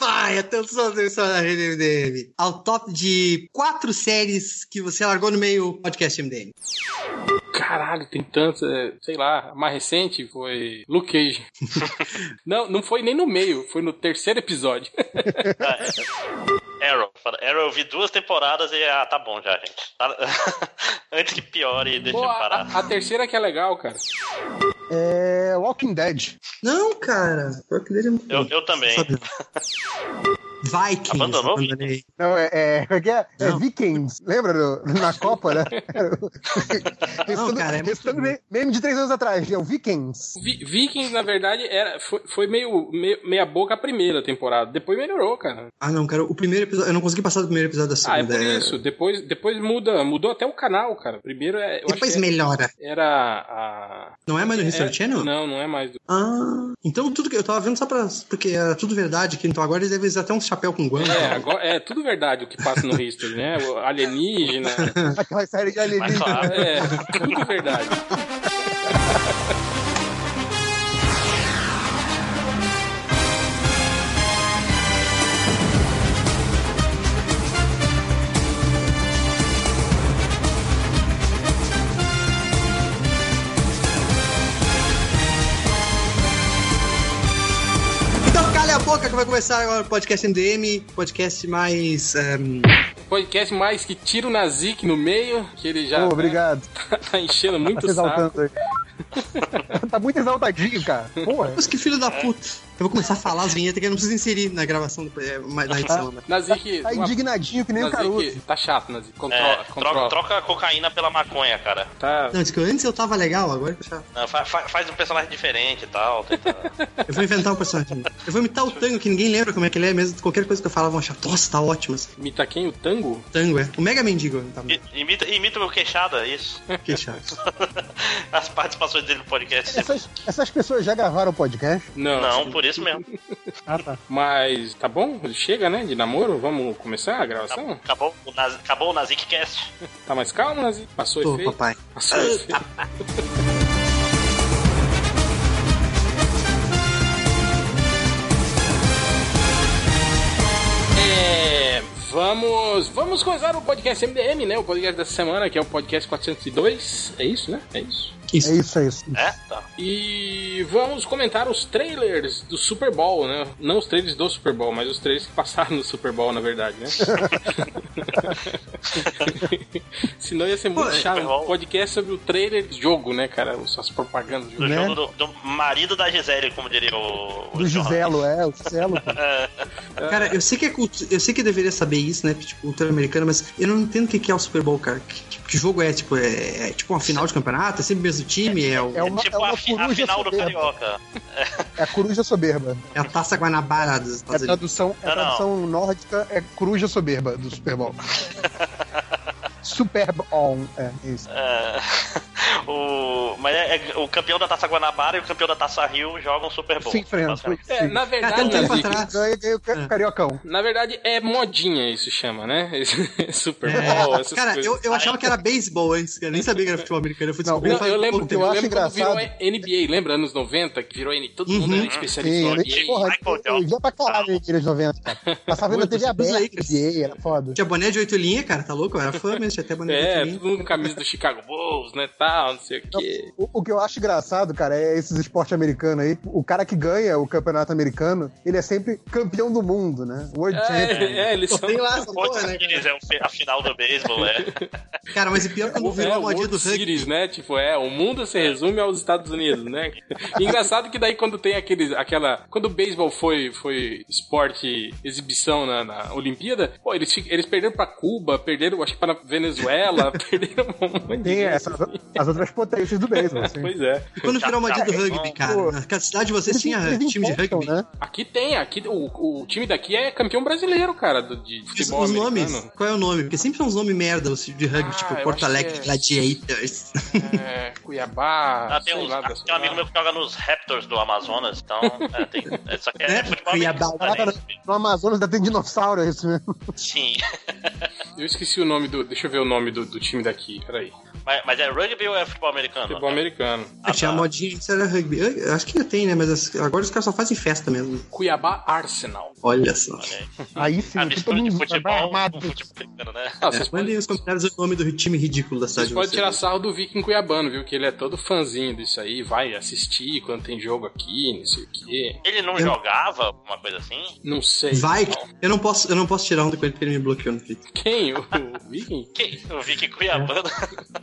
Ai, atenção, atenção da Rede MDM. Ao top de quatro séries que você largou no meio podcast MDM. Caralho, tem tantos, é, sei lá, a mais recente foi Luke Cage. não, não foi nem no meio, foi no terceiro episódio. Arrow. É, Fala, Arrow, eu vi duas temporadas e ah, tá bom já, gente. Tá- Antes que piore, deixa Pô, eu a, parar. a- a terceira que é legal, cara. É. Walking Dead. Não, cara. Pior que dele é muito Eu, bom. eu também. Sabe? Vikings. Abandonou? abandonei. Não, é. É, como é que é? É Não. Vikings. Lembra do- na Copa, né? Restando- cara, é muito restando bom. me- meme de três anos atrás. É o Vikings. Vi- Vikings, na verdade, era, foi, foi meio, meio meia boca a primeira temporada. Depois melhorou, cara. Ah, não, cara. O primeiro episódio... Eu não consegui passar do primeiro episódio da Ah, é segunda. por isso. Depois, depois muda, mudou até o canal, cara. Primeiro é, eu Depois acho que melhora. é- era a. Não é mais no History é- Channel? Não, não é mais. do- Ah, então tudo que eu tava vendo só pra. Porque era tudo verdade aqui, então agora eles devem usar até um chapéu com guano. É, agora, é tudo verdade o que passa no History, né? O alienígena. Aquela série de Mas alienígena. claro. É, tudo verdade. Então calha a boca que vai começar agora o podcast MDM, podcast mais. ehm, Podcast mais que tira o Nazik no meio, que ele já Ô, obrigado. tá enchendo Tá né? muito se saco. exaltando aí. tá muito exaltadinho, cara. Porra. Mas que filho da puta! Eu vou começar a falar as vinhetas que eu não preciso inserir na gravação do, é, mais- na edição. né? Nazik. Tá uma- indignadinho que nem o Caruso. Nazik, tá chato, Nazik. Controla, É, controla. troca, troca a cocaína pela maconha, cara. Tá, Não, disse que antes eu tava legal, agora eu já- Não, fa- fa- faz um personagem diferente e tal. tenta- Eu vou inventar um personagem. Eu vou imitar o tango, que ninguém lembra como é que ele é mesmo. Qualquer coisa que eu falar vão achar, nossa, tá ótimo esse imita quem? O Tango? tango, é. O Mega Mendigo, né, tá bom. I- Imita, imita o queixada, é isso. Que chato. As participações dele no podcast. sempre- Essas, essas pessoas já gravaram o podcast? Não. Não, por isso mesmo. Ah, tá. Mas tá bom? Chega, né? De namoro? Vamos começar a gravação? Acabou o, Naz, acabou o Nazik Cast. Tá mais calmo, Nazik? Passou Tô, efeito? papai. Passou efeito. É, Vamos, vamos começar o podcast MDM, né? O podcast dessa semana, que é o podcast 402. É isso, né? É isso. Isso. É isso, é isso. É? Tá. E vamos comentar os trailers do Super Bowl, né? Não os trailers do Super Bowl, mas os trailers que passaram no Super Bowl, na verdade, né? Senão ia ser muito Pô, é, chato. Super Bowl. Um podcast sobre o trailer do jogo, né, cara? Os- As propagandas do Do jogo. Né? jogo do, do marido da Gisele, como diria o. o Do João. Giselo, é, o Giselo. Cara, eu sei que é cultu... eu sei que eu deveria saber isso, né? Tipo, cultura americana, mas eu não entendo o que que é o Super Bowl, cara. Que, que- que jogo é? Tipo, é, é tipo uma final de campeonato? É sempre o mesmo time? É, o- É uma, é Tipo uma a, fi- a coruja final do soberba. Carioca. É a coruja soberba. é a taça Guanabara dos É a Estados Unidos. tradução, é a Não, não. tradução nórdica é coruja soberba do Super Bowl. Super Bowl, é isso. É, o, mas é, é- o campeão da Taça Guanabara e o campeão da Taça Rio jogam Super Bowl. Se enfrenta. basicamente. É, Sim. na É. Até um verdade, tempo Nazik, atrás. Ganha, ganha o ca- cariocão. na verdade é modinha isso chama, né? Esse Super É, Bowl, essas cara, coisas. eu, eu achava que era beisebol antes, cara. Eu nem sabia que era futebol americano. Eu fui Não, descobrir Não, faz eu pouco lembro, tempo. eu lembro Eu quando acho virou engraçado. NBA, lembra? Anos 90, que virou N, todo mundo era especialista Sim, em né? NBA. Porra, Michael um eu Jordan. via pra caralho nos 90, cara. Passava na Muito, TV dos aberta, Lakers. NBA, era foda. Tinha boné de oito linhas, cara, tá louco? Eu era fã mesmo, tinha até boné de É, oito linhas. todo mundo com camisa do Chicago Bulls, né, tal, não sei o quê. Então, O, o que eu acho engraçado, cara, é esses esportes americanos aí. O cara que ganha o campeonato americano, ele é sempre campeão do mundo, né? World champion. É, é, eles Pô, são... Tem lá essa Outros porra, né, cara? times, é o fi- a final do beisebol, é. Cara, mas o pior é quando O, virou é, a modinha do World rugby. Series, né? Tipo, é, o mundo se resume aos Estados Unidos, né? Engraçado que daí quando tem aqueles, aquela... Quando o beisebol foi, foi esporte exibição na, na Olimpíada, pô, eles, fi- eles perderam pra Cuba, perderam, acho que pra Venezuela, perderam um monte de... Tem essas, as outras potências do beisebol, assim. Pois é. E quando virou a modinha do rugby, cara? Na cidade de vocês tinha time de importam, rugby. né? Aqui tem, aqui o, o time daqui é campeão brasileiro, cara, do- de Isso, futebol os americano. nomes? Qual é o nome? Porque sempre são os nomes merda os de rugby, Ah, tipo eu Porto acho Alegre que é- Gladiators. É, Cuiabá, Ah, tem, sei uns- lá, ah, das- tem um amigo meu que joga nos Raptors do Amazonas, então. É, tem, é, só que é, Né? futebol Cuiabá, americano, Cara, né? no Amazonas ainda tem dinossauro, é isso mesmo. Sim. Eu esqueci o nome do. Deixa eu ver o nome do, do time daqui, peraí. Mas, mas é rugby ou é futebol americano? Futebol americano. Ah, tinha a tá. modinha, isso era rugby. Eu acho que ainda tem, né? Mas as- agora os caras só fazem festa mesmo. Cuiabá Arsenal. Olha só. Olha aí. Aí sim, A aqui todo mistura de mundo futebol vai armado. com futebol americano, né? Ah, É, vocês podem, mandem nos comentários o nome do time ridículo da cidade. vocês de podem vocês. tirar sarro do Viking Cuiabano, viu? Que ele é todo fãzinho disso aí, vai assistir quando tem jogo aqui, não sei o quê. Ele não Eu- jogava uma coisa assim? Não sei. Vai, eu não posso, eu não posso tirar onda com ele porque ele me bloqueou no Twitter. Quem? O, o Viking? Que? Eu vi que Cuiabana.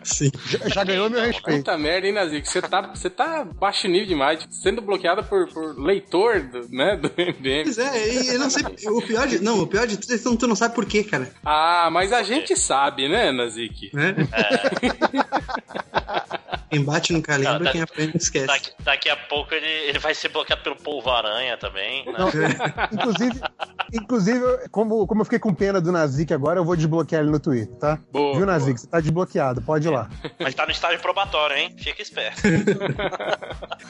Sim. Já, já ganhou meu respeito. Puta merda, hein, Nazico? Você tá, você tá baixo nível demais, tipo, sendo bloqueado por, por leitor do, né, do MDM. Pois é, e eu não sei. O pior de, não, o pior de tudo é que tu não- tu não sabe por quê, cara. Ah, mas a gente sabe, né, Nazik? Né? É. Quem bate nunca Cara, lembra, tá- quem aprende É. esquece. daqui, daqui a pouco ele, ele vai ser bloqueado pelo povo aranha também. né? Inclusive, inclusive eu- como, como eu fiquei com pena do Nazik agora, eu vou desbloquear ele no Twitter, tá? Boa, Viu, boa. Nazik? Você tá desbloqueado, pode ir lá. Mas tá no estágio probatório, hein? Fica esperto.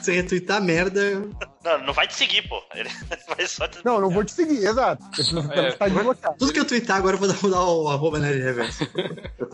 Você retweetar merda. Não, não vai te seguir, pô. Ele vai só te... Não, eu não vou te seguir, exato. Você tá desbloqueado. Tudo que eu tweetar agora eu vou dar- mudar o arroba na reverso.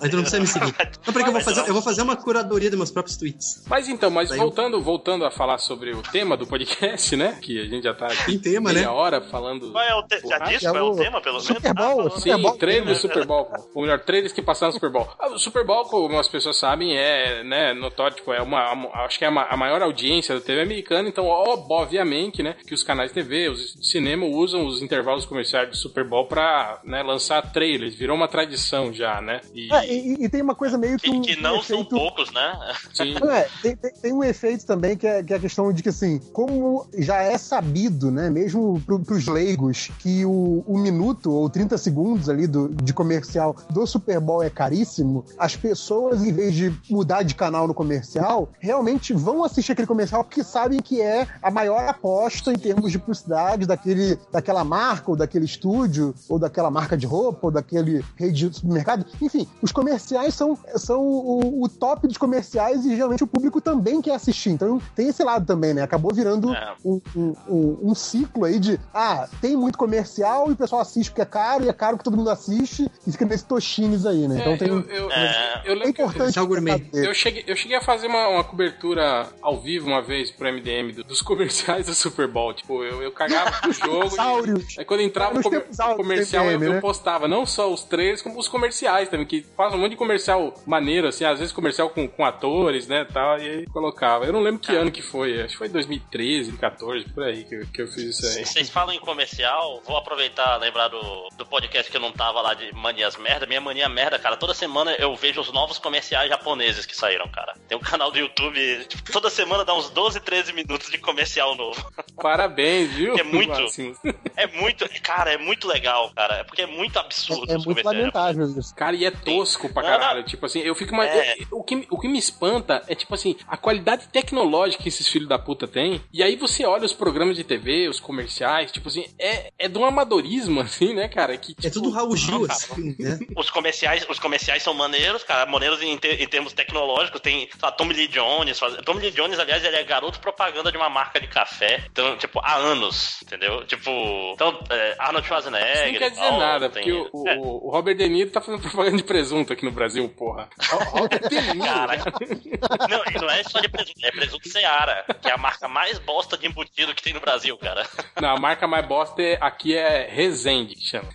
Aí tu não precisa me seguir. Não, peraí que eu vou fazer, eu vou fazer uma curadoria dos meus próprios tweets. Mas então, mas Daí eu- voltando, voltando a falar sobre o tema do podcast, né? Que a gente já tá aqui Tem tema, meia né? hora falando. Qual é o te... Já Porra, disse é qual é o o tema, pelo menos? Super Bowl, Ah, tá, Sim, Super Bowl, trailer né? do Super Bowl. pô. Ou melhor, trailers que passaram no Super Bowl. Ah, O Super Bowl, como as pessoas sabem, é né, notório, tipo, é uma, a- acho que é a ma- a maior audiência da TV americana, então, ó, obviamente, né, que os canais de TV, os de cinema usam os intervalos comerciais do Super Bowl pra né, lançar trailers. Virou uma tradição já, né? E, É, e, e tem uma coisa meio que. que, um- que um não são efeito- poucos, né? sim, Não é, tem, tem- tem um efeito também que é, que é a questão de que, assim, como já é sabido, né, mesmo pro, pros leigos, que o, o minuto ou 30 segundos ali do, de comercial do Super Bowl é caríssimo, as pessoas, em vez de mudar de canal no comercial, realmente vão assistir aquele comercial porque sabem que é a maior aposta em termos de publicidade daquele, daquela marca, ou daquele estúdio, ou daquela marca de roupa, ou daquele rede de supermercado. Enfim, os comerciais são, são o, o top dos comerciais e geralmente o público também quer assistir. Então tem esse lado também, né? Acabou virando É. um, um- um- um ciclo aí de ah, tem muito comercial e o pessoal assiste porque é caro, e é caro que todo mundo assiste, e fica nesse tochines aí, né? É, Então tem. eu, eu, É. eu É lembro que eu- importante. Comercial gourmet. saber. Eu cheguei, eu cheguei a fazer uma, uma cobertura ao vivo uma vez pro MDM do- dos comerciais do Super Bowl. Tipo, eu, eu cagava pro jogo. Áureos. E, aí quando entrava o Nos comer- tempos áureos do comercial, eu- MDM, eu, né? postava não só os trailers, como os comerciais também, que faz um monte de comercial maneiro, assim, às vezes comercial com, com atores, né, tal, e aí colocava. Eu não lembro Tá. que ano que foi, acho que foi 2013, 2014, por aí que, eu- que eu fiz isso aí. Vocês falam em comercial, vou aproveitar lembrar do, do podcast que eu não tava lá de manias merda. Minha mania merda, cara, toda semana eu vejo os novos comerciais japoneses que saíram, cara. Tem um canal do YouTube, tipo, toda semana dá uns 12, 13 minutos de comercial novo. Parabéns, viu? Assim, É muito. Máximo. É muito, cara, é muito legal, cara. É porque é muito absurdo. É, é os muito comerciais. né? lamentável isso. Cara, e é tosco pra Não, caralho. Tipo assim, eu fico mais. É. eu- o, que, me- o que me espanta é, tipo assim, a qualidade tecnológica que esses filhos da puta têm. E aí você olha os programas de TV, os comerciais, tipo assim, é, é de um amadorismo, assim, né, cara? Que, É tipo, tudo Raul tá Gil, assim, né? Os comerciais, os comerciais são maneiros, cara, maneiros em, ter- em termos tecnológicos. Tem sei lá, Tommy Lee Jones. Faz... Tommy Lee Jones, aliás, ele é garoto propaganda de uma marca de café. Então, tipo, há anos, entendeu? Tipo, então, é, Arnold isso Schwarzenegger. não quer dizer e tal, nada, tem- porque o, o- É, o Robert De Niro tá fazendo propaganda de presunto aqui no Brasil, porra. Olha o De Niro, Caraca. cara. É, Não, e não é só de presunto, é presunto Seara, que é a marca mais bosta de embutido que tem no Brasil, cara. Não, a marca mais bosta é- aqui é Resende, que chama.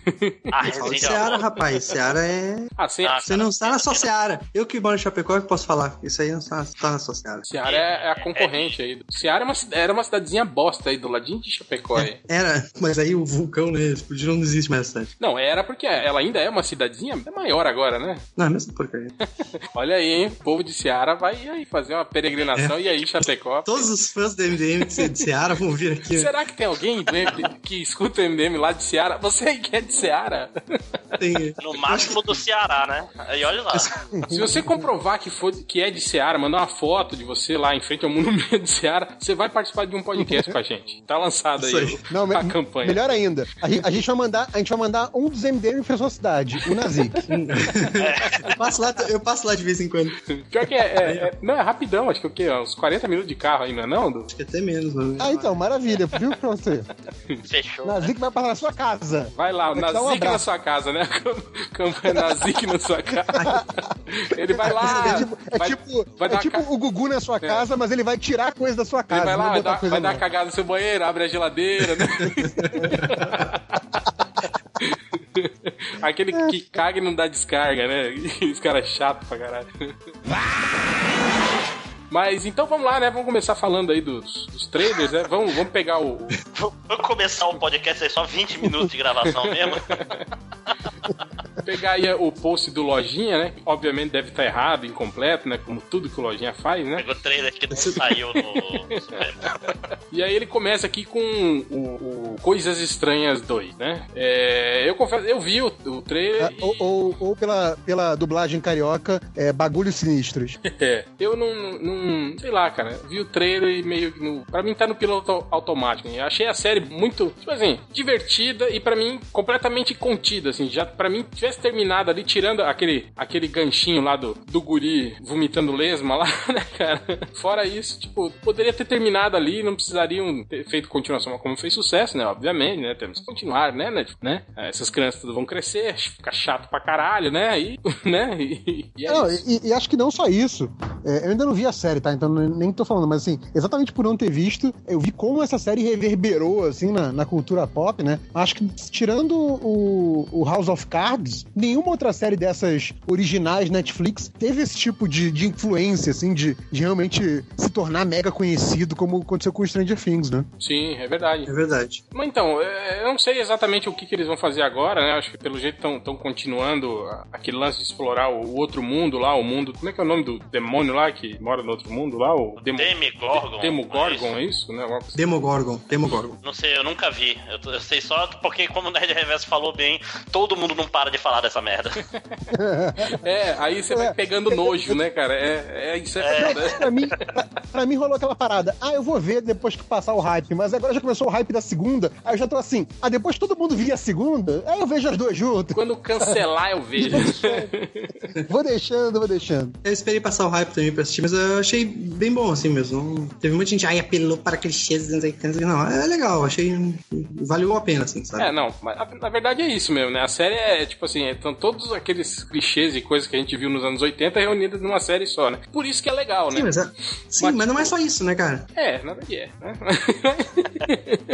A Fala de Resende é uma Seara, bosta. rapaz. Seara é. Assim, Ah, Você não está na sua Seara. Eu que moro em Chapecó eu posso falar. Isso aí não está, está na sua Seara. Seara é, é a concorrente aí. Seara é uma, cida- era uma cidadezinha bosta aí, do ladinho de Chapecó aí. Era, mas aí o vulcão, né? Explodiu, não existe mais essa cidade. Não, era porque ela ainda é uma cidadezinha é maior agora, né? Não, é a mesma porcaria. Olha aí, hein? O povo de Seara vai aí fazer uma peregrinação É. e aí, Chapecó. Todos os fãs do MDM que se- de Seara vão vir aqui. né? Será que tem alguém do MD que escuta o MDM lá de Seara? Você aí que é de Seara? Tem- No máximo do Ceará, né? E olha lá. Uhum. Se você comprovar que, for, que é de Seara, mandar uma foto de você lá em frente ao monumento de Seara, você vai participar de um podcast com a gente. Tá lançado aí, Isso aí. Não, a me- campanha. Melhor ainda, a gente, a gente vai mandar, a gente vai mandar um dos MDM pra sua cidade, o Nazik. Eu passo, lá, eu passo lá de vez em quando. Acho Pior que é, é- é- Não, é rapidão, acho que o quê? Uns 40 minutos de carro ainda, não? Du? que até menos, né? mano. Ah, então, maravilha, viu pra você? Fechou. né? Nazik vai passar na sua casa. Vai lá, o Vai te dar um Nazik na abraço. sua casa, né? Cam- Campanha Nazik na sua casa. Ele vai lá. é tipo, é Ah, vai, tipo- vai é dar tipo uma ca- É. o Gugu na sua casa, mas ele vai tirar coisa da sua casa. Ele vai lá, não vai botar dar, coisa vai dar nova. cagada no seu banheiro, abre a geladeira, né? Aquele que caga e não dá descarga, né? Esse cara é chato pra caralho. Mas então vamos lá, né? Vamos começar falando aí dos, dos trailers, né? Vamos, vamos pegar o, Vamos começar o podcast aí, só 20 minutos de gravação mesmo. pegar aí o post do Lojinha, né? Obviamente deve estar errado, incompleto, né? Como tudo que o Lojinha faz, né? Pegou o trailer que não saiu no. Super- E aí ele começa aqui com o, o Coisas Estranhas 2, né? É, eu confesso, eu vi o, Ah, o trailer. É, Ou, ou- ou pela, pela dublagem carioca, é, bagulhos sinistros. É, eu não, não- Sei lá, cara. Vi o trailer e meio que. No, pra mim tá no piloto automático. né? Eu achei a série muito, tipo assim, divertida e pra mim completamente contida, assim. Já pra mim tivesse terminado ali, tirando aquele, aquele ganchinho lá do, do guri vomitando lesma lá, né, cara? Fora isso, tipo, poderia ter terminado ali, não precisariam ter feito continuação. Mas como fez sucesso, né? Obviamente, né? Temos que continuar, né, né? né? Essas crianças tudo vão crescer, fica chato pra caralho, né? E, né? E, e é Não, isso. e, e acho que não só isso. É, eu ainda não vi a série, tá? Então nem- nem tô falando, mas assim, exatamente por não ter visto, eu vi como essa série reverberou, assim, na, na cultura pop, né? Acho que tirando o, o House of Cards, nenhuma outra série dessas originais Netflix teve esse tipo de, de influência, assim, de, de realmente se tornar mega conhecido, como aconteceu com Stranger Things, né? Sim, é verdade. É verdade. Mas então, é, eu não sei exatamente o que, que eles vão fazer agora, né? Acho que pelo jeito estão continuando a- aquele lance de explorar o, o outro mundo lá, o mundo. Como é que é o nome do demônio lá que mora no outro mundo lá? O Demo, Demigorgon. Demogorgon, é isso? Né? Alguma coisa Demogorgon, Demogorgon. Não sei, eu nunca vi. Eu, tô- eu sei só porque, como o Nerd Reverso falou bem, todo mundo não para de falar dessa merda. assim. É, aí você vai pegando nojo, né, cara? É, é isso é, Não, foda. pra, mim, pra, pra mim rolou aquela parada. Ah, eu vou ver depois que passar o hype. Mas agora já começou o hype da segunda. Aí eu já tô assim. Ah, depois todo mundo via a segunda? Aí eu vejo as duas juntas. Quando cancelar, eu vejo. Vou deixando, vou deixando. Eu esperei passar o hype também pra assistir, mas eu achei bem bom assim mesmo. Não- Teve muita gente, ai, apelou para clichês, não sei o que, não sei o que. Não, é legal, achei. Valeu a pena, assim, sabe? É, não, mas a- na verdade é isso mesmo, né? A série é, tipo assim, estão todos aqueles clichês e coisas que a gente viu nos anos 80 reunidas numa série só, né? Por isso que é legal, né? Sim, mas, é- sim, mas não é só isso, né, cara? É, na verdade é, né?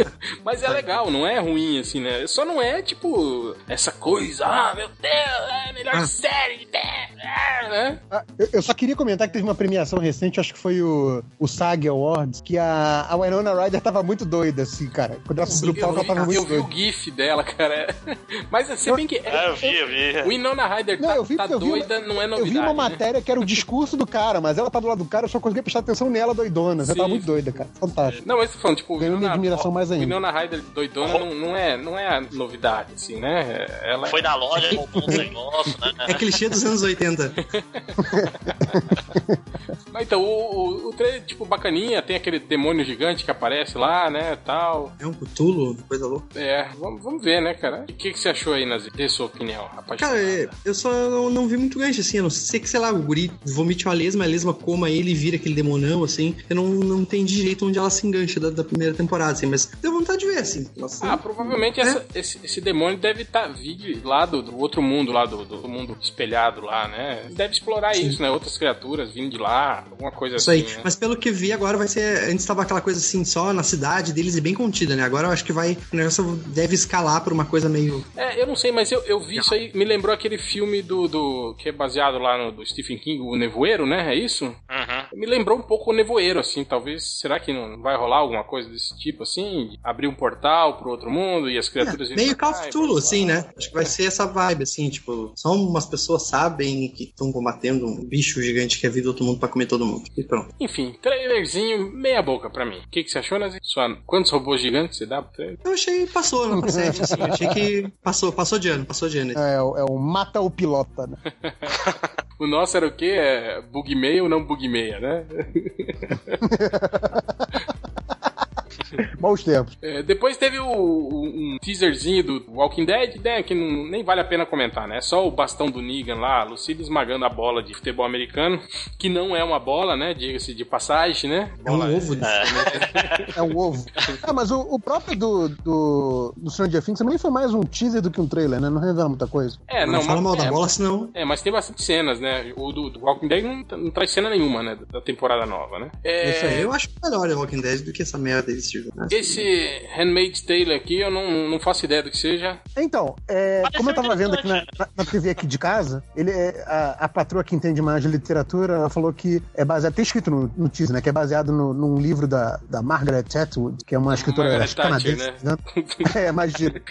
Mas é legal, não é ruim, assim, né? Só não é, tipo, essa coisa, ah, meu Deus, é a melhor série, né? Ah, né? Ah, eu, eu só queria comentar que teve uma premiação recente, acho que foi o, o SAG Awards, que a, a Winona Ryder tava muito doida, assim, cara. Quando ela subiu no Eu, palco, ela tava vi, eu muito vi o doida. gif dela, cara. Mas se bem que... é Ah, eu vi, eu vi. Winona Ryder Não, tá, eu vi tá porque eu vi, doida, não é Eu novidade. vi uma né? matéria que era o discurso do cara, mas ela tá do lado do cara, eu só consegui prestar atenção nela doidona. Ela Sim. tava muito doida, cara. Fantástico. Não, mas tô falando, tipo, Ganhou minha admiração mais ainda. Winona Ryder doidona não, não, é, não é a novidade, assim, né? Ela Foi na loja, comprou um negócio, né? É clichê dos anos 80. Mas então, o, o, o trailer, tipo, bacaninha, tem aquele demônio gigante que aparece lá, né, tal. É um cutulo, coisa louca. É, vamos, vamos ver, né, cara? O que, que você achou aí, Nazi? Dê sua opinião, rapaz. Cara, é, eu só não, não vi muito gancho, assim. Eu não sei que, sei lá, o guri vomite uma lesma, a lesma coma ele e vira aquele demonão, assim. Eu não, não entendi direito onde ela se engancha da, da primeira temporada, assim. Mas deu vontade de ver, assim. né? Nossa, Ah, provavelmente essa- esse, esse demônio deve estar vir lá do, do outro mundo, lá do, do mundo espelhado lá, né? Deve explorar isso, né? Outras criaturas vindo de lá, alguma coisa Isso assim. aí. né? Mas pelo que vi agora vai ser. Antes tava aquela coisa assim, só na cidade deles e bem contida, né? Agora eu acho que vai. O negócio deve escalar pra uma coisa meio. É, eu não sei, mas eu, eu vi isso aí, me lembrou aquele filme do, do que é baseado lá no do Stephen King, o Nevoeiro, né? É isso? Uhum. Me lembrou um pouco o Nevoeiro, assim, talvez, será que não vai rolar alguma coisa desse tipo, assim? Abrir um portal pro outro mundo e as criaturas... virem É, meio pra Call cá of e Cthulhu, blá, blá, assim, né? Acho que vai ser essa vibe, assim, tipo, só umas pessoas sabem que estão combatendo um bicho gigante que é vida do outro mundo pra comer todo mundo. E pronto. Enfim, trailerzinho meia boca pra mim. O que, que você achou, Nazi? Sua- Quantos robôs gigantes você dá pro trailer? Eu achei passou na presente, assim. Achei que passou, passou de ano, passou de ano. É, o- é o mata o pilota, né? O nosso era o quê? É bug meia ou não bug meia, né? Maus tempos. É, depois teve o, o- um teaserzinho do Walking Dead, né? Que não- nem vale a pena comentar, né? Só o bastão do Negan lá, a Lucille esmagando a bola de futebol americano, que não é uma bola, né? Diga-se de passagem, né? É um ovo. É um ovo. Ah, mas o, o próprio do, do, do Stranger Things também foi mais um teaser do que um trailer, né? Não revela muita coisa. É, Não, fala mal mas- da é, bola, senão. É, mas tem bastante cenas, né? O do, do Walking Dead não, não traz cena nenhuma, né? Da temporada nova, né? É, Isso aí, eu acho melhor o Walking Dead do que essa merda desse tipo. né? Esse Handmaid's Tale aqui, eu não, não faço ideia do que seja. Então, é, Pareceu como eu tava vendo aqui na, interessante. na- na TV aqui de casa, ele, é- a, a patroa que entende mais de literatura, ela falou que é baseado, tem escrito no, no teaser, né? Que é baseado no, num livro da, da Margaret Atwood, que é uma escritora Margaret acho que canadense, Thatcher, né? É, imagina.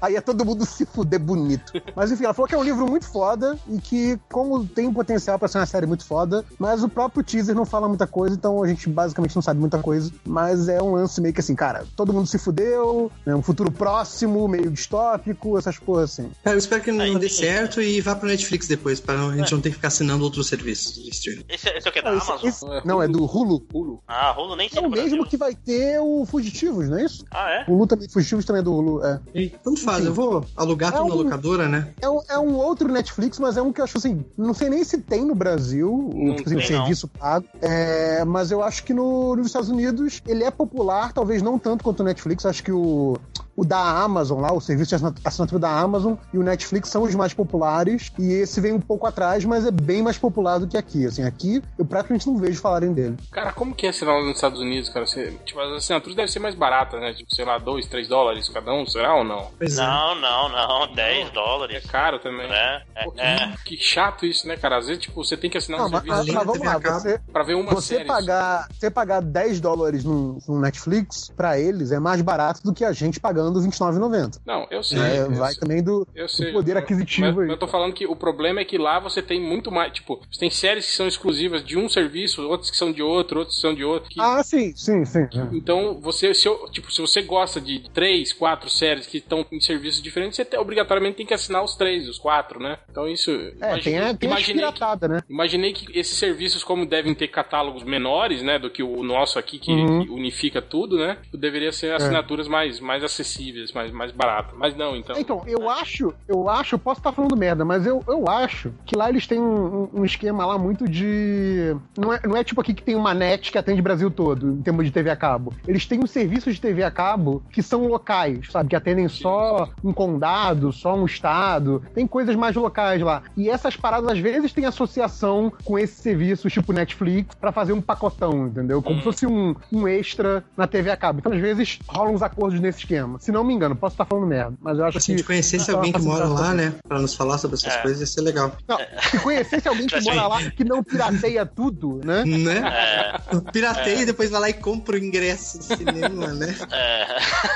Aí é todo mundo se fuder bonito. Mas enfim, ela falou que é um livro muito foda e que, como tem um potencial pra ser uma série muito foda, mas o próprio teaser não fala muita coisa, então a gente basicamente não sabe muita coisa. Mas é um lance meio que assim, cara, todo mundo se fudeu, né, um futuro próximo, meio distópico, essas porras assim. Cara, eu espero que não Aí- dê certo e vá pro Netflix depois, pra não- a gente não ter que ficar assinando outros serviços de streaming. Esse, esse é o que? Da Não, esse- Amazon? esse- não, Ah, é do Hulu. Pulo. Ah, Rulo nem É sei o no mesmo Brasil. que vai ter o Fugitivos, não é isso? Ah, é? Hulu também, Fugitivos também é do Hulu, é. Tanto faz, Enfim. Então eu vou alugar É tudo na um- locadora, né? É um, é um outro Netflix, mas é um que eu acho assim. Não sei nem se tem no Brasil, o Não tipo assim, tem, serviço pago. É, mas eu acho que no- nos Estados Unidos ele é popular, talvez não tanto quanto o Netflix. Acho que o, o da Amazon lá, o serviço de assina- assinatura da Amazon e o Netflix são os mais populares. E esse vem um pouco atrás, mas é bem mais popular do que aqui. Assim, aqui eu praticamente não vejo falarem dele. Cara, como que é assinar lá nos Estados Unidos, cara? Você- tipo, as assinaturas devem ser mais baratas, né? Tipo, sei lá, 2, 3 dólares cada um, será ou não? Pois é. Não, não, não. 10 É dólares. caro também. Né? É, Pô, que- é. Que chato isso, né, cara? Às vezes, tipo, você tem que assinar Não, um mas, ah, serviço mas linda, vamos TV lá, a cabo. você, pra ver uma Você série. pagar, você pagar 10 dólares no, no Netflix, pra eles, é mais barato do que a gente pagando R$29,90. Não, eu sei. Né? eu Vai sei. também do, Eu do sei. poder mas- aquisitivo mas, aí. mas eu tô falando que o problema é que lá você tem muito mais. Tipo, você tem séries que são exclusivas de um serviço, outras que são de outro, outras que são de outro. que- Ah, sim, sim, sim. Então, você, se, eu- tipo, se você gosta de três, quatro séries que estão em serviços diferentes, você te- obrigatoriamente tem que assinar os três, os quatro, né? Então, isso. É, tem a, tem a imaginei, que, piratada, né? imaginei que esses serviços, como devem ter catálogos menores, né, do que o nosso aqui, que, Uhum. que unifica tudo, né? Deveria ser assinaturas mais, mais acessíveis, mais, mais baratas. Mas não, então. Então, eu acho, eu acho, eu posso estar falando merda, mas eu, eu acho que lá eles têm um, um- um esquema lá muito de. Não é, não é tipo aqui que tem uma net que atende o Brasil todo, em termos de TV a cabo. Eles têm um serviço de TV a cabo que são locais, sabe? Que atendem só um condado, só um estado. Tem coisas mais locais lá. E essas paradas, às vezes, têm associação com esses serviços, tipo Netflix, pra fazer um pacotão, entendeu? Como se fosse um, um extra na TV a cabo. Então, às vezes, rolam uns acordos nesse esquema. Se não me engano, posso estar falando merda, mas eu acho assim, Se a que. gente conhecesse Ah, alguém que tá, mora tá, tá. lá, né? Pra nos falar sobre essas É. coisas, ia ser legal. Não, se conhecesse alguém que mora lá que não pirateia tudo, né? Né? É. Pirateia e depois vai lá e compra o ingresso do cinema, né? É.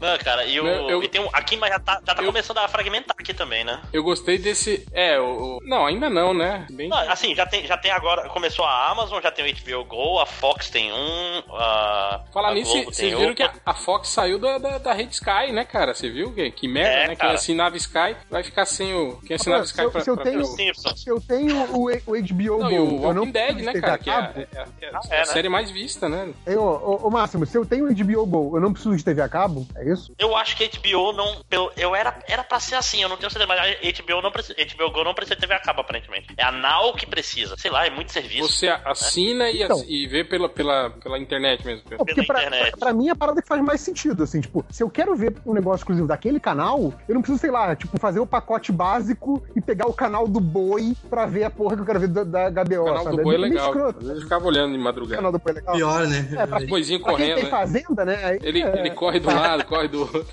Não, cara, e, o, Não, eu- e tem um. Aqui mas já tá, já tá Eu- começando a fragmentar aqui também, né? Eu gostei desse. É, o. o- Não, ainda não, né? Bem... Não, assim, já tem, já tem agora. Começou a Amazon, já tem o HBO Go, a Fox tem um. A, Falar a nisso, Globo vocês tem viram outro. que a, a Fox saiu da, da, da rede Sky, né, cara? Você viu? Que, que merda, É, né? Quem cara. assinava Sky vai ficar sem o. Quem assinava Ah, Sky se eu- pra, se eu pra tenho- ver o- Os Simpsons. Se eu tenho o, o HBO Não, Go, e o eu não Walking Dead, preciso né, ter cara? Que é, a- é cabo. a- é a Ah, é, né? série mais vista, né? Eu, ô, ô, Máximo, se eu tenho o HBO Go, eu não preciso de TV a cabo? É isso? Eu acho que HBO não. Eu, eu era, era pra ser assim, eu não tenho certeza, mas a HBO, não precisa, HBO Go não precisa de TV a cabo, aparentemente. É a Now que precisa. Sei lá, é muito serviço. Você assina e, ass- Então. e vê pela, pela, pela internet mesmo. Não, porque pra, internet. pra, pra mim é a parada que faz mais sentido, assim, tipo, se eu quero ver um negócio exclusivo daquele canal, eu não preciso, sei lá, tipo, fazer o pacote básico e pegar o canal do boi pra ver a porra que eu quero ver da, da HBO, O canal sabe? do Boi é meio legal. escroto. Às vezes eu ficava olhando de O madrugada. canal do boi é legal. Pior, né? É, pra- Boizinho Pra quem correndo, tem né? fazenda, né? aí Ele, é- ele corre do lado, corre do outro.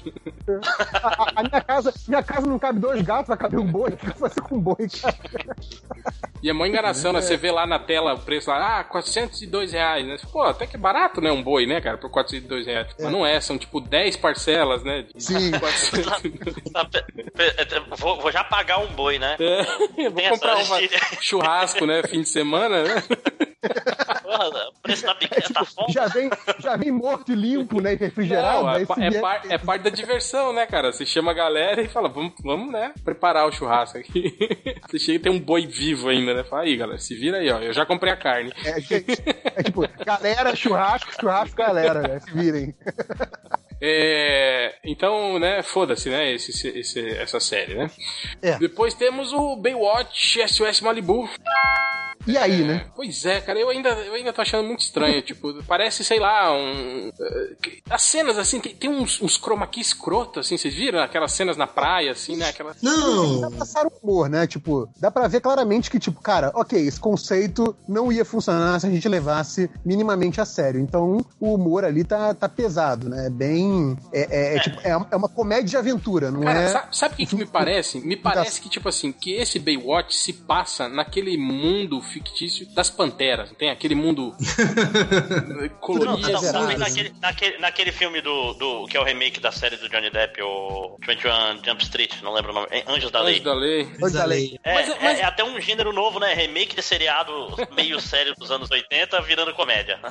A, a- a minha casa, minha casa não cabe dois gatos, vai caber um boi. O que eu vou fazer com um boi, cara? E é mó enganação, né? Você vê lá na tela o preço lá, ah, 402 reais, né? Pô, até que é barato, né? Um boi, né, cara? Por 402 reais. Mas não é, são tipo 10 parcelas, né? de Sim. 400. Tá, pe- pe- vou, vou já pagar um boi, né? É, vou Tem comprar essa um gíria. churrasco, né? Fim de semana, né? Porra, preço tá pequeno, tá fome. Já vem, já vem morto e limpo, né? E refrigerado. Não, aí é, se pa- é vier- par- é parte da diversão, né, cara? Você chama a galera e fala, vamos, vamos né, preparar o churrasco aqui. Você chega e tem um boi vivo ainda, né? Fala aí, galera, se vira aí, ó. Eu já comprei a carne. É, gente, é tipo, galera, churrasco, churrasco, galera, né? Se virem. É, então, né, foda-se, né, esse- esse- esse- essa série, né? É. Depois temos o Baywatch SOS Malibu. E aí, né? Pois é, cara, eu ainda, eu ainda tô achando muito estranho. tipo, parece, sei lá, um. eh, que- As cenas, assim, tem, tem uns, uns chroma key escroto, assim, vocês viram? Aquelas cenas na praia, assim, né? Aquela... Já Não! passaram o humor, né? Tipo, dá pra ver claramente que, tipo, cara, ok, esse conceito não ia funcionar se a gente levasse minimamente a sério. Então, o humor ali tá, tá pesado, né? É Bem. É, é- é tipo, é, é uma comédia de aventura, não Cara, é? sa- sabe o que, que me parece? Me parece que, tipo assim, que esse Baywatch se passa naquele mundo fictício das panteras. Tem aquele mundo eh, Não, um colorido. não, assim. não, Tá naquele, naquele, naquele filme do, do. que é o remake da série do Johnny Depp, o 21 Jump Street, não lembro o nome. é Anjos da Lei. Anjo da lei. Anjo da lei. É, Mas- é- mas- é até um gênero novo, né? Remake de seriado meio sério dos anos 80 virando comédia. né?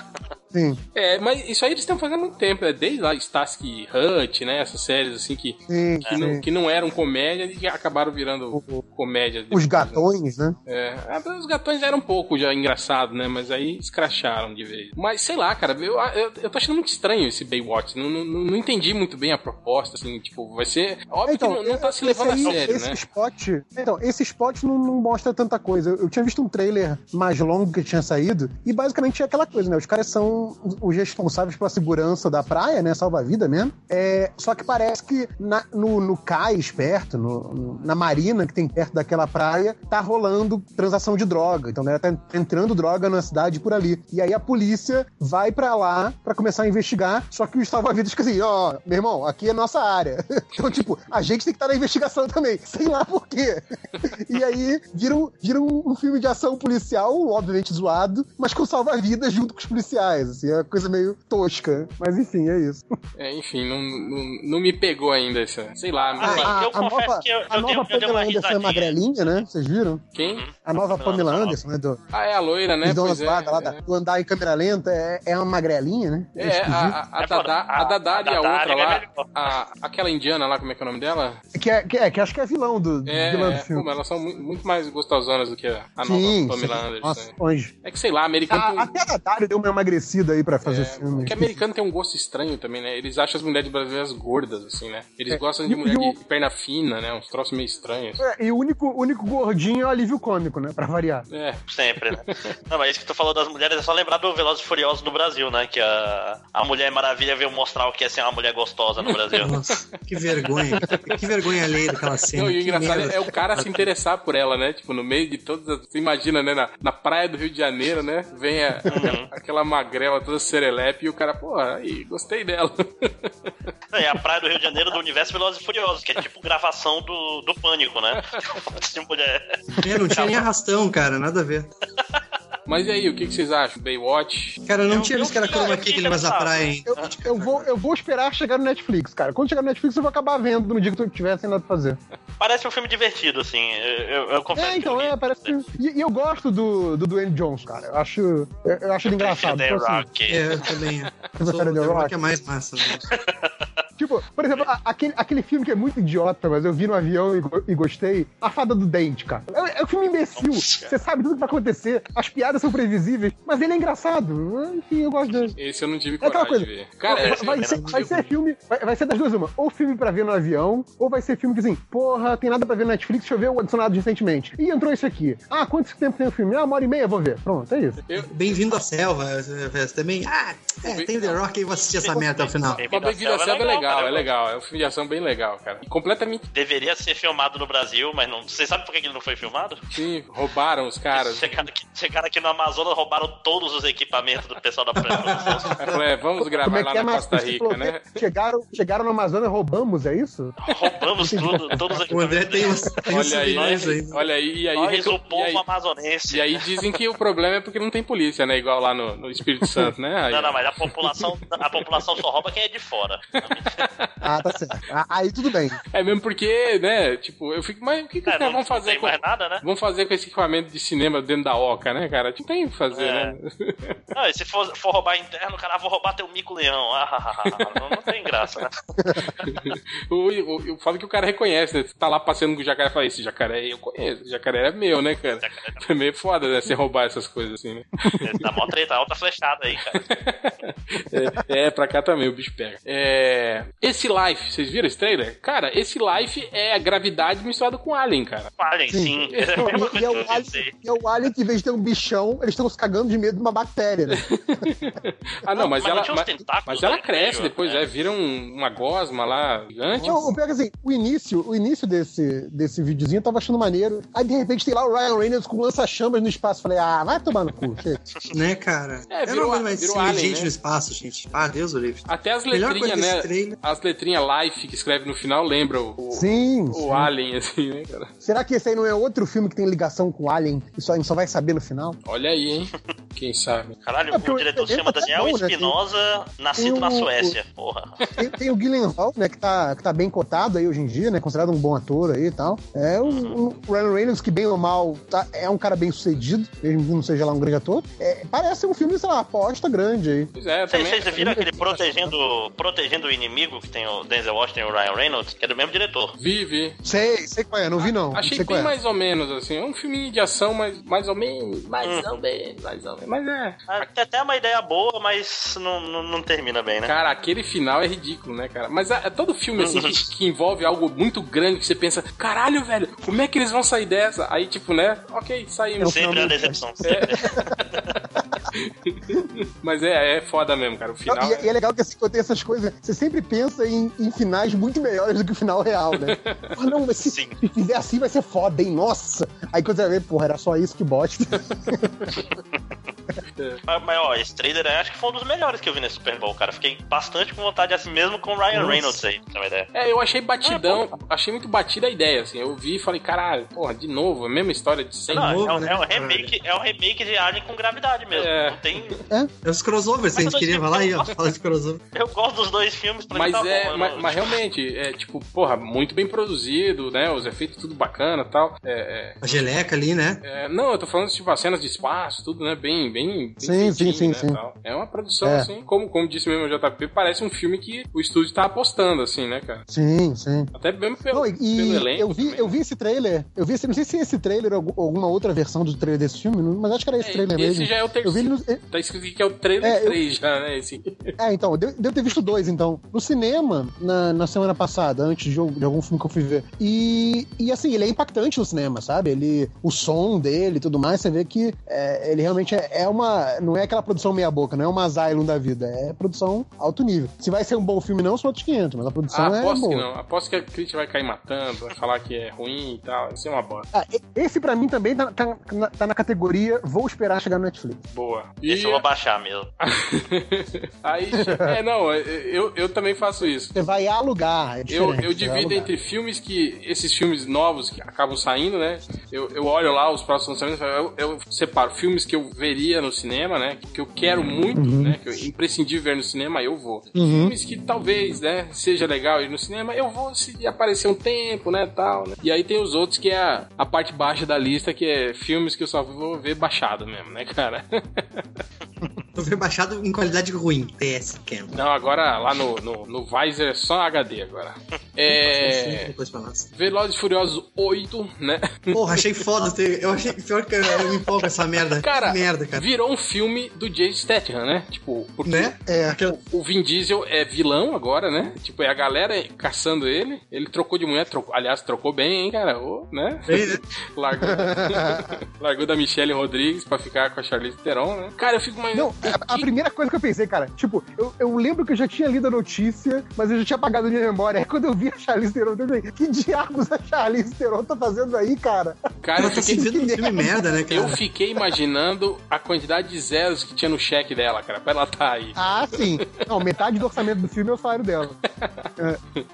Sim. É, mas isso aí eles estão fazendo há muito tempo, né? Desde lá Starsky Hut, né? Essas séries assim que, Sim, que, não, sim. que não eram comédia e acabaram virando comédia. depois, Os né? gatões, né? É, ah, os gatões já eram um pouco já engraçado, né? Mas aí escracharam de vez. Mas sei lá, cara, eu, eu, eu tô achando muito estranho esse Baywatch. Não, não, não entendi muito bem a proposta, assim, tipo, vai ser. Óbvio que não, não tá se Então, é, esse levando aí- a sério, esse né? Spot, então, esse spot não, não mostra tanta coisa. Eu, eu tinha visto um trailer mais longo que tinha saído, e basicamente é aquela coisa, né? Os caras são os- os responsáveis pela segurança da praia, né? Salva-vida mesmo. É, só que parece que na- no, no cais perto, no- no- na marina que tem perto daquela praia, tá rolando transação de droga. Então, né? Tá entrando droga na cidade por ali. E aí a polícia vai pra lá pra começar a investigar, só que os salva-vidas ficam assim, ó, meu irmão, aqui é nossa área. Então, tipo, a gente tem que estar na investigação também. Sei lá por quê. E aí vira um, vira um- um filme de ação policial, obviamente zoado, mas com salva-vidas junto com os policiais. Assim, é uma coisa meio tosca. Mas enfim, é isso. É, enfim, não, não, não me pegou ainda essa. Sei lá, me- Ah, eu confesso nova, que eu- eu dei- a nova eu dei uma Pamela Anderson é risadinha. magrelinha, né? Vocês viram? quem? A nova Pamela Anderson, né? Do, Ah, é a loira, né? dos donos Pois é. lá, da- lá da- do andar em câmera lenta, é, é uma magrelinha, né? É, é, a, a, a, É, Dadá, foda. a Dadá e a, A Dadá outra é lá, melhor. a, aquela indiana lá, como é que é o nome dela? Que, é, que, é, que acho que é vilão do, É, vilão do é, pô, filme. mas elas são mu- muito, mais gostosonas do que a a nova Sim, sim. Pamela Anderson. Nossa, Ah, né? anjo. É que sei lá, americano. tem um- A- até a Natália deu uma emagrecida aí pra fazer é, filme. que americano tem um gosto estranho também, né? Eles acham as mulheres brasileiras gordas, assim, né? Eles É, gostam e- de e mulher o- de perna fina, né? Uns troços meio estranhos. É, e o único, o único gordinho é o alívio cômico, né? Pra variar. É, Sempre, né? Não, mas isso que tu falou das mulheres é só lembrar do Velozes e Furiosos no Brasil, né? Que a, a Mulher Maravilha veio mostrar o que é ser uma mulher gostosa no Brasil. Nossa, que vergonha. cara. Que vergonha alheia daquela cena. Não, e o que engraçado merda. é o cara se interessar por ela, né? Tipo, no meio de todas as. Você imagina, né? Na, na praia do Rio de Janeiro, né? Vem a- Uhum. aquela magrela toda serelepe e o cara, pô, aí, gostei dela. É a praia do Rio de Janeiro do universo Velozes e Furiosos, que é tipo gravação do, do Pânico, né? De mulher. É, não tinha nem arrastão, cara, nada a ver. Mas e aí, o que, que vocês acham? Baywatch? Cara, eu não Eu- tinha eu visto que era fiquei- é chroma eu key que fiquei ele mais na cansado. praia, hein? Eu, eu vou, eu vou esperar chegar no Netflix, cara. Quando chegar no Netflix, eu vou acabar vendo no dia que eu tiver sem nada pra fazer. Parece um filme divertido, assim. Eu, eu- eu confesso. É, então, que eu é, ri. parece que. E, e eu gosto do, do Dwayne Jones, cara. Eu acho, eu, eu acho ele engraçado. The Então, assim, Rock. É, eu também. é. Você Sou prefere o The The Rock Rock? é mais massa, né? tipo, por exemplo, a- aquele, aquele filme que é muito idiota, mas eu vi no avião e, go- e gostei. A Fada do Dente, cara. É, é um filme imbecil. Nossa, cara. Você sabe tudo que vai acontecer. As piadas são previsíveis, mas ele é engraçado. Enfim, eu gosto dele. Esse eu não tive É aquela coragem de ver. Cara, é, vai, esse- vai ser, vai ser filme, vai, vai ser das duas uma. Ou filme pra ver no avião, ou vai ser filme que assim, porra, tem nada pra ver no Netflix, deixa eu ver o adicionado recentemente. E entrou isso aqui. Ah, quanto tempo tem o filme? Ah, uma hora e meia, vou ver. Pronto, é isso. Bem-vindo à selva, você também. Ah, é, tem The Rock e vou assistir essa merda até o final. Mas Bem-vindo à Selva é né? legal, é legal. É um filme de ação bem legal, cara. E completamente Deveria ser filmado no Brasil, mas não. Vocês sabem por que ele não foi filmado? sim, roubaram os caras. Chegaram aqui, chegaram aqui no Amazonas, roubaram todos os equipamentos do pessoal da pré-produção. Aí eu falei, é, vamos gravar lá na Marcos? Costa Você Rica, falou né? que Chegaram, chegaram no Amazonas, roubamos, é isso? Roubamos tudo, todos os O André equipamentos. tem os, é tem os Olha aí, souvenirs ainda. olha aí, e aí, Nós, recu- o povo e aí, amazonense. e aí dizem que o problema é porque não tem polícia, né? Igual lá no, no Espírito Santo, né? Aí, Não, não, mas a população, a população só rouba quem é de fora. Ah, tá certo. Ah, Aí tudo bem. É mesmo porque, né? Tipo, eu fico, mas o que, que os É, caras não vão fazer tem com. mais nada, né? Vão fazer com esse equipamento de cinema dentro da oca, né, cara? Não tem o que fazer, É. né? Não, e se for, for roubar interno, cara, ah, vou roubar teu mico-leão. Ah, ah, ah, ah, não, não tem graça, né? O, o, o foda é que o cara reconhece, né? Você tá lá passeando com o jacaré e fala, esse jacaré aí eu conheço, esse jacaré é meu, né, cara? Foi meio foda, né? Você roubar essas coisas assim, né? Dá mó treta, alta flechada aí, cara. é, é, pra cá também, o bicho pega. É, esse Life, vocês viram esse trailer? Cara, esse Life é a gravidade misturada com Alien, cara. Falem, sim. Sim. É a mesma coisa E, e é que eu o alien, pensei. e é o alien que, em vez de ter um bichão, eles estão se cagando de medo de uma bactéria, né? Ah, não, mas, Mas não ela. tinha uns mas, tentáculos mas ela lá no cresce meio, depois, né? é, vira um- uma gosma lá gigante. Não, o pior é que, assim, o início, o início desse, desse videozinho eu tava achando maneiro. Aí de repente tem lá o Ryan Reynolds com lança-chamas no espaço. Falei, ah, vai tomar no cu. chega. Né, cara? É, eu virou- não aguento mais esse virou filme de Alien, gente né? no espaço, gente. Ah, Deus, Olive. Até as Melhor letrinhas, coisa né? desse trailer. As letrinhas Life que escreve no final lembra o, o- Sim. o Alien, assim, né, cara? Será que esse aí não é outro filme que tem ligação com o Alien e só, a gente só vai saber no final? Olha aí, hein? Quem sabe? Caralho, É, porque o diretor o se chama elemento é Daniel bom, né? Tem- Espinosa, nascido tem na o- Suécia. Porra. Tem, tem o Gillian Hall, né, que tá, que tá bem cotado aí hoje em dia, né, considerado um bom ator aí e tal. É o, o Ryan Reynolds, que bem ou mal tá- é um cara bem sucedido, mesmo que não seja lá um grande ator. É, parece um filme, sei lá, uma aposta grande aí. Pois é, um Vocês, também. vocês viram aquele protegendo, protegendo o Inimigo, que tem o Denzel Washington e o Ryan Reynolds, que é do mesmo diretor. Vive. Sei, sei qual é, não vi não. Achei sei qual bem é. mais ou menos, assim. É um filminho de ação, mas mais ou menos. Mais Hum. ou menos, mais ou menos. Mas é. Ah, Tem até uma ideia boa, mas não, não, não termina bem, né? Cara, aquele final é ridículo, né, cara? Mas a, a- todo filme, assim, que, Uhum. que envolve algo muito grande, que você pensa, caralho, velho, como é que eles vão sair dessa? Aí, tipo, né, ok, saímos. Sempre é a decepção. sempre. Mas é, é foda mesmo, cara. O Não, final. e, é- e é legal que assim, quando tem essas coisas, você sempre pensa em, em finais muito melhores do que o final real, né? Ah, não, mas se, Sim. se fizer assim vai ser foda, hein? Nossa! Aí quando você vê, porra, era só isso que bosta. Mas, mas, ó, esse trailer aí acho que foi um dos melhores que eu vi nesse Super Bowl, cara. Fiquei bastante com vontade assim mesmo com o Ryan Nossa. Reynolds aí, pra ter uma ideia. É, eu achei batidão, achei muito batida a ideia, assim. Eu vi e falei, caralho, porra, de novo, a mesma história de sempre. Não, novo, é, um, né, é um cara? remake, é um remake de Alien com gravidade mesmo. É. Não tem. É os crossovers que a Mas gente eu queria tô- falar aí, ó. Fala de crossover. Eu gosto dos dois filmes, pra Mas mim tá é, bom. eu mas, não- mas realmente, é tipo, porra, muito bem produzido, né? Os efeitos tudo bacana e tal. É, A geleca ali, né? é, é, não, eu tô falando, tipo, as cenas de espaço, tudo, né? Bem, bem. bem Sim, sim, feitinho, sim, né, sim. tal. É uma produção, É. assim, como, como disse mesmo o JP, parece um filme que o estúdio tá apostando, assim, né, cara? Sim, sim. Até mesmo pelo, Não, e- e pelo elenco. eu, vi, também, né? eu vi esse trailer. Eu vi esse, não sei se é esse trailer ou algum- alguma outra versão do trailer desse filme, não- mas acho que era esse É, trailer esse mesmo. já é o Eu vi ele no, Tá escrito que é o trailer É, eu- 3 já, né? Esse. é, então, deu- devo ter visto dois, então. No cinema, na, na semana passada, antes de, al- de algum filme que eu fui ver. E, e assim, ele é impactante no cinema, sabe? Ele, o som dele e tudo mais, você vê que é, ele realmente é, é uma. Não é aquela produção meia boca, não é uma Asylum da vida. É produção alto nível. Se vai ser um bom filme, não, são outros 500, mas a produção Ah, é aposto boa. que não. Aposto que a crítica vai cair matando, vai falar que é ruim e tal. Isso é uma bosta. Ah, e- esse pra mim também tá, tá- tá na, tá na categoria Vou esperar chegar no Netflix. Boa. Esse é eu vou baixar mesmo. Aí, é, não, eu, eu também faço isso. Você vai alugar. É Eu, diferente, eu você vai divido alugar. entre filmes que. Esses filmes novos que acabam saindo, né? Eu, eu olho lá os próximos lançamentos, eu, eu separo filmes que eu veria no cinema, né? Que eu quero muito, né? Que eu imprescindível ver no cinema, eu vou. Uhum. Filmes que talvez, né, seja legal ir no cinema, eu vou se aparecer um tempo, né? Tal, né? E aí tem os outros que é a, a parte baixa da lista, que é filmes que eu só vou ver baixado mesmo, né, cara? Tô rebaixado em qualidade ruim. PS Cam. Não, agora lá no, no, no Visor é só HD agora. É. Depois pra nós. Velozes e Furiosos 8, né? Porra, achei foda. ter- Eu achei pior que eu, eu me empolgo com essa merda. Cara, Que merda, cara. virou um filme do Jason Statham, né? Tipo, porque Né? É. Aquela- o Vin Diesel é vilão agora, né? Tipo, é a galera caçando ele. Ele trocou de mulher, trocou, aliás, trocou bem, hein, cara? Ô, né? Bem, né? Largou, largou da Michelle Rodrigues pra ficar com a Charlize Theron, né? Cara, eu fico mais... Não, a, a primeira coisa que eu pensei, cara, tipo, eu, eu lembro que eu já tinha lido a notícia, mas eu já tinha apagado a minha memória. Aí quando eu vi a Charlize Theron, eu pensei, que diabos a Charlize Theron tá fazendo aí, cara? Cara, eu Ela tá fiquei... se vendo um filme merda, né, Eu cara? fiquei imaginando a quantidade de zeros que tinha no cheque dela, cara, pra ela tá aí. Ah, sim. Não, metade do orçamento do filme é o salário dela.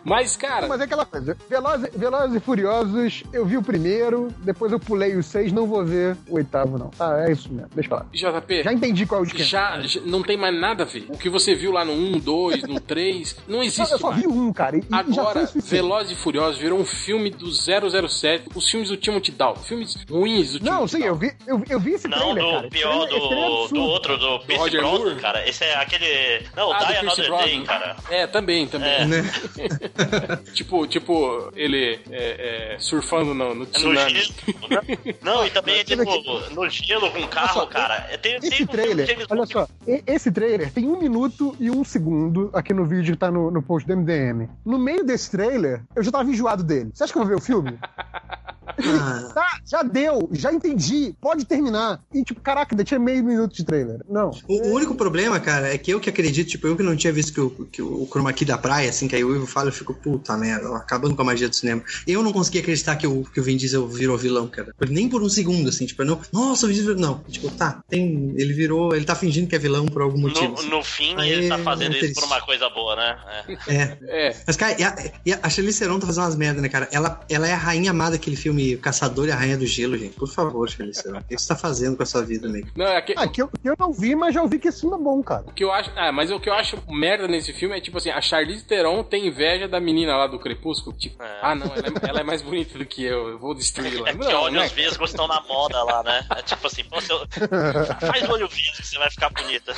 Mas, cara, Mas é aquela coisa, Velozes, Velozes e Furiosos, eu vi o primeiro, depois eu pulei os seis, não vou ver o oitavo, não. Ah, é isso mesmo, deixa eu falar. JP, Já entendi qual é o esquema. já já, já não tem mais nada a ver. O que você viu lá no 1, 2, no 3, não existe eu só mais. vi um, cara. E, e já foi Agora, o suficiente. Veloz e Furioso virou um filme do 007, os filmes do Timothy Dalton, filmes ruins do Timothy Não, sim, Dalton. eu vi, eu, eu vi esse Não, trailer, do cara. Esse pior trailer- esse trailer é do, absurdo. do outro, do Pierce Roger Brosnan, Moore? cara. Esse é aquele. Não, o Ah, do Die Pierce Another Day, Brosnan. cara. É, também, também. É. Né? Tipo, tipo, ele é, é, surfando no, no No tsunami. gelo. né? Não, e também, tipo, no gelo com carro, só, cara. Tem, tem Esse um trailer, James olha Bond só, e- esse trailer tem um minuto e um segundo aqui no vídeo que tá no, no post do MDM. No meio desse trailer, eu já tava enjoado dele. Você acha que eu vou ver o filme? Ah, Tá, já deu, já entendi, pode terminar. E tipo, caraca, ainda tinha meio minuto de trailer. Não. o, o único problema, cara, é que eu que acredito, tipo, eu que não tinha visto que o, que o chroma key da praia, assim, que aí o Ivo fala, eu fico, puta merda, acabando com a magia do cinema. Eu não consegui acreditar que o, que o Vin Diesel virou vilão, cara. Nem por um segundo, assim, tipo, eu não, nossa, o Vin Diesel, não. Tipo, tá, tem, ele virou, ele tá fingindo que é vilão por algum motivo. No, assim. no fim, Aí ele tá é fazendo isso triste. por uma coisa boa, né? É. É. É, Mas, cara, e a, e a Charlize Theron tá fazendo umas merda, né, cara? Ela, ela é a rainha amada daquele filme Caçador e a Rainha do Gelo, gente. Por favor, Charlize Theron. O que você tá fazendo com a sua vida, amigo? não, é que, Ah, que eu, que eu não vi, mas já ouvi que esse filme é bom, cara. o que eu acho, ah, mas o que eu acho merda nesse filme é tipo assim, a Charlize Theron tem inveja da menina lá do Crepúsculo, tipo, É. ah não, ela é, ela é mais bonita do que eu, eu vou destruí-la. É que Não, olhos né? vesgos estão na moda lá, né? É tipo assim, pô, seu... faz olho vesgo que você vai ficar bonita.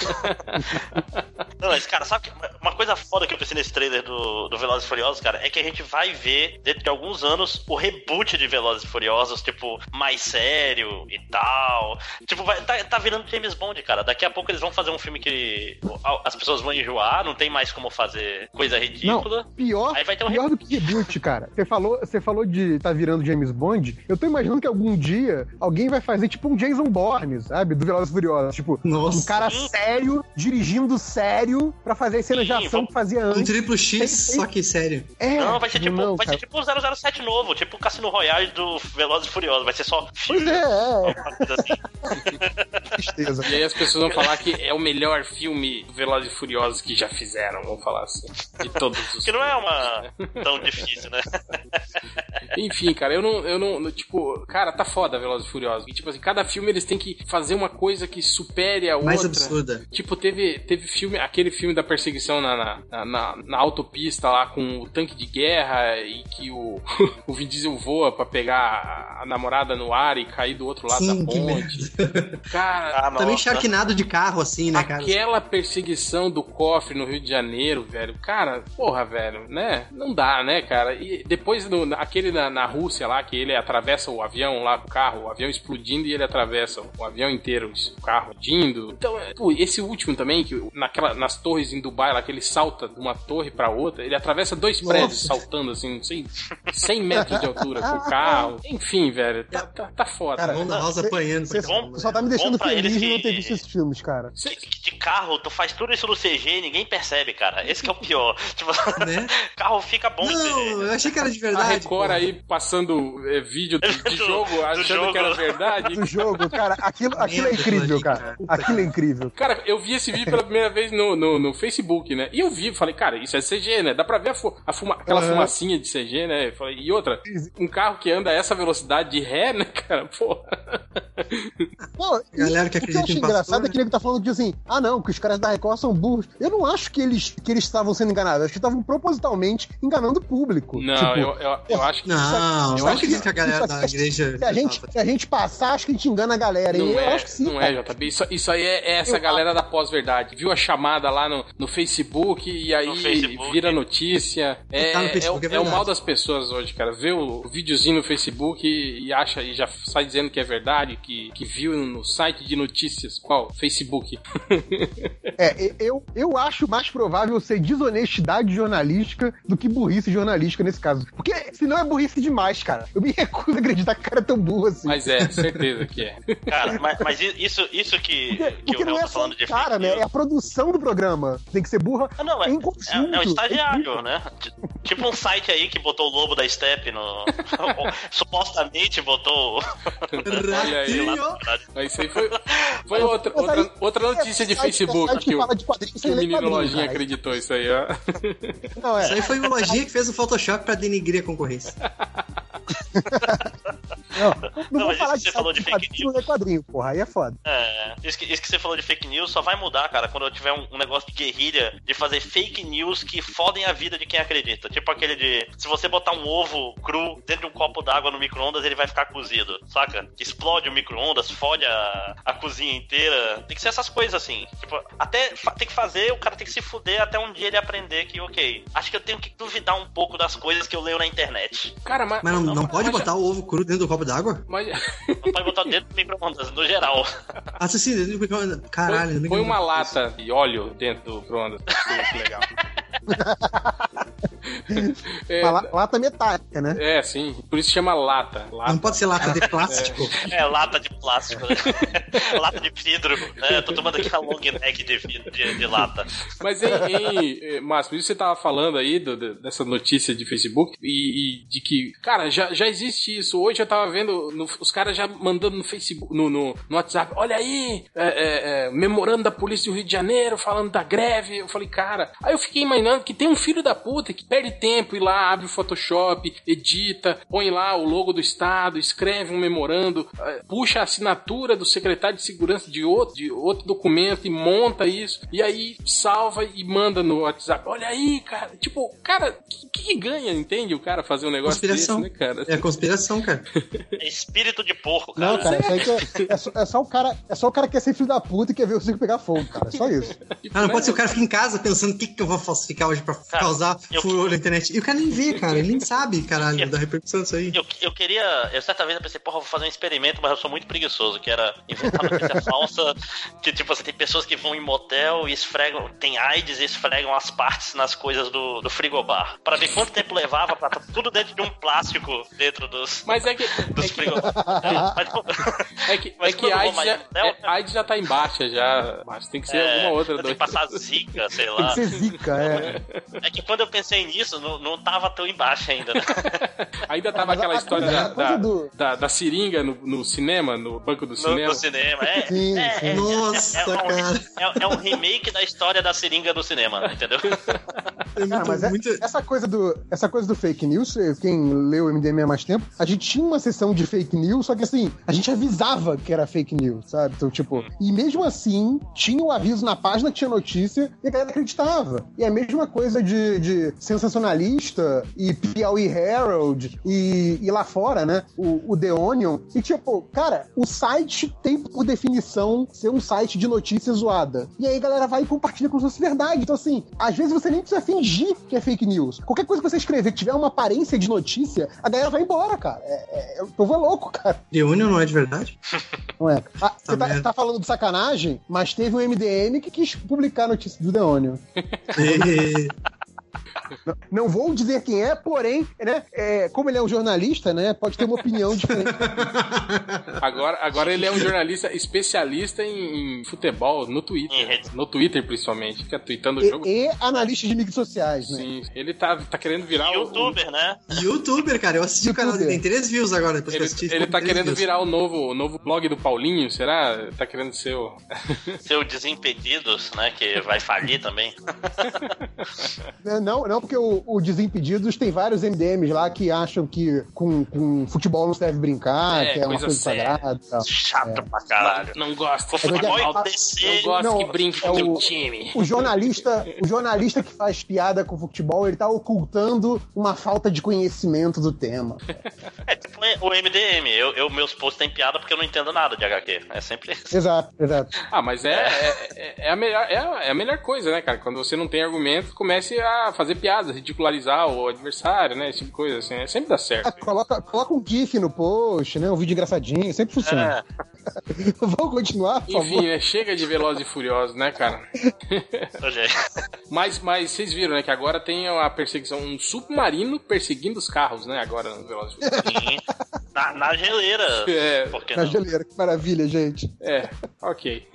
Não, mas, cara, sabe que uma coisa foda que eu pensei nesse trailer do, do Velozes e Furiosos, cara, é que a gente vai ver, dentro de alguns anos, o reboot de Velozes e Furiosos, tipo, mais sério e tal. Tipo, vai, tá, tá virando James Bond, cara. Daqui a pouco eles vão fazer um filme que as pessoas vão enjoar, não tem mais como fazer coisa ridícula. Não, pior, Aí vai ter um pior do que reboot, cara. Você falou, você falou de tá virando James Bond. Eu tô imaginando que algum dia alguém vai fazer tipo um Jason Bourne, sabe? Do Velozes e Furiosos. Tipo, Nossa. um cara sério, dirigindo sério, pra fazer as cenas de Sim, ação vamos- que fazia Um antes. triplo X, Tem- tem- só que sério. É, Não, vai ser tipo, não, vai ser cara. tipo o 007 novo, tipo o Cassino Royale do Velozes e Furiosos, vai ser só Pois é, é, é, alguma coisa assim. tristeza. E aí as pessoas vão falar que é o melhor filme Velozes e Furiosos que já fizeram, vão falar assim, de todos os Que não é uma tão difícil, né? Enfim, cara, eu não, eu não, tipo, cara, tá foda Velozes e Furiosos. E, tipo assim, cada filme eles têm que fazer uma coisa que supere a Mais outra. absurda. Tipo, teve, teve filme, aquele filme da perseguição na, na, na, na- na autopista lá com o tanque de guerra e que o, o Vin Diesel voa pra pegar a namorada no ar e cair do outro lado Sim, da que ponte. Cara, Ah, Também nossa. charquinado de carro, assim, né, cara? Aquela perseguição do cofre no Rio de Janeiro, velho. Cara, porra, velho, né? Não dá, né, cara? E depois no, na- aquele na, na Rússia lá, que ele atravessa o avião lá com o carro, o avião explodindo e ele atravessa o avião inteiro, o carro explodindo. Então, é, pô, esse último também, que naquela, nas torres em Dubai lá, que ele salta de uma torre pra outra, ele atravessa dois Nossa. prédios saltando assim, não sei, 100 metros de altura com o carro. Enfim, velho, tá, tá, tá foda. A Cara, mão da House cê- apanhando. Você pra caramba, só tá me Bom deixando pra feliz eles de não ter que- visto esses filmes, cara. Cê- De carro, tu faz tudo isso no CG e ninguém percebe, cara. Esse que é o pior. Tipo, Né? carro fica bom em né? Não, CG. eu achei que era de A verdade. Record pô. aí passando é, vídeo de, de Do- jogo, do achando jogo. que era verdade. Do jogo, cara, aquilo, aquilo é Merda, incrível, aquilo ali, cara. cara. Aquilo é incrível. Cara, eu vi esse vídeo pela primeira vez no, no, no Facebook, né? E eu vi, falei, cara, isso é CG, né? Dá pra ver a fu- a fuma- aquela Aham. fumacinha de CG, né? Eu falei, e outra, um carro que anda a essa velocidade de ré, né, cara? Porra. Pô, e Galera que o que eu acredita acho em pastor, engraçado né? é que ele tá falando que assim, ah não, que os caras da Record são burros. Eu não acho que eles que eles estavam sendo enganados, acho que estavam propositalmente enganando o público. Não, Tipo, eu, eu, eu acho que. Não, Eu eu acho acho que, que- a galera da isso- igreja. se a, gente, se a gente passar, acho que a gente engana a galera. hein? Não eu é, acho que sim. não cara. é, JB. Isso, isso aí é, é essa Eu- galera da pós-verdade. Viu a chamada lá no, no Facebook e aí No Facebook. vira notícia. É, Tá no Facebook, é o- é é o verdade. mal das pessoas hoje, cara. Vê o videozinho no Facebook e, e acha e já sai dizendo que é verdade, que, que viu no site de notícias. Qual? Facebook. É, e- eu, eu acho mais provável ser desonestidade jornalística do que burrice jornalística nesse caso. Porque senão é burrice demais, cara. Eu me recuso a acreditar que o cara é tão burro assim. Mas é, certeza que é. Cara, mas, mas isso, isso que, Porque, que porque o Léo não é tá só falando o de cara, fake né? É news. a produção do programa. Tem que ser burra Ah, não, é, em é, conjunto. é um estagiário, né? T- Tipo um site aí que botou o lobo da Step no. supostamente botou. é Olha aí. tá. sei lá, Ratinho! Mas isso aí foi, foi outra, Mas aí- outra, outra notícia de É, site- Facebook site que o, fala de quadrinhos que sem o ler menino quadrinhos, Lojinha cara. acreditou isso aí, ó. Não, Isso é. aí foi uma lojinha que fez o Photoshop pra denigrir a concorrência. Não, não, Não, vou mas falar isso que você de falou de fake quadrinho, é quadrinho, porra, aí é foda. É, isso que, isso que você falou de fake news só vai mudar, cara, quando eu tiver um, um negócio de guerrilha de fazer fake news que fodem a vida de quem acredita. Tipo aquele de se você botar um ovo cru dentro de um copo d'água no micro-ondas, ele vai ficar cozido, saca? Que explode o micro-ondas, fode a, a cozinha inteira. Tem que ser essas coisas assim. Tipo, até fa- tem que fazer, o cara tem que se fuder até um dia ele aprender que, ok, acho que eu tenho que duvidar um pouco das coisas que eu leio na internet. Cara, mas. Mas não, não pode mas- botar o ovo cru dentro do copo d'água? mas- Não pode botar dentro do micro-ondas, no geral. Assassino, dentro do micro-ondas. Caralho, Põe, não põe uma lata de óleo dentro do micro-ondas. Que legal. é, Mas lá, lá tá metálica, né? é, sim. Por isso chama lata. Não Lata. pode ser lata de plástico. É, lata de plástico, né? lata de vidro. né? eu tô tomando aqui a long neck de, vidro, de, de lata. Mas, hein, hein, eh, Márcio, isso que você tava falando aí do- do- dessa notícia de Facebook e, e de que, cara, já, já existe isso. Hoje eu tava vendo no- os caras já mandando no Facebook, no, no- no WhatsApp, olha aí, é, é, é, memorando da polícia do Rio de Janeiro, falando da greve. Eu falei, cara. Aí eu fiquei imaginando que tem um filho da puta que perde tempo e lá abre o Photoshop, edita, põe lá o logo do Estado, escreve um memorando, eh, puxa a assinatura do secretário de segurança de outro, de outro documento e monta isso, e aí salva e manda no WhatsApp. Olha aí, cara. Tipo, cara, o que, que ganha, entende? O cara fazer um negócio Conspiração. desse, né, cara? É conspiração, cara. É Espírito de porco, cara. Não, cara, isso aí que é, é só, é só o cara, é só o cara que quer ser filho da puta e quer ver o circo pegar fogo, cara. É só isso. Tipo, Ah, não né? pode ser o cara fica em casa pensando o que, que eu vou falsificar hoje pra Cara, causar eu- furor na internet. E o cara nem vê, cara. Ele nem sabe, caralho, da repercussão disso aí. Eu, eu queria. Eu certa vez eu pensei, porra, eu vou fazer um experimento, mas eu sou muito preguiçoso, que era inventar notícia falsa. Que tipo, você tem pessoas que vão em motel e esfregam. Tem AIDS e esfregam as partes nas coisas do, do frigobar. Pra ver quanto tempo levava pra tá tudo dentro de um plástico dentro dos. Mas é que. Dos É que, frigobar. Mas, tipo, é que, é Mas que quando eu vou AIDS, mais já, no hotel, é- AIDS já tá em baixa já, mas tem que ser é, alguma outra tem que doença. passar zica, sei Tem lá. que ser zica, é. É que quando eu pensei nisso, não, não tava tão embaixo ainda, né? Ainda tava Mas a- aquela a história coisa- da, a coisa da, do- da- da seringa no, no cinema, no banco do No, cinema. no cinema. É, Sim, é, sim. é- Nossa, é um- cara. é- é um remake da história da seringa do cinema, entendeu? É Cara, muito, mas é- muito... essa, coisa do, essa coisa do fake news, eh, quem leu o MDM há mais tempo, a gente tinha uma sessão de fake news, só que assim, a gente avisava que era fake news, sabe? Então, tipo, e mesmo assim, tinha o aviso na página que tinha notícia e a galera acreditava. E é a mesma coisa de, de sensacionalista e Piauí Herald e, e lá fora, né? O, o The Onion. E tipo, cara, o site tem por definição ser um site de notícia zoada. E aí a galera vai e compartilha como se fosse verdade. Então, assim, às vezes você nem precisa fingir que é fake news. Qualquer coisa que você escrever que tiver uma aparência de notícia, a galera vai embora, cara. É, é, eu vou louco, cara. The Union não é de verdade? Não é? Ah, você tá, merda. tá falando de sacanagem, mas teve um MDM que quis publicar a notícia do The Onion. E- Não vou dizer quem é, porém, né? é, como ele é um jornalista, né? Pode ter uma opinião diferente. Agora, agora ele é um jornalista especialista em, em futebol, no Em Twitter. rede. No Twitter, principalmente. Fica tweetando o jogo. e, e analista de mídias sociais, né? Sim. Ele tá, tá querendo virar o- Youtuber, né? Youtuber, cara. Eu assisti o canal dele. Tem três views agora depois Ele, que eu assisti. ele tá Três querendo views. virar o novo, o novo blog do Paulinho, será? Tá querendo ser o. Seu Desimpedidos, né? Que vai falir também. É, Não, não, porque o, o Desimpedidos tem vários MDMs lá que acham que com, com futebol não se deve brincar, É, que é uma coisa coisa, séria. sagrada e tal. Chato pra caralho. Não gosto. O futebol é verdade. desse. Não gosto Não, que brinque é com o o- time. O jornalista, o jornalista que faz piada com futebol, ele tá ocultando uma falta de conhecimento do tema. É tipo o MDM. Eu, eu- meus posts têm piada porque eu não entendo nada de HQ. É sempre isso. Exato, exato. Ah, mas é, é, é- é a melhor, é, a, é a melhor coisa, né, cara? Quando você não tem argumento, comece a fazer piadas, ridicularizar o adversário, né? Esse tipo de coisa, assim. né? Sempre dá Ah, certo. Coloca, coloca um GIF no post, né? Um vídeo engraçadinho, sempre funciona. É, Vamos continuar, por favor. Enfim, né? chega de Velozes e Furiosos, né, cara? do jeito. Mas, mas vocês viram, né, que agora tem uma perseguição, um submarino perseguindo os carros, né, agora no Velozes e Furiosos. Sim. na, na geleira. É, Por que Na não? geleira, que maravilha, gente. é, ok.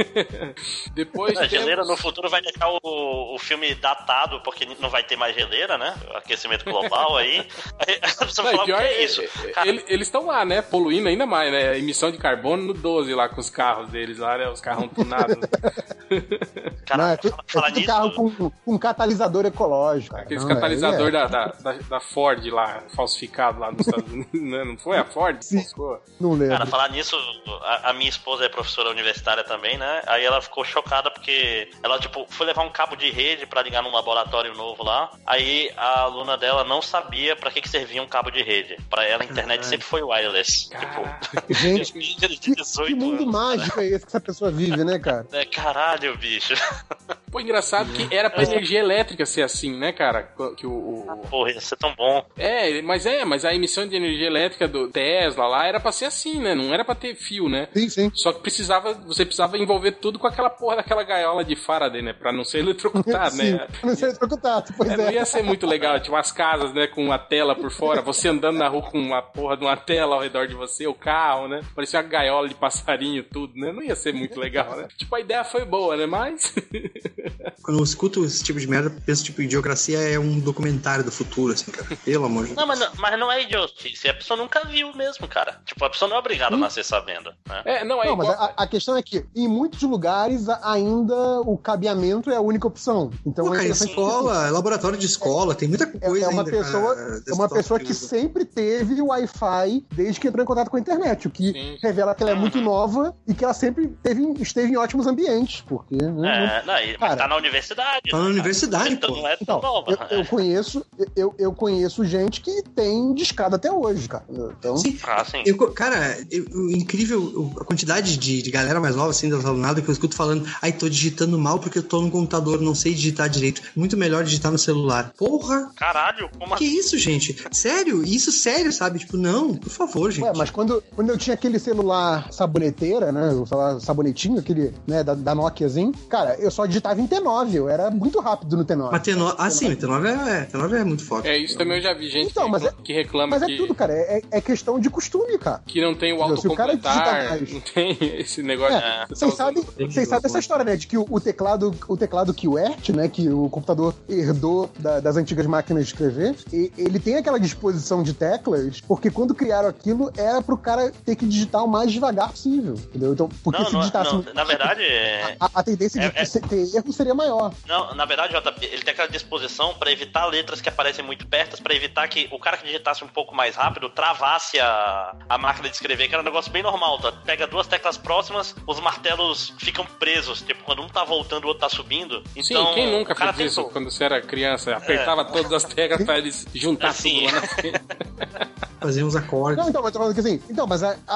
Depois A geleira no temos... futuro vai deixar o, o filme datado, porque não vai ter mais geleira, né? Aquecimento global aí. Aí precisa Não, e falar pior o que é é isso. isso. eles estão lá, né? Poluindo ainda mais, né? Emissão de carbono no 12 lá com os carros deles lá, né? Os carros tunados. Cara, Não, é tudo, fala, é fala tudo nisso. carro com, com catalisador ecológico. cara. Aqueles Não, é- catalisador da, da, da- da Ford lá, falsificado lá nos Estados Unidos. né? Não foi a Ford? Ford. Sim. sacou? Não lembro. Cara, falar nisso, a, a minha esposa é professora universitária também, né? Aí ela ficou chocada porque ela, tipo, foi levar um cabo de rede pra ligar num laboratório novo lá. Aí a aluna dela não sabia pra que, que servia um cabo de rede. Pra ela, a internet sempre foi wireless. Cara, Gente, que, Tipo, que 18 mundo anos, mágico é esse que essa pessoa vive, né, cara? É, caralho, bicho. pô, engraçado É. que era pra energia elétrica ser assim, né, cara? Que o- o, Porra, ia ser tão bom. É, mas é, mas a emissão de energia elétrica do Tesla lá era pra ser assim, né? Não era pra ter fio, né? Sim, sim. Só que precisava, você precisava envolver tudo com aquela porra daquela gaiola de Faraday, né? Pra não ser eletrocutado, Sim, né? não sei executado, pois É, não é. ia ser muito legal, tipo, as casas, né, com a tela por fora, você andando na rua com uma porra de uma tela ao redor de você, o carro, né? Parecia uma gaiola de passarinho, tudo, né? Não ia ser muito legal, né? Tipo, a ideia foi boa, né? Mas. Quando eu escuto esse tipo de merda, eu penso, tipo, idiocracia é um documentário do futuro, assim, cara. Pelo amor de Deus. Não, mas não, mas não é idiotice. A pessoa nunca viu mesmo, cara. Tipo, a pessoa não é obrigada a nascer sabendo, né? É, não, é Não, mas igual. a, a questão é que, em muitos lugares, a- ainda o cabeamento é a única opção. Então, Pô, é cara, em interessante que, assim, escola, laboratório de escola, tem muita é, coisa é uma ainda, pessoa, cara, é desse uma top pessoa que usa. sempre teve o Wi-Fi desde que entrou em contato com a internet, o que Sim. revela que ela é muito nova e que ela sempre teve- esteve em ótimos ambientes, porque né, É, não, e- Cara, mas tá na universidade. tá na né, cara? universidade, então pô. não é tão Então, nova. eu, né? eu conheço, eu, eu conheço gente que tem discada até hoje, cara. Então, Sim. Ah, sim. Eu co- cara, eu- eu- incrível o- a quantidade de, de galera mais nova, assim, das alunadas, que eu escuto falando, ai, tô digitando mal porque eu tô no computador, não sei digitar direito. Muito melhor digitar no celular. Porra! Caralho, como Que assim? isso, gente? Sério? Isso sério, sabe? Tipo, não, por favor, gente. Ué, mas quando, quando eu tinha aquele celular saboneteira, né? O celular sabonetinho, aquele, né, da, da Nokiazinho, cara, eu só digitava em T9, eu era muito rápido no T9. Mas T9, ah, sim, T9 é, é, T9 é muito forte. É, isso também eu já vi gente Então, que, mas é- que reclama Mas é que. tudo, cara, é, é questão de costume, cara. que não tem o Se o cara digita autocompletar, mais. não tem esse negócio. tá É, de- então, vocês sabem, Tem que vocês usar sabem essa o- história, né? De que o, o teclado, o teclado QWERT, né? Que o computador herdou da- das antigas máquinas de escrever, e- ele tem aquela disposição de teclas, porque quando criaram aquilo, era pro cara ter que digitar o mais devagar possível, entendeu? Então, porque Não, se não, digitasse. não, na verdade, é- a, a tendência de É- é- se- ter erro seria maior. não, na verdade, JP, ele tem aquela disposição pra evitar letras que aparecem muito perto, pra evitar que o cara que digitasse um pouco mais rápido travasse a, a máquina de escrever, que era um negócio bem normal, tá? Pega duas teclas próximas, os martelos ficam presos, tipo, quando um tá voltando, o outro tá subindo. Sim, Então, quem nunca o cara fez isso tentou. É. quando você era criança? Apertava todas as teclas pra eles juntar Assim. tudo lá na frente. Fazer uns acordes. Não, então, mas eu tô falando que assim, então, mas a, a, a,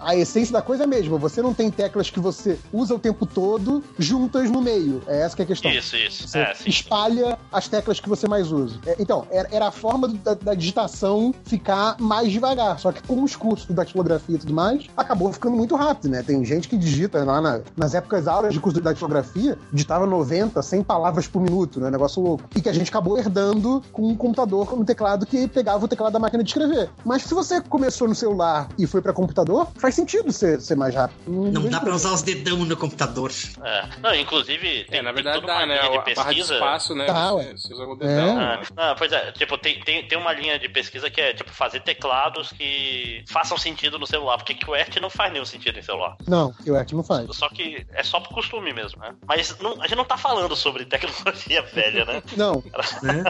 a- a essência da coisa é a mesma. Você não tem teclas que você usa o tempo todo juntas no meio. É essa que é a questão. Isso, isso. Você é, sim. espalha as teclas que você mais usa. É, então, era, era a forma do- da, da digitação ficar mais devagar. Só que com os cursos da datilografia e tudo mais, acabou ficando muito rápido, né? Tem gente que digita lá na- nas épocas aulas de curso de datilografia, digitava 90, 100 palavras por minuto, né? Negócio louco. E que a gente acabou herdando com um computador, um teclado que pegava o teclado da máquina de escrever. Mas se você começou no celular e foi pra computador, faz sentido ser, ser mais rápido. Não vejo dá pra problema. usar os dedão no computador. É. Não, inclusive, tem, É, na tem verdade toda dá, uma né? linha A de barra de pesquisa. espaço, né? Tá, você, ué. você joga o dedão. É. Ah, ah, pois é, tipo, tem, tem, tem uma linha de pesquisa que é, tipo, fazer teclados que façam sentido no celular, porque QWERTY não faz nenhum sentido em celular. Não, eu acho que não faz. Só que é só por costume mesmo, né? Mas não- a gente não tá falando sobre tecnologia velha, né? Não. Né?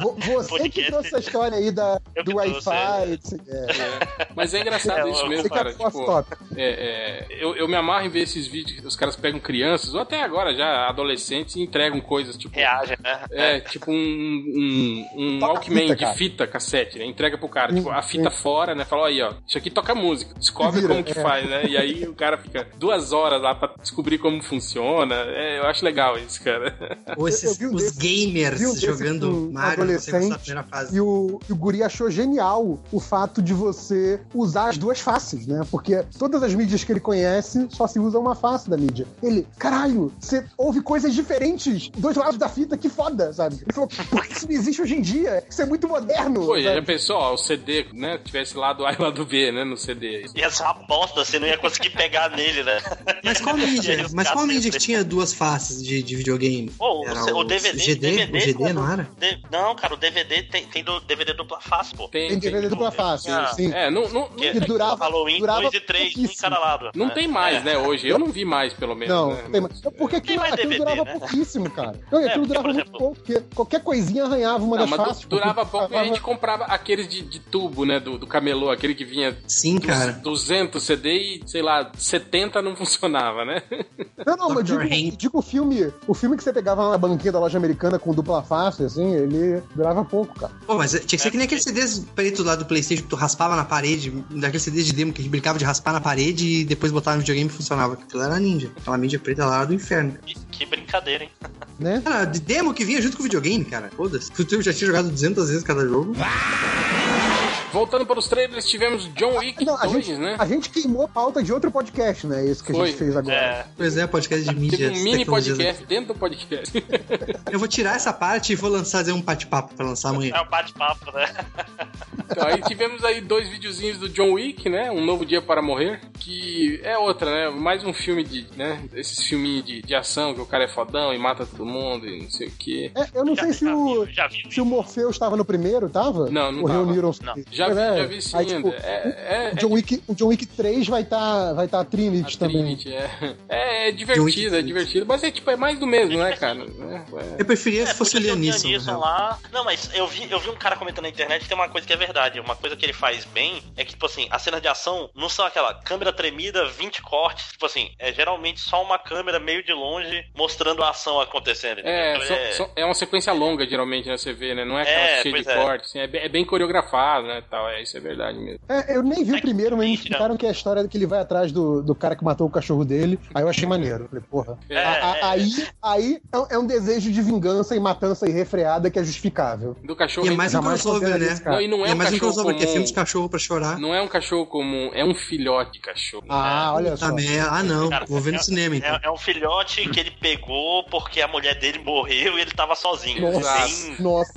Vo- Você que Podcast. trouxe essa história aí da, Eu que do trouxe, Wi-Fi. etc. É, Mas é engraçado É, isso eu- mesmo, Você que cara. é Tipo, top. É, é, eu, eu me amarro em ver esses vídeos que os caras pegam crianças, ou até agora já adolescentes, e entregam coisas, tipo. Reagem, né? É, tipo um, um, um Toca Walkman fita, de cara. fita, cassete, né? Entrega pro cara, tipo, a fita fora, né? Fala, "Ó aí, ó, isso aqui toca música, descobre Vira, como que é. faz, né? E aí o cara fica duas horas lá pra descobrir como funciona. É, eu acho legal isso, cara. Ou eu esses, vi um os desses- gamers vi um desses jogando com um Mario, não sei qual é a adolescente primeira fase. E o, e o Guri achou genial o fato de você usar as duas faces, né? Porque todas as mídias que ele conhece só se usa uma face da mídia. Ele, caralho, você ouve coisas diferentes, dois lados da fita, que foda, sabe? Ele falou, "Por que isso não existe hoje em dia, isso é muito moderno. Pô, já sabe? pensou, ó, o CD, né? Tivesse lado A e lado B, né? No CD. Ia ser uma bosta, você não ia conseguir pegar nele, né? Mas qual Ia mídia? arriscar Mas qual sempre. mídia que tinha duas faces de, de videogame? Pô, o, Era o DVD, GD, DVD, o GD cara, não era? D- Não, cara, o DVD tem, tem do DVD dupla face, pô. Tem, Tem assim. DVD dupla face, Ah, sim. É, não, não, não, Que- E durava- Halloween durava 2 e 3, um em cada lado. não né? tem mais, né, hoje. Eu não vi mais, pelo menos. Não, né? tem mais. Porque Tem aquilo, mais aquilo DVD, durava né? pouquíssimo, cara. Não, e É, porque, aquilo durava por muito exemplo- pouco, porque qualquer coisinha arranhava uma Não, das mas faces. du- durava porque pouco e a gente travava- comprava aqueles de, de tubo, né, do, do camelô, aquele que vinha Sim, cara. 200 CD e, sei lá, 70 não funcionava, né? Não, não, Dr. mas digo, Hank. digo o filme. O filme que você pegava lá na banquinha da loja americana com dupla face, assim, ele durava pouco, cara. Pô, mas tinha que ser que nem aqueles CDs preto lá do Playstation que tu raspava na parede, daqueles CDs de demo que a gente brincava de raspar na parede e depois botava no videogame e funcionava. Aquilo era ninja. Aquela mídia preta lá era do inferno. Que, que brincadeira, hein? Né? Cara, de demo que vinha junto com o videogame, cara. Foda-se. Eu já tinha jogado 200 vezes cada jogo. Voltando para os trailers, tivemos John Wick Não, a, 2, gente, né? a gente queimou a pauta de outro podcast, né? Esse que a Foi. gente fez agora. É, Pois é, podcast de Teve mídia. um mini podcast dentro do podcast. Eu vou tirar essa parte e vou lançar, fazer um bate-papo pra lançar amanhã. é um bate-papo, né? Então, aí tivemos aí dois videozinhos do John Wick, né? Um Novo Dia para Morrer, que é outra, né? Mais um filme de, né? Esses filminhos de, de ação que o cara é fodão e mata todo mundo e não sei o quê. É, eu não Já- sei se já o, vi, já vi. se o Morpheus estava no primeiro, tava? Não, não Ou tava. reuniram-se? Não. Já, Pois é. vi, já vi sim Aí, ainda. tipo, É, é, o, John Wick, o John Wick 3 vai estar vai tá a é Trinity também. Trinity, é. É, é divertido, é divertido. Mas é tipo, é mais do mesmo, né, cara? É, é. Eu preferia se fosse né? o podia ter o Lianisson. Lianisson um né? lá. Não, mas eu vi, eu vi um cara comentando na internet que tem uma coisa que é verdade. Uma coisa que ele faz bem é que, tipo assim, as cenas de ação não são aquela câmera tremida, 20 cortes. Tipo assim, é geralmente só uma câmera meio de longe mostrando a ação acontecendo. É, entendeu? só- só- é uma sequência longa, geralmente, né? Você vê, né? Não é aquela É, cheia de pois é. cortes. assim, é bem- é bem coreografado, né? Tal. É, isso é verdade mesmo. É, eu nem vi o primeiro, mas me Trinity, não. explicaram que é a história que ele vai atrás do, do cara que matou o cachorro dele. Aí eu achei maneiro. Falei, porra. É, A- a- é. aí aí é, um- é um desejo de vingança e matança irrefreada que é justificável. Do E cachorro é mais um Jamais crossover, considera né? isso, cara. Não, e não é E um mais um cachorro crossover, que é comum. filme de cachorro pra chorar. Não é um cachorro comum, é um filhote de é um cachorro. É, Ah, olha Puta só. merda. Ah, não. Cara, Vou ver no é- cinema, então. É, é um filhote que ele pegou porque a mulher dele morreu e ele tava sozinho. Nossa, Sim. nossa.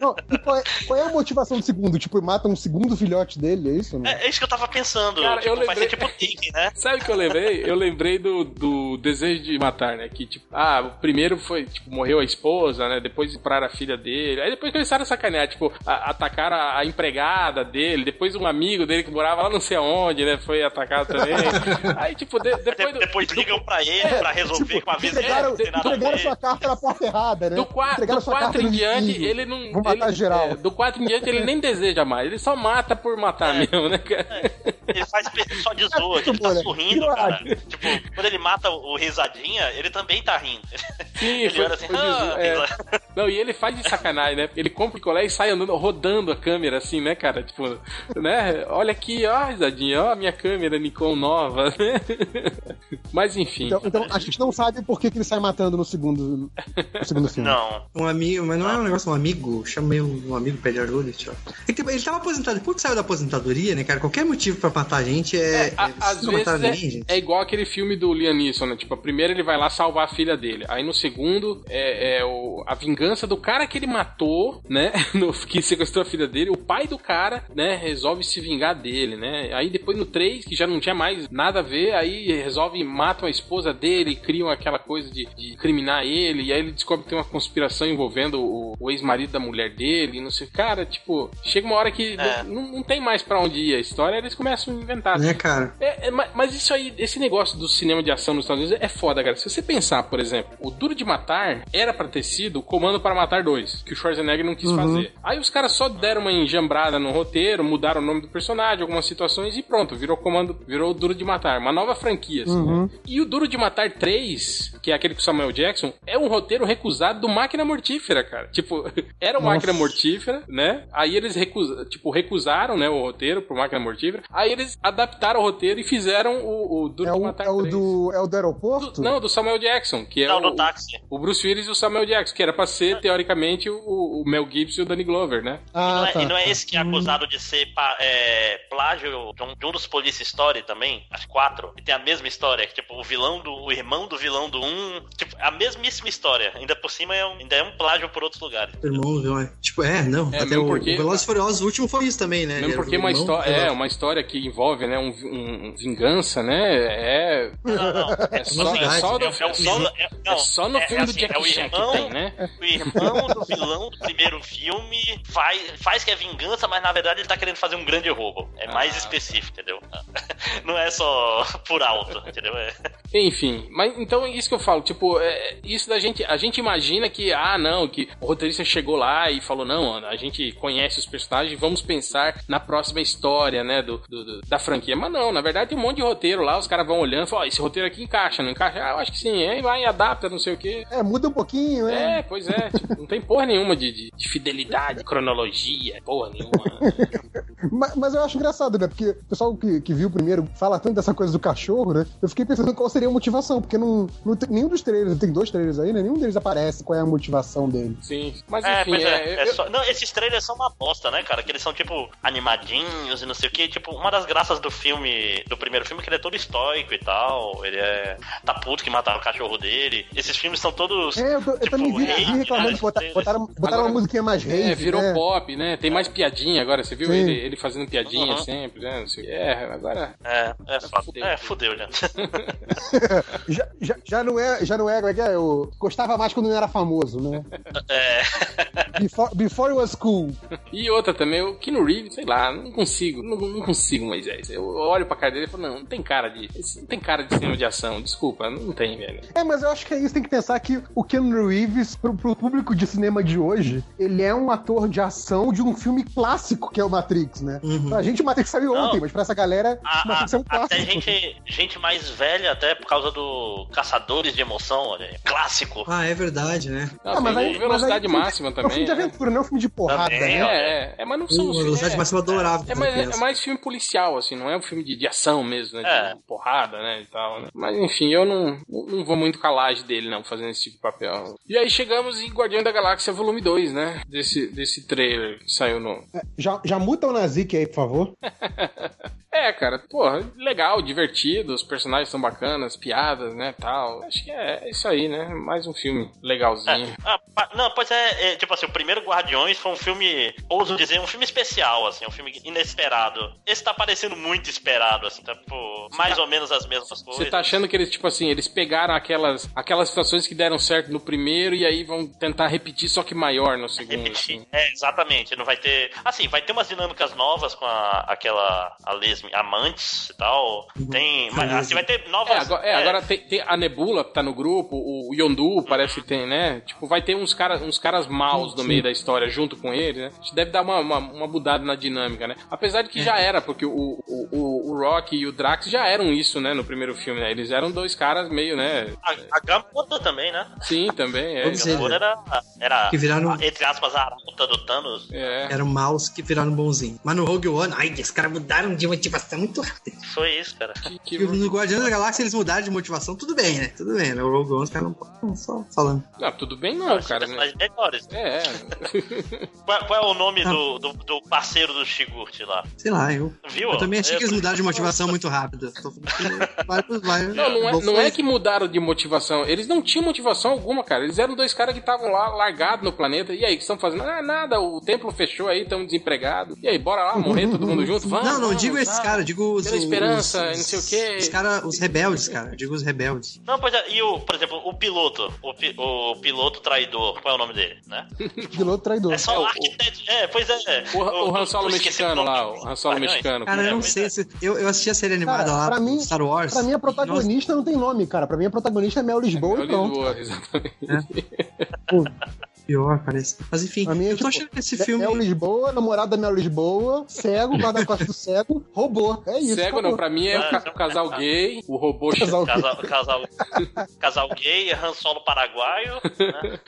Não, e qual, é, qual é a motivação do segundo? Tipo, mata um segundo filhote dele, é isso? Né? É, é isso que eu tava pensando. Cara, tipo, eu vai lembrei- ser tipo o Tic, né? Sabe o que eu lembrei? Eu lembrei do, do desejo de matar, né? Que, tipo, ah, o primeiro foi, tipo, morreu a esposa, né? Depois compraram a filha dele. Aí depois começaram a sacanear, tipo, a- atacaram a, a empregada dele, depois um amigo dele que morava lá não sei aonde, né? Foi atacado também. Aí, tipo, de- depois Depois, do, ligam pra ele pra É, resolver Tipo, com a vida dele. entregaram, não tem nada a entregaram ver. sua carta na porta errada, né? do, qua, Entregaram do sua carta 4 em no diante, vizinho. ele não. Vou matar ele- geral. é, do 4 em diante, ele nem deseja mais. Ele só mata por É. matar mesmo, né, cara? Ele faz pe- só de zoa, muito ele tá bom, né? sorrindo, Irado. cara. Tipo, quando ele mata o risadinha, ele também tá rindo. Sim, ele olha assim, de ah, zo- é. Risa- Não, e ele faz de sacanagem, né? Ele compra o picolé e sai andando, rodando a câmera, assim, né, cara? Tipo, né? Olha aqui, ó, risadinha, ó, a minha câmera Nikon nova, né? Mas enfim. Então, então a gente não sabe por que, que ele sai matando no segundo, no segundo filme. Não. Um amigo, mas não é um negócio, um amigo. Chamei um, um amigo, pede ajuda e tchau. É que Ele tava aposentado. Depois que saiu da aposentadoria, né, cara? Qualquer motivo pra matar a gente é. A- é- às se não matar ninguém, vezes gente. é, é igual aquele filme do Liam Neeson, né? Tipo, primeiro ele vai lá salvar a filha dele. Aí no segundo é, é o- a vingança do cara que ele matou, né? No- que sequestrou a filha dele. O pai do cara, né? Resolve se vingar dele, né? Aí depois no 3, que já não tinha mais nada a ver, aí resolve, matam a esposa dele, criam aquela coisa de, de criminar ele. E aí ele descobre que tem uma conspiração envolvendo o, o ex-marido da mulher dele. e Não sei. Cara, tipo, chega uma hora que É. não, não tem mais pra onde ir a história. Eles começam a inventar. Né, cara? É, é, ma- mas isso aí, esse negócio do cinema de ação nos Estados Unidos é foda, cara. Se você pensar, por exemplo, o Duro de Matar era pra ter sido o Comando para Matar 2, que o Schwarzenegger não quis fazer. Aí os caras só deram uma enjambrada no roteiro, mudaram o nome do personagem, algumas situações e pronto, virou Comando, virou o Duro de Matar, uma nova franquia, assim, né? E o Duro de Matar 3, que é aquele com o Samuel Jackson, é um roteiro recusado do Máquina Mortífera, cara. Tipo, era o Nossa. Máquina Mortífera mortífera, né? Aí eles recusa, tipo, recusaram, né, o roteiro pro Máquina Mortífera. Aí eles adaptaram o roteiro e fizeram o, o Duro É de o, Matar é o 3. do, é o do aeroporto? Não, do Samuel Jackson, que é Não, tá. o, do táxi. o Bruce Willis e o Samuel Jackson, que era pra ser, teoricamente, o, o Mel Gibson e o Danny Glover, né? Ah, não é, tá. e não é esse que é acusado de ser pa- é, plágio de um, de um dos Police Story também? As quatro. E tem a mesma história. que, Tipo, o vilão do. O irmão do vilão do um. Tipo, a mesmíssima história. Ainda por cima é um, ainda é um plágio por outros lugares. Irmão, viu? é. Tipo, é, não. É, até mesmo o, porque- o Velozes e Furiosos, o último foi isso também, né? Mesmo Era o porque uma irmão história, do é, Velozes. uma história que que envolve, né? Um, um- um vingança, né? É. Não, não. É só, Maldade. é só, no- É, é o só no- vilão. É, não, é só no é- é filme do assim, Jack é o Chan que irmão- tem, né? O irmão do vilão do primeiro filme faz, faz que é vingança, mas na verdade ele tá querendo fazer um grande roubo. É mais Ah. específico, entendeu? Não é só por alto, entendeu? É. Enfim, mas então é isso que eu falo, tipo, é, isso da gente, a gente imagina que, ah, não, que o roteirista chegou lá e falou, não, a gente conhece os personagens, vamos pensar na próxima história, né, do, do- do- da franquia. Mas não, na verdade tem um monte de roteiro lá, os caras vão olhando e falam, ó, esse roteiro aqui encaixa, não encaixa? Ah, eu acho que sim, aí vai, adapta, não sei o quê. É, muda um pouquinho, né? É, pois é, tipo, não tem porra nenhuma de, de, de fidelidade, cronologia, porra nenhuma. Ma- Mas eu acho engraçado, né? Porque o pessoal que, que viu primeiro fala tanto dessa coisa do cachorro, né? Eu fiquei pensando qual seria a motivação, porque não, não tem- nenhum dos trailers, tem dois trailers aí, né? Nenhum deles aparece qual é a motivação dele. Sim, mas É, enfim, pois é. é, é eu- só- Não, esses trailers são uma bosta, né, cara? Que eles são, tipo, animadinhos e não sei o que. Tipo, uma das graças do filme, do primeiro filme, é que ele é todo estoico e tal. Ele é. Tá puto que mataram o cachorro dele. Esses filmes são todos. É, eu, tô- eu Tipo, também vi, rei, vi reclamando vários que bota- trailers. botaram, botaram Agora- uma musiquinha mais rei. É, virou pop, né? Tem mais piadinha agora, você viu Sim. ele, ele fazendo piadinha Uhum. sempre, né? Não sei o quê. É, agora. É, é foda. fudeu. É, fudeu, já. já, já, já não é, já não é, como é que é? Eu gostava mais quando não era famoso, né? É. Before, before it was cool. E outra também, o Keanu Reeves, sei lá, não consigo, não, não consigo, Moisés. Eu olho pra cara dele e falo, não, não tem cara de. esse- Não tem cara de cinema de ação, desculpa, não tem, velho. É, mas eu acho que é isso. Tem que pensar que o Keanu Reeves, pro, pro público de cinema de hoje, ele é um ator de ação de um filme clássico que é o Matrix, né? Uhum. Pra gente, o Matrix saiu Não. ontem, mas pra essa galera, A- o Matrix é um a- até clássico. gente, gente mais velha, até por causa do Caçadores de Emoção, olha aí. Clássico. Ah, é verdade, né? Ah, Não, tem aí- o velocidade máxima É um filme também. de né? aventura, não é um filme de porrada, Também, né? ó. É, é, é, mas não são Uh, os a velocidade filmes. máxima eu adorava. É, é, quando mais, eu é criança. mais filme policial, assim, não é um filme de, de ação mesmo, né? De É. porrada, né? E tal, né? Mas enfim, eu não, não vou muito com a laje dele, não, fazendo esse tipo de papel. E aí chegamos em Guardião da Galáxia Volume 2, né? Desse, desse trailer que saiu no. Já, já muta o Nazik aí, por favor. É, cara, porra, legal, divertido, os personagens são bacanas, piadas, né? Tal. Acho que é, é isso aí, né? Mais um filme legalzinho. Ah, pa- não, pois é, é, tipo assim, o primeiro Guardiões foi um filme, ouso dizer, um filme especial, assim, um filme inesperado. Esse tá parecendo muito esperado, assim, tá, tipo, mais ou menos as mesmas Você coisas. tá achando que eles, tipo assim, eles pegaram aquelas, aquelas situações que deram certo no primeiro e aí vão tentar repetir, só que maior no segundo. assim. Repetir. É, exatamente. Não vai ter. Assim, vai ter umas dinâmicas novas com a, aquela. A Lesme Amantes e tal. Uhum. Tem. Mas, assim, vai ter novas. É, agora, é, agora tem, tem a Nebula que tá no grupo, o Yondu parece que tem, né? Tipo, vai ter uns caras uns caras maus no meio da história junto com ele, né? Isso deve dar uma, uma, uma mudada na dinâmica, né? Apesar de que já era, porque o, o, o, o Rock e o Drax já eram isso, né? No primeiro filme, né? Eles eram dois caras meio, né? A, a Gamora também, né? Sim, também, é. Todos A Gamora era. era Que um- Ah, viraram- Entre aspas, a arauta do Thanos. É. Era o mouse que viraram bonzinho. Mas no Rogue One, ai, os caras mudaram de motivação muito rápido. Foi isso, cara. Que, E que- No Guardiões da Galáxia eles mudaram de motivação, tudo bem, né? Tudo bem, né? O Rogue One, os caras não podem, só falando. Não, Ah, tudo bem não, Esses cara, né? personagens melhores. É, é. Qual, qual é o Tá. nome do, do, do parceiro do Shigurt lá? Sei lá, eu. Viu? Eu também achei É, que eles mudaram de motivação muito rápido. Tô falando que vai, vai, Não, não é, vou não é fazer. que mudaram de motivação. Eles não tinham motivação alguma, cara. Eles eram dois caras que estavam lá largados no planeta. E aí, o que estão fazendo? Ah, nada, o templo fechou aí, estamos desempregados. E aí, bora lá morrer todo mundo junto? Vamos. Não, não vamos, digo esses vamos. caras, digo os. Pela os- esperança, os- não sei o quê. Os caras, os rebeldes, cara. Digo os rebeldes. Não, pois é, e o, por exemplo, o piloto, o, pi- o piloto traidor, qual é o nome dele, né? Piloto traidor. É só É, o- o arquiteto, é, pois é. O, o, Han Solo eu esqueci mexicano o nome. lá, o Han Solo Guardiões. mexicano. Cara, eu não mas sei é. se. Eu, eu assisti a série animada Cara, lá, pra mim- Star Wars. Pra mim, a Nossa, protagonista não tem nome, cara. Pra mim, a protagonista é Mel Lisboa É o e pronto. Lisboa, exatamente. pior, parece. Mas enfim, Pra mim eu é tô tipo, achando que esse Me- filme. Mel Lisboa, namorada da Mel Lisboa, cego, guarda-costas do cego, robô. É isso. Cego acabou. não, pra mim é o ca- o casal gay, o robô chato Casal- Casal, casal, casal gay, Han Solo paraguaio. né?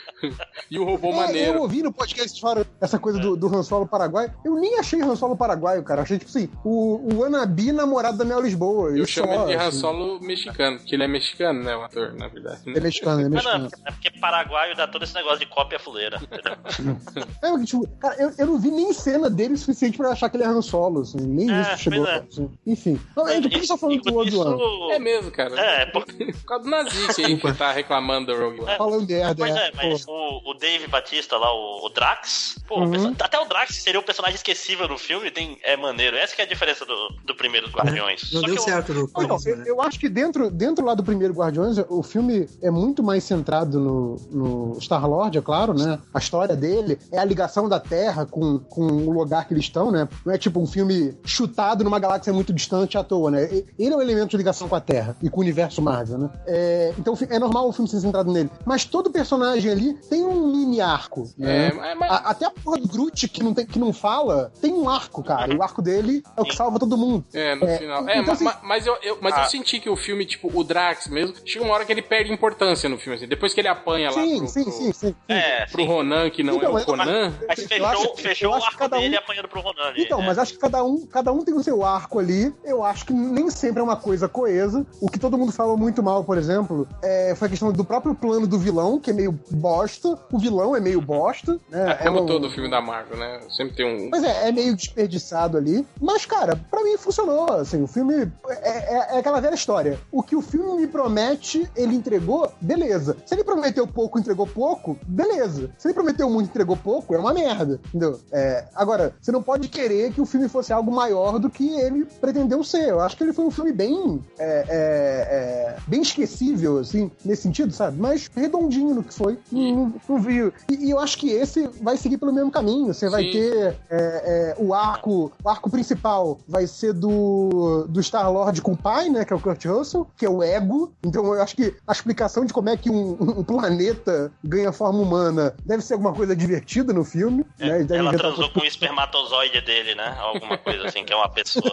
e o robô É, Eu maneiro. ouvi no podcast falaram essa coisa do, do Han Solo Paraguai. Eu nem achei Han Solo Paraguai, cara. Achei, tipo assim, o, o Anabi namorado da Mel Lisboa. Eu Isso chamo só, ele de Han assim. Solo é mexicano, que ele é mexicano, né? O ator, na verdade. Ele é mexicano, ele é Mas Ah, não, mexicano. é porque paraguaio dá todo esse negócio de cópia fuleira. entendeu? É, porque, tipo, cara, eu, eu não vi nem cena dele o suficiente pra eu achar que ele era um solo, assim, nem É, isso chegou. pois é. assim. Enfim. Não, é, por que eu tô falando do Enquanto outro ano? É mesmo, cara. É, por- Por causa do Nazik aí que tá reclamando do Rogue One. Falando merda, Pois é, é. mas pô. o, o Dave Batista lá, o, o Drax, pô, o Uhum. person- até o Drax seria o personagem esquecível do filme, tem, é maneiro. Essa que é a diferença do, do primeiro dos Guardiões. Não Só deu que o- certo no É. Não, então, eu, né? eu acho que dentro, dentro lá do primeiro Guardiões, o filme é muito mais centrado no, no Star-Lord, é claro, né? A história dele é a ligação da Terra com, com o lugar que eles estão, né? Não é tipo um filme chutado numa galáxia muito distante à toa, né? E- Ele é um elemento de ligação com a Terra e com o universo Marvel, né? É, então fi- é normal o filme ser centrado nele. Mas todo personagem ali tem um mini arco, né? É, mas- mas- A- até a porra do Groot, que não, tem, que não fala, tem um arco, cara. E o arco dele é o que salva todo mundo. É, no É, final. então, É, ma- assim- ma- mas, eu, eu- mas eu Ah. senti que o filme, tipo, o Drax mesmo, chega uma hora que ele perde importância no filme, assim. Depois que ele apanha lá Sim, pro, sim, pro- sim, sim. É, pro sim. Ronan, que não Então, é o mas- Conan. Mas Eu fechou, acho que- fechou eu o acho que arco cada um- dele apanhando pro Ronan ali. é. Então, né? mas acho que cada um, cada um tem o seu arco ali. Eu acho que nem sempre é uma coisa coesa. O que todo mundo falou muito mal, por exemplo, é, foi a questão do próprio plano do vilão, que é meio bosta. O vilão é meio bosta. Né? É, como um- todo filme da Marvel, né? Sempre tem um. Pois é, é meio desperdiçado ali. Mas, cara, pra mim funcionou. Assim, o filme é, é- é aquela velha história. O que o filme me promete, ele entregou, beleza. Se ele prometeu pouco, entregou pouco, beleza. Se ele prometeu muito, entregou pouco, é uma merda. Entendeu? É, agora, você não pode querer que o filme fosse algo maior do que ele pretendeu ser. Eu acho que ele foi um filme bem. é, é, é, bem esquecível, assim, nesse sentido, sabe? Mas redondinho no que foi. Não, não vi. E, e eu acho que esse vai seguir pelo mesmo caminho. Você vai Sim. ter ter, é, é, o arco, o arco principal vai ser do, do Star Lord com o pai, né? Que é o Kurt Russell, que é o ego. Então eu acho que a explicação de como é que um, um planeta ganha forma humana deve ser alguma coisa divertida no filme. É, né? Eles devem ela inventar transou com o espermatozoide dele, né? Alguma coisa assim, que é uma pessoa.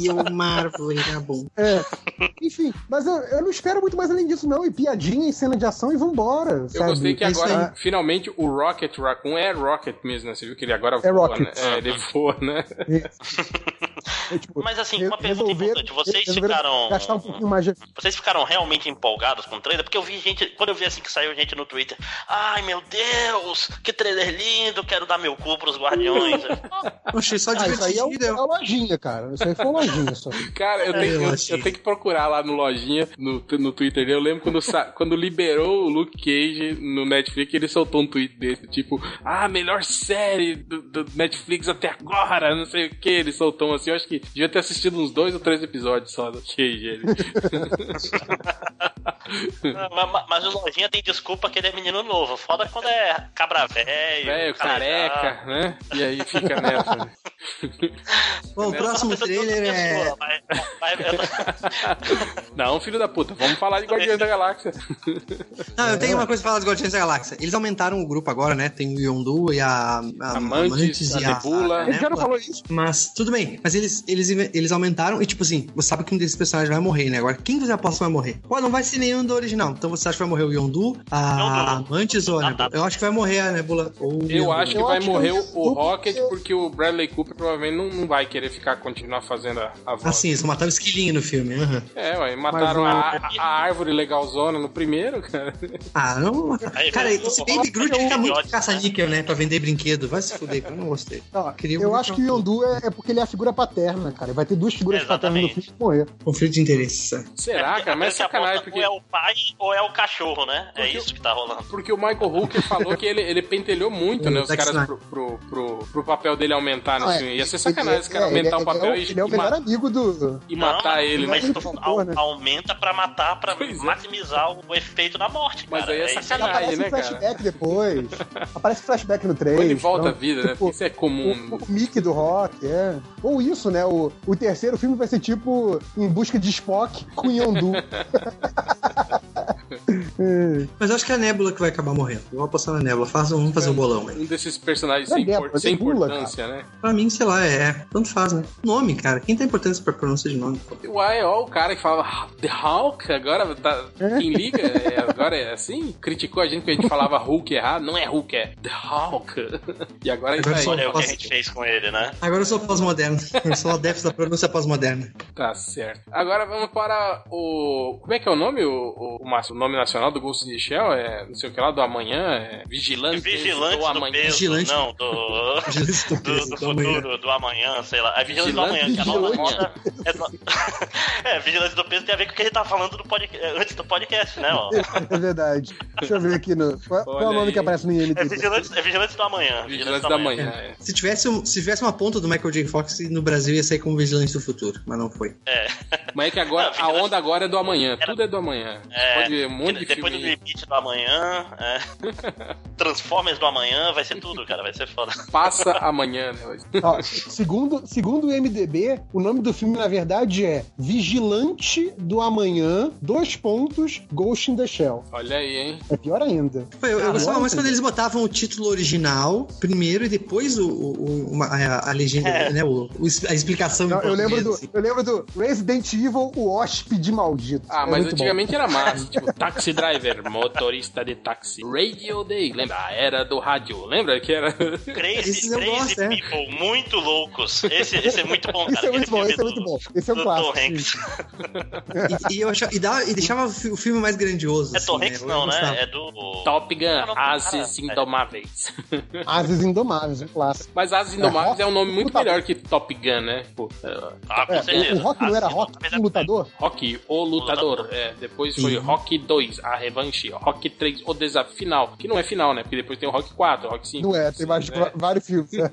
E uma árvore, tá bom. É. Enfim, mas eu, eu não espero muito mais além disso, não. E piadinha, e cena de ação e vambora. Eu gostei que É isso agora, finalmente, o Rocket Raccoon é Rocket mesmo, né? Você viu que ele agora É voa, Rocket. né? É, ele voa, né? É, Mas, assim, uma pergunta importante. Vocês ficaram- tipo, Gastar um pouquinho mais de Vocês ficaram realmente empolgados com o trailer? Porque eu vi gente. Quando eu vi assim que saiu gente no Twitter. Ai meu Deus, que trailer lindo, quero dar meu cu pros guardiões. né?" Eu achei só Ah, isso aí é o- divertido. né? é a lojinha, cara. Isso aí foi uma lojinha só. Cara, eu tenho, eu eu, achei. eu tenho que procurar lá no lojinha, no, no Twitter dele. Eu lembro quando, sa- quando liberou o Luke Cage no Netflix, ele soltou um tweet desse, tipo, ah, melhor série do, do Netflix até agora, não sei o que. Ele soltou um assim, eu acho que devia ter assistido uns dois ou três episódios só do Cage. Ele. mas, mas- mas o Lojinha tem desculpa que ele é menino novo. Foda quando é cabra velho. Velho, careca, né? E aí fica nessa. né? Bom, o Eu tava próximo pensando em outra trailer é. pessoa, mas- mas eu- Não, filho da puta, vamos falar de Guardiões da Galáxia. Não, eu tenho uma coisa pra falar dos Guardiões da Galáxia. Eles aumentaram o grupo agora, né? Tem o Yondu e a. a Amantes, a Nebula. Ele já não falou isso? Mas tudo bem. Mas eles, eles, eles aumentaram e, tipo assim, você sabe que um desses personagens vai morrer, né? Agora, quem você aposta que vai morrer? Pô, não vai ser nenhum do original. Então você acha que vai morrer o Yondu, a Yondu. Mantis ou a Ah, tá. Nebula? Eu acho que vai morrer a Nebula. Ou o Eu Yondu. acho que Eu vai acho que morrer eu- o Rocket porque o Bradley Cooper provavelmente não, não vai querer ficar continuar fazendo a, a voz. Assim, eles mataram o esquilinho no filme. aham. É, ué, mataram Mas o- a, a- a árvore legalzona no primeiro, cara. Ah, não. Aí, cara, mas esse o Baby Rocket é Groot um tá muito idiota, caça-níquel, né? Pra vender brinquedo. Vai se fuder, cara. Eu não gostei. Tá Não, Queria eu muito acho que o Yondu é, é porque ele é a figura paterna, cara. Vai ter duas figuras paternas no Exatamente. filme que morrer. Conflito de interesse. sabe? Será, cara? Mas é Você aposta sacanagem, Ou porque, é o pai ou é o cachorro, né? É Porque- isso que tá rolando. porque o Michael Hooker falou que ele, ele pentelhou É, muito, O né? Os Zack caras Snyder. pro, pro, pro, pro papel dele aumentar Não, nesse é, filme. assim, Ia ser ele sacanagem é- esse cara é, ele aumentar é- o papel ele é, e, ele é o e melhor ma- amigo do. e matar mas- ele, Mas né? ele tu falou, au- né? aumenta pra matar, pra Pois é. maximizar o efeito da morte, Mas cara. aí é isso. Ele sacanagem. aparece né, em cara? flashback depois. aparece em flashback no 3. Ou ele volta à vida, né? Porque isso é O, comum. o Mickey do rock, é. Ou isso, né? O, o terceiro filme vai ser tipo Em Busca de Spock com Yondu. É. Mas eu acho que é a Nebula que vai acabar morrendo. Eu vou apostar na Nebula. Faz- vamos fazer o bolão aí. Um desses personagens Não é sem, dela, impor- mas é sem bula, importância, né? Pra mim, sei lá, é. Tanto faz, né? Nome, cara. Quem tem importância pra pronúncia de nome? O AEO, o cara que falava The Hulk, agora tá, quem liga, é, agora é assim? Criticou a gente porque a gente falava Hulk errado. Não é Hulk, é The Hulk. E agora é isso Agora aí. Olha o que a gente fez com ele, né? Agora eu sou pós-moderno. Eu sou adepto da pronúncia pós-moderna. Tá certo. Agora vamos para o... Como é que é o é nome, o, o, o Márcio? nome nacional do Ghost in the Shell é não sei o que lá, do amanhã, é Vigilante. Vigilante do do, amanhã. peso, Vigilante. não, do, Vigilante do do, peso, Então, do do amanhã. futuro, do amanhã, sei lá. É Vigilante do Amanhã, que é a nova Vigilante. moda. É, no- é, Vigilante do Peso tem a ver com o que a gente tava falando do podcast, antes do podcast, né, ó. É verdade. Deixa eu ver aqui no. Qual, qual é o Olha nome aí. que aparece no IMDb? É Vigilante, é Vigilante do Amanhã. Vigilante da manhã. é. Se tivesse, um- se tivesse uma ponta do Michael J. Fox no Brasil, ia sair como Vigilante do Futuro, mas não foi. É. Mas é que agora Não, a Vigilante- onda agora é do amanhã. Tudo é do amanhã. Você É, pode ver um monte de depois filme. do limite do amanhã, é. Transformers do amanhã, vai ser tudo, cara, vai ser foda. Passa amanhã, né? Ó, segundo, segundo o MDB, o nome do filme, na verdade, é Vigilante do Amanhã, dois pontos, Ghost in the Shell. Olha aí, hein? É pior ainda. Pô, Eu, eu Ah, gostava não, mais quando eles botavam o título original primeiro e depois o, o- o- uma- a, a legenda, É. né? o- o- a explicação. em Não, eu, português, lembro do, assim. eu lembro do Resident Evil, o hóspede maldito. Ah, mas É muito bom. antigamente era massa. Tipo, taxi driver, motorista de táxi. Radio Day, lembra? A era do rádio. Lembra que era. Crazy, Esses um eu crazy gosto, é. People, muito loucos. Esse, esse é muito bom, cara. Esse é Aquele muito bom, filme esse é do- muito bom. Esse é um do clássico. Tom Hanks. E, e eu achava- e dava- e deixava o fi- o filme mais grandioso. É Tom assim, Hanks Eu não, gostava. né? É do... Top Gun, Não, não, cara, Ases é. Indomáveis. Ases Indomáveis, um clássico. Mas Ases Indomáveis Rock é um nome muito Lutador. melhor que Top Gun, né? Tipo, é, Ah, com É, o, certeza. o Rock não era Assim, Rock, talvez um lutador? Rock, o lutador. Lutador. É, depois foi Sim. Rock 2, a revanche. Rock 3, o desafio final. Que não é final, né? Porque depois tem o Rock 4, Rock 5. Não é, tem assim, mais, né? vários filmes. né?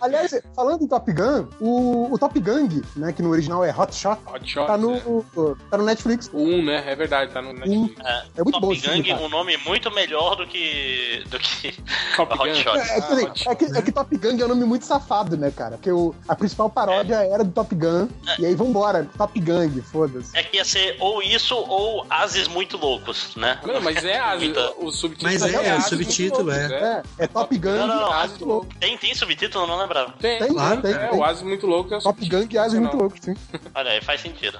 Aliás, falando em Top Gun, o, o Top Gang, né, que no original é Hot Shot, Hot Shots, tá é. no, Um. tá no Netflix. O 1, né? É verdade, tá no Netflix. É, É muito Top bom esse filme, Gang, cara. um nome muito melhor do que. do que. Top Hot Gun. Shot. É, que, Ah, assim, é que- né? é que Top Gun é um nome muito safado, né, cara? Porque o, a principal É. paródia era do Top Gun. E aí, vambora, Top Gang, foda-se. É que ia ser ou isso ou Ases muito loucos, né? Não, mas é Ases. Então, O subtítulo Mas é, Ases o subtítulo muito é. loucos, É, é Top Gun. Não, não, não, Ases Ases Loucos. Tem, tem subtítulo, não lembrava. Tem, Tem, Claro, tem, é, tem. o Ases muito louco é o Top Gun e Ases muito Não. louco, sim. Olha aí, faz sentido.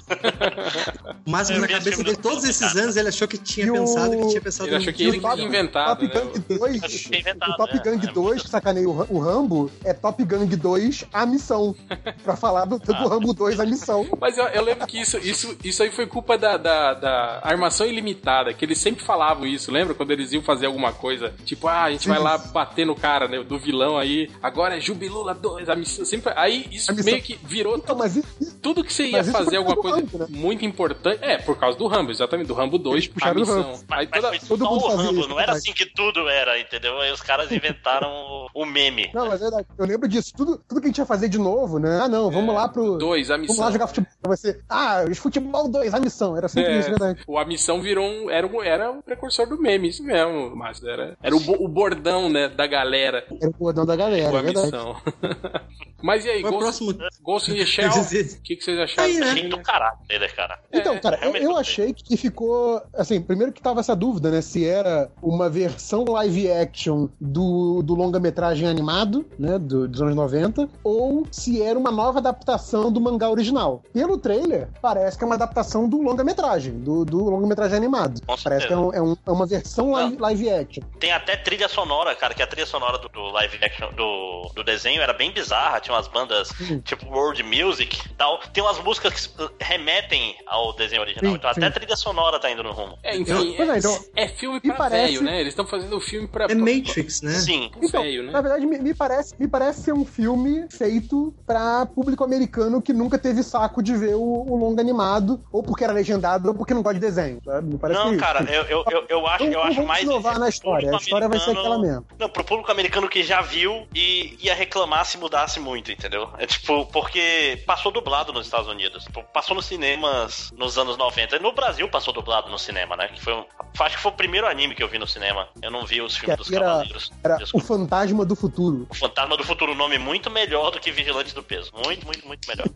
Mas Eu na vi esse cabeça é um filme dele, no todos cinema, esses cara. anos, ele achou que tinha E o- pensado que tinha pensado Ele achou que no- ele tinha inventado, Top né? Gang Acho que 2. foi inventado, O Top né? Gang É 2, muito- que sacanei o, Ra- o Rambo, é Top Gang 2, a missão. Pra falar do, Ah. do Rambo 2, a missão. Mas eu, eu lembro que isso, isso, isso aí foi culpa da, da, da armação ilimitada, que eles sempre falavam isso, lembra? Quando eles iam fazer alguma coisa, tipo, ah, a gente vai lá bater no cara, né, do vilão aí, agora é Jubilula 2, a missão, sempre, aí isso A missão. meio que virou Então, mas e- e- tudo que você ia Mas isso fazer por alguma causa coisa do Rambo, né? muito importante, é, por causa do Rambo, exatamente, do Rambo 2, a puxaram o missão. Rambo. Aí Mas toda... foi todo só mundo o fazia Rambo, isso, não era verdade. assim que tudo era, entendeu? Aí os caras inventaram o, o meme. Não, mas é verdade. Eu lembro disso. Tudo, tudo que a gente ia fazer de novo, né? Ah, não, É. vamos lá pro. Dois, a Vamos missão. lá jogar futebol. Vai ser. Ah, os futebol 2, a missão. Era É. sempre isso, verdade. o a missão virou um, era, um, era um precursor do meme, isso mesmo, Márcio. Era, era o, bo- o bordão, né, da galera. Era o bordão da galera, Boa é verdade. missão. Mas e aí, Qual é o Ghost, próximo? Ghost in the Shell? Eu assim. disse- O que, que vocês acharam? Aí, né? Achei é. do caralho trailer, cara. Então, cara, eu, realmente eu não sei. achei que ficou. Assim, primeiro que tava essa dúvida, né? Se era uma versão live action do, do longa-metragem animado, né? Do, dos anos 90, ou se era uma nova adaptação do mangá original. Pelo trailer, parece que é uma adaptação do longa-metragem, do, do longa-metragem animado. Com certeza. Parece que é, um- é um- é uma versão live, live action. Tem até trilha sonora, cara, que a trilha sonora do, do live action, do, do desenho era bem bizarra. Tinha umas bandas tipo World Music e tal. Tem umas músicas que uh, remetem ao desenho original. Sim, então até sim. a trilha sonora tá indo no rumo. É, enfim, Pois é, é, então- é filme me pra parece- velho, né? Eles estão fazendo o filme pra... É Matrix, né? Sim. pra Então, velho, né? na verdade, me, me parece, me parece ser um filme feito pra público americano que nunca teve saco de ver o, o longa animado, ou porque era legendado, ou porque não gosta de desenho. sabe? Me parece Não, isso. cara, eu, eu, eu, eu acho, Não- eu não acho vamos mais. inovar na história, público a história vai ser americano- aquela mesmo. Não, pro público americano que já viu e ia reclamar se mudasse muito, entendeu? É tipo, porque passou dublado nos Estados Unidos. Tipo, passou nos cinemas nos anos 90. E no Brasil passou dublado no cinema, né? Que foi um, acho que foi o primeiro anime que eu vi no cinema. Eu não vi os filmes Que dos era- Cavaleiros. Era o Desculpa. fantasma do futuro. O Fantasma do Futuro, um nome muito melhor do que Vigilante do Peso. Muito, muito, muito melhor.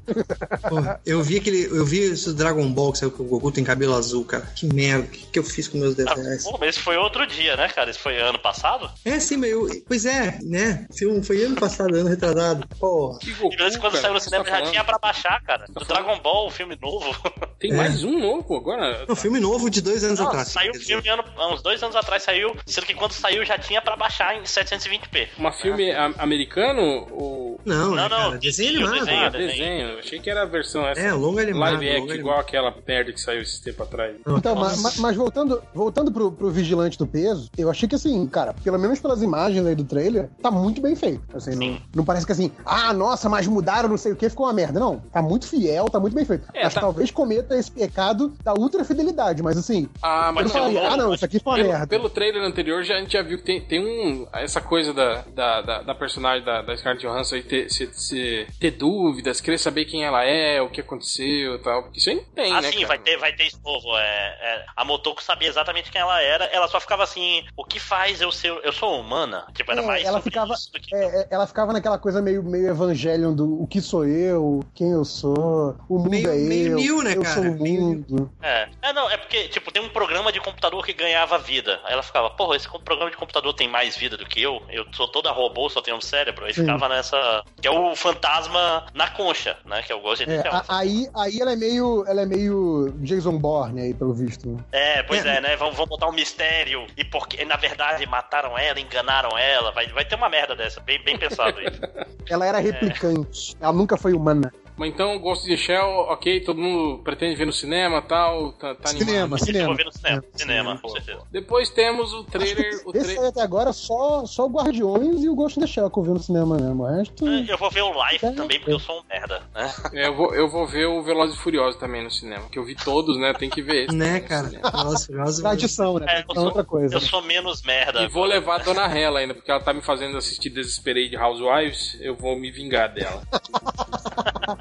Porra, eu vi aquele. Eu vi esse Dragon Ball que saiu que o Goku tem cabelo azul, cara. Que merda. O que, que eu fiz com meus É. Ah, 10 reais? pô, mas esse foi outro dia, né, cara? Esse foi ano passado? É, sim, mas eu. Pois é, né? Filme foi ano passado, ano retrasado. Porra. Que Goku, Vigilante, quando cara, saiu no o que você tá cinema, já falando? tinha pra baixar, cara. Do Dragon Ball, o filme novo. Tem mais um novo agora? É um filme novo de dois anos Não, atrás. saiu quer o dizer. filme ano, há uns dois anos atrás, saiu. Sendo que quando saiu já tinha pra baixar em 720p. Uma filme Ah, a- americano ou Não, Não, né, não, cara, desenho desenho, animado. ah, desenho. desenho? Achei que era a versão essa. É, longa animado. Live longa action, animado. igual aquela merda que saiu esse tempo atrás. Então, ma- Nossa. ma- mas, voltando, voltando pro, pro Vigilante do Peso, eu achei que assim, cara, pelo menos pelas imagens aí do trailer, tá muito bem feito. Assim, não, não parece que assim, ah, nossa, mas mudaram, não sei o que, ficou uma merda. Não, tá muito fiel, tá muito bem feito. É, mas tá- talvez cometa esse pecado da ultra fidelidade, mas assim, Ah, eu Pode não ser um falaria, bom, ah, não, pode isso aqui foi uma Pelo, merda. pelo trailer anterior, já, a gente já viu que tem, tem um. Essa coisa da, da, da, da personagem da, da Scarlett Johansson aí ter, se- se- ter dúvidas, querer saber quem ela é, o que aconteceu e tal. Porque isso aí tem, Ah, né? sim, cara? vai ter, vai ter isso novo. É, é, a Motoko sabia exatamente quem ela era, ela só ficava assim: o que faz eu ser. Eu sou humana? Tipo, era É, mais. ela sobre ficava- isso do que- É, é, ela ficava naquela coisa meio, meio evangelion do o que sou eu, quem eu sou, o mundo Meio- é meio eu, new, né, eu cara? sou o Meio new. mundo. É. é, não, é porque, tipo, tem um programa de computador que ganhava vida. Aí ela ficava, porra, esse com- programa de computador tem mais vida do que eu? Eu sou toda robô, só tenho um cérebro. Aí Sim. ficava nessa. Que é o fantasma na concha, né? Que é o Ghost in the É, Shell. a- aí, aí ela é meio, ela é meio Jason Bourne aí, pelo visto. né? É, pois É. é, né? Vão, vão botar um mistério. E porque, na verdade, mataram ela, enganaram ela. Vai, vai ter uma merda dessa. Bem, bem pensado isso. Ela era replicante. Ela nunca foi humana. Mas então, Ghost in the Shell, ok, todo mundo pretende ver no cinema e tal, tá, tá animado. Cinema, Vocês vão cinema. ver no cinema. É, cinema, cinema. com certeza. Depois temos o Acho que trailer. O Esse tra... aí até agora, é só, só o Guardiões e o Ghost in the Shell que eu vi no cinema mesmo. O resto. Eu vou ver o live É. também, porque eu sou um merda, né? Tá É, eu, vou, eu vou ver o Velozes e Furiosos também no cinema, que eu vi todos, né? Tem que ver esse. Né, também no cara? cinema. Velozes e Furiosos. Tradição, né? É, eu É sou- outra coisa. Eu sou menos merda. E vou levar a Dona Hela ainda, porque ela tá me fazendo assistir Desesperei de Housewives, eu vou me vingar dela.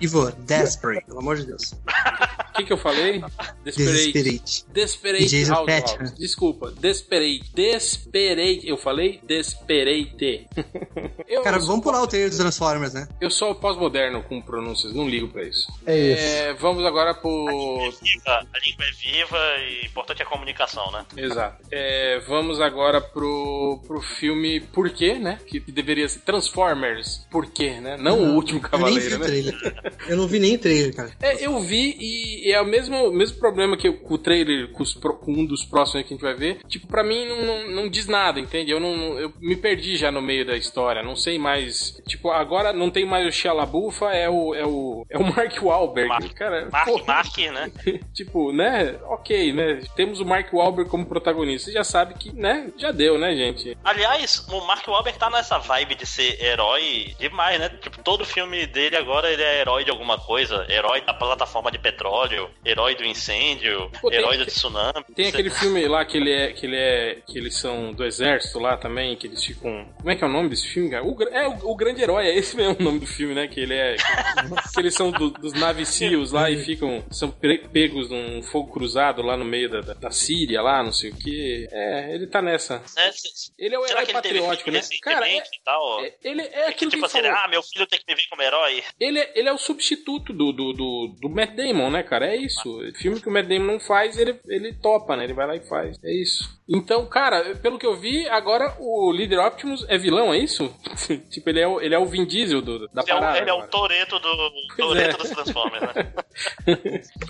Ivor, Desperate, pelo amor de Deus. O que que eu falei? Desesperei. Desesperate. Desperate Jason Housewives. Statham. Desculpa, Desperate. Desperate. Eu falei Desperate. Eu, Cara, vamos pular o trailer dos Transformers, né? eu sou pós-moderno com pronúncias, não ligo pra isso. É isso. É, vamos agora A língua, é pro viva, a língua é viva e o importante é a comunicação, né? Exato. É, vamos agora pro, pro filme Por quê, né? Que deveria ser Transformers. Por quê, né? Não o último eu cavaleiro, né? nem vi o trailer. Eu não vi nem o trailer, cara. É, eu vi e é o mesmo, o mesmo problema que eu- com o trailer, com, os pro- com um dos próximos aí que a gente vai ver. Tipo, pra mim não, não, não diz nada, entende? Eu não, não- eu me perdi já no meio da história, não sei mais. Tipo, agora não tem mais o Shia LaBeouf, é o, é o, é o Mark Wahlberg. Mark- cara, Mark, porra. Mark, né? tipo, né? Ok, né? Temos o Mark Wahlberg como protagonista. Você já sabe que, né? Já deu, né, gente? Aliás, o Mark Wahlberg tá nessa vibe de ser herói demais, né? Tipo, todo filme dele agora ele é herói de alguma coisa. Herói da plataforma de petróleo, herói do incêndio, Pô, tem- herói do tsunami. Tem aquele filme lá que ele é que ele é que eles são do exército lá também, que eles ficam. Como é que é o nome desse filme, cara? O, gra- é o, o grande herói, é esse mesmo o nome do filme, né? Que ele é que, que eles são do- dos navios lá e ficam são pre- pegos num fogo cruzado lá no meio da, da, da Síria lá, não sei o que. É, ele tá nessa. É, c- c- Ele é o Será herói que ele teve patriótico, filme né? Cara, é, recentemente e tal? é- ele é que aquilo que ele tipo assim, falou. ah, meu filho tem que me ver como herói. Ele é, ele é o substituto do, do, do, do Matt Damon, né, cara? É isso. Filme que o Matt Damon não faz, ele, ele topa, né? Ele vai lá e faz. É isso. Então, cara, pelo que eu vi, agora o líder Optimus é vilão, é isso? tipo, ele é o, ele é o Vin Diesel do, da Ele é, o, parada. ele é o agora. Toreto do é. Toreto dos Transformers, né?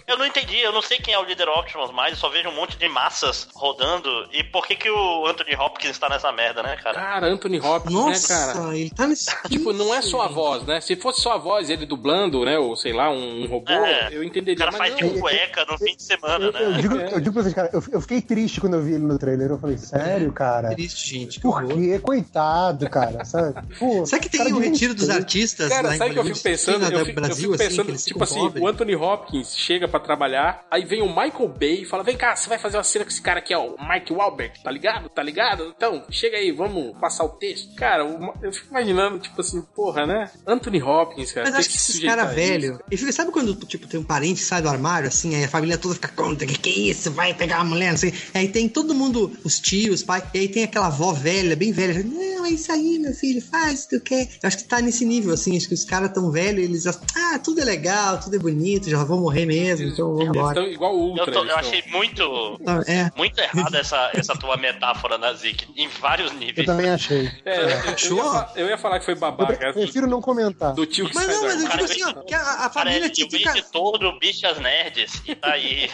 eu não entendi, eu não sei quem é o líder Optimus mais, eu só vejo um monte de massas rodando. E por que que o Anthony Hopkins tá nessa merda, né, cara? Cara, Anthony Hopkins, Nossa, né, cara? ele tá nesse. Tipo, não é só a voz, né? Se fosse só a voz, ele dublando, né? Ou sei lá, um robô, É. eu O entenderia. cara mas faz não. tipo cueca no fim de semana, Eu, eu né? digo, eu digo pra vocês, cara, eu, eu fiquei triste quando eu vi ele no trailer. Eu falei, sério, cara? Triste, gente. que Por horror. quê? Coitado, cara. Sabe? Pô, Será que tem cara o de retiro dos respeito. artistas? Cara, lá em sabe o que eu fico Hollywood? pensando? Tem lá Eu no fico, eu Brasil, fico assim, que pensando, eles tipo assim, ficam pobres? o Anthony Hopkins chega pra trabalhar, aí vem o Michael Bay e fala: vem cá, você vai fazer uma cena com esse cara aqui, ó, o Mike Wahlberg, tá ligado? Tá ligado? Então, chega aí, vamos passar o texto. Cara, o- eu fico imaginando, tipo assim, porra, né? Anthony Hopkins, cara. Mas tem acho que esses sujeitar caras isso. velho. E fica- sabe quando, tipo, tem um parente que sai do armário, assim, aí a família toda fica contra, que que é isso? Vai pegar uma mulher, não sei. Aí tem todo mundo, os tios, pai, e aí tem aquela avó velha, bem velha, já, não, é isso aí, meu filho, faz o que tu quer. Eu acho que tá nesse nível, assim, acho que os caras tão velhos, eles já, ah, tudo é legal, tudo é bonito, já vão morrer mesmo, então vamos Eles embora. estão igual o então. Ultra. Eu, tô- eles eu tão- achei muito. É, Muito errada essa, essa tua metáfora, Nazik, em vários níveis. Eu também achei. É, eu, eu Achou? ia, fa- eu ia falar que foi Eu babaca. assim, pre- prefiro não comentar. Ah, Do tio que Mas sai não, do mas eu armário. é digo assim, ó, que a, a Cara, família ele te vende fica. todo, bichas nerds e tá aí.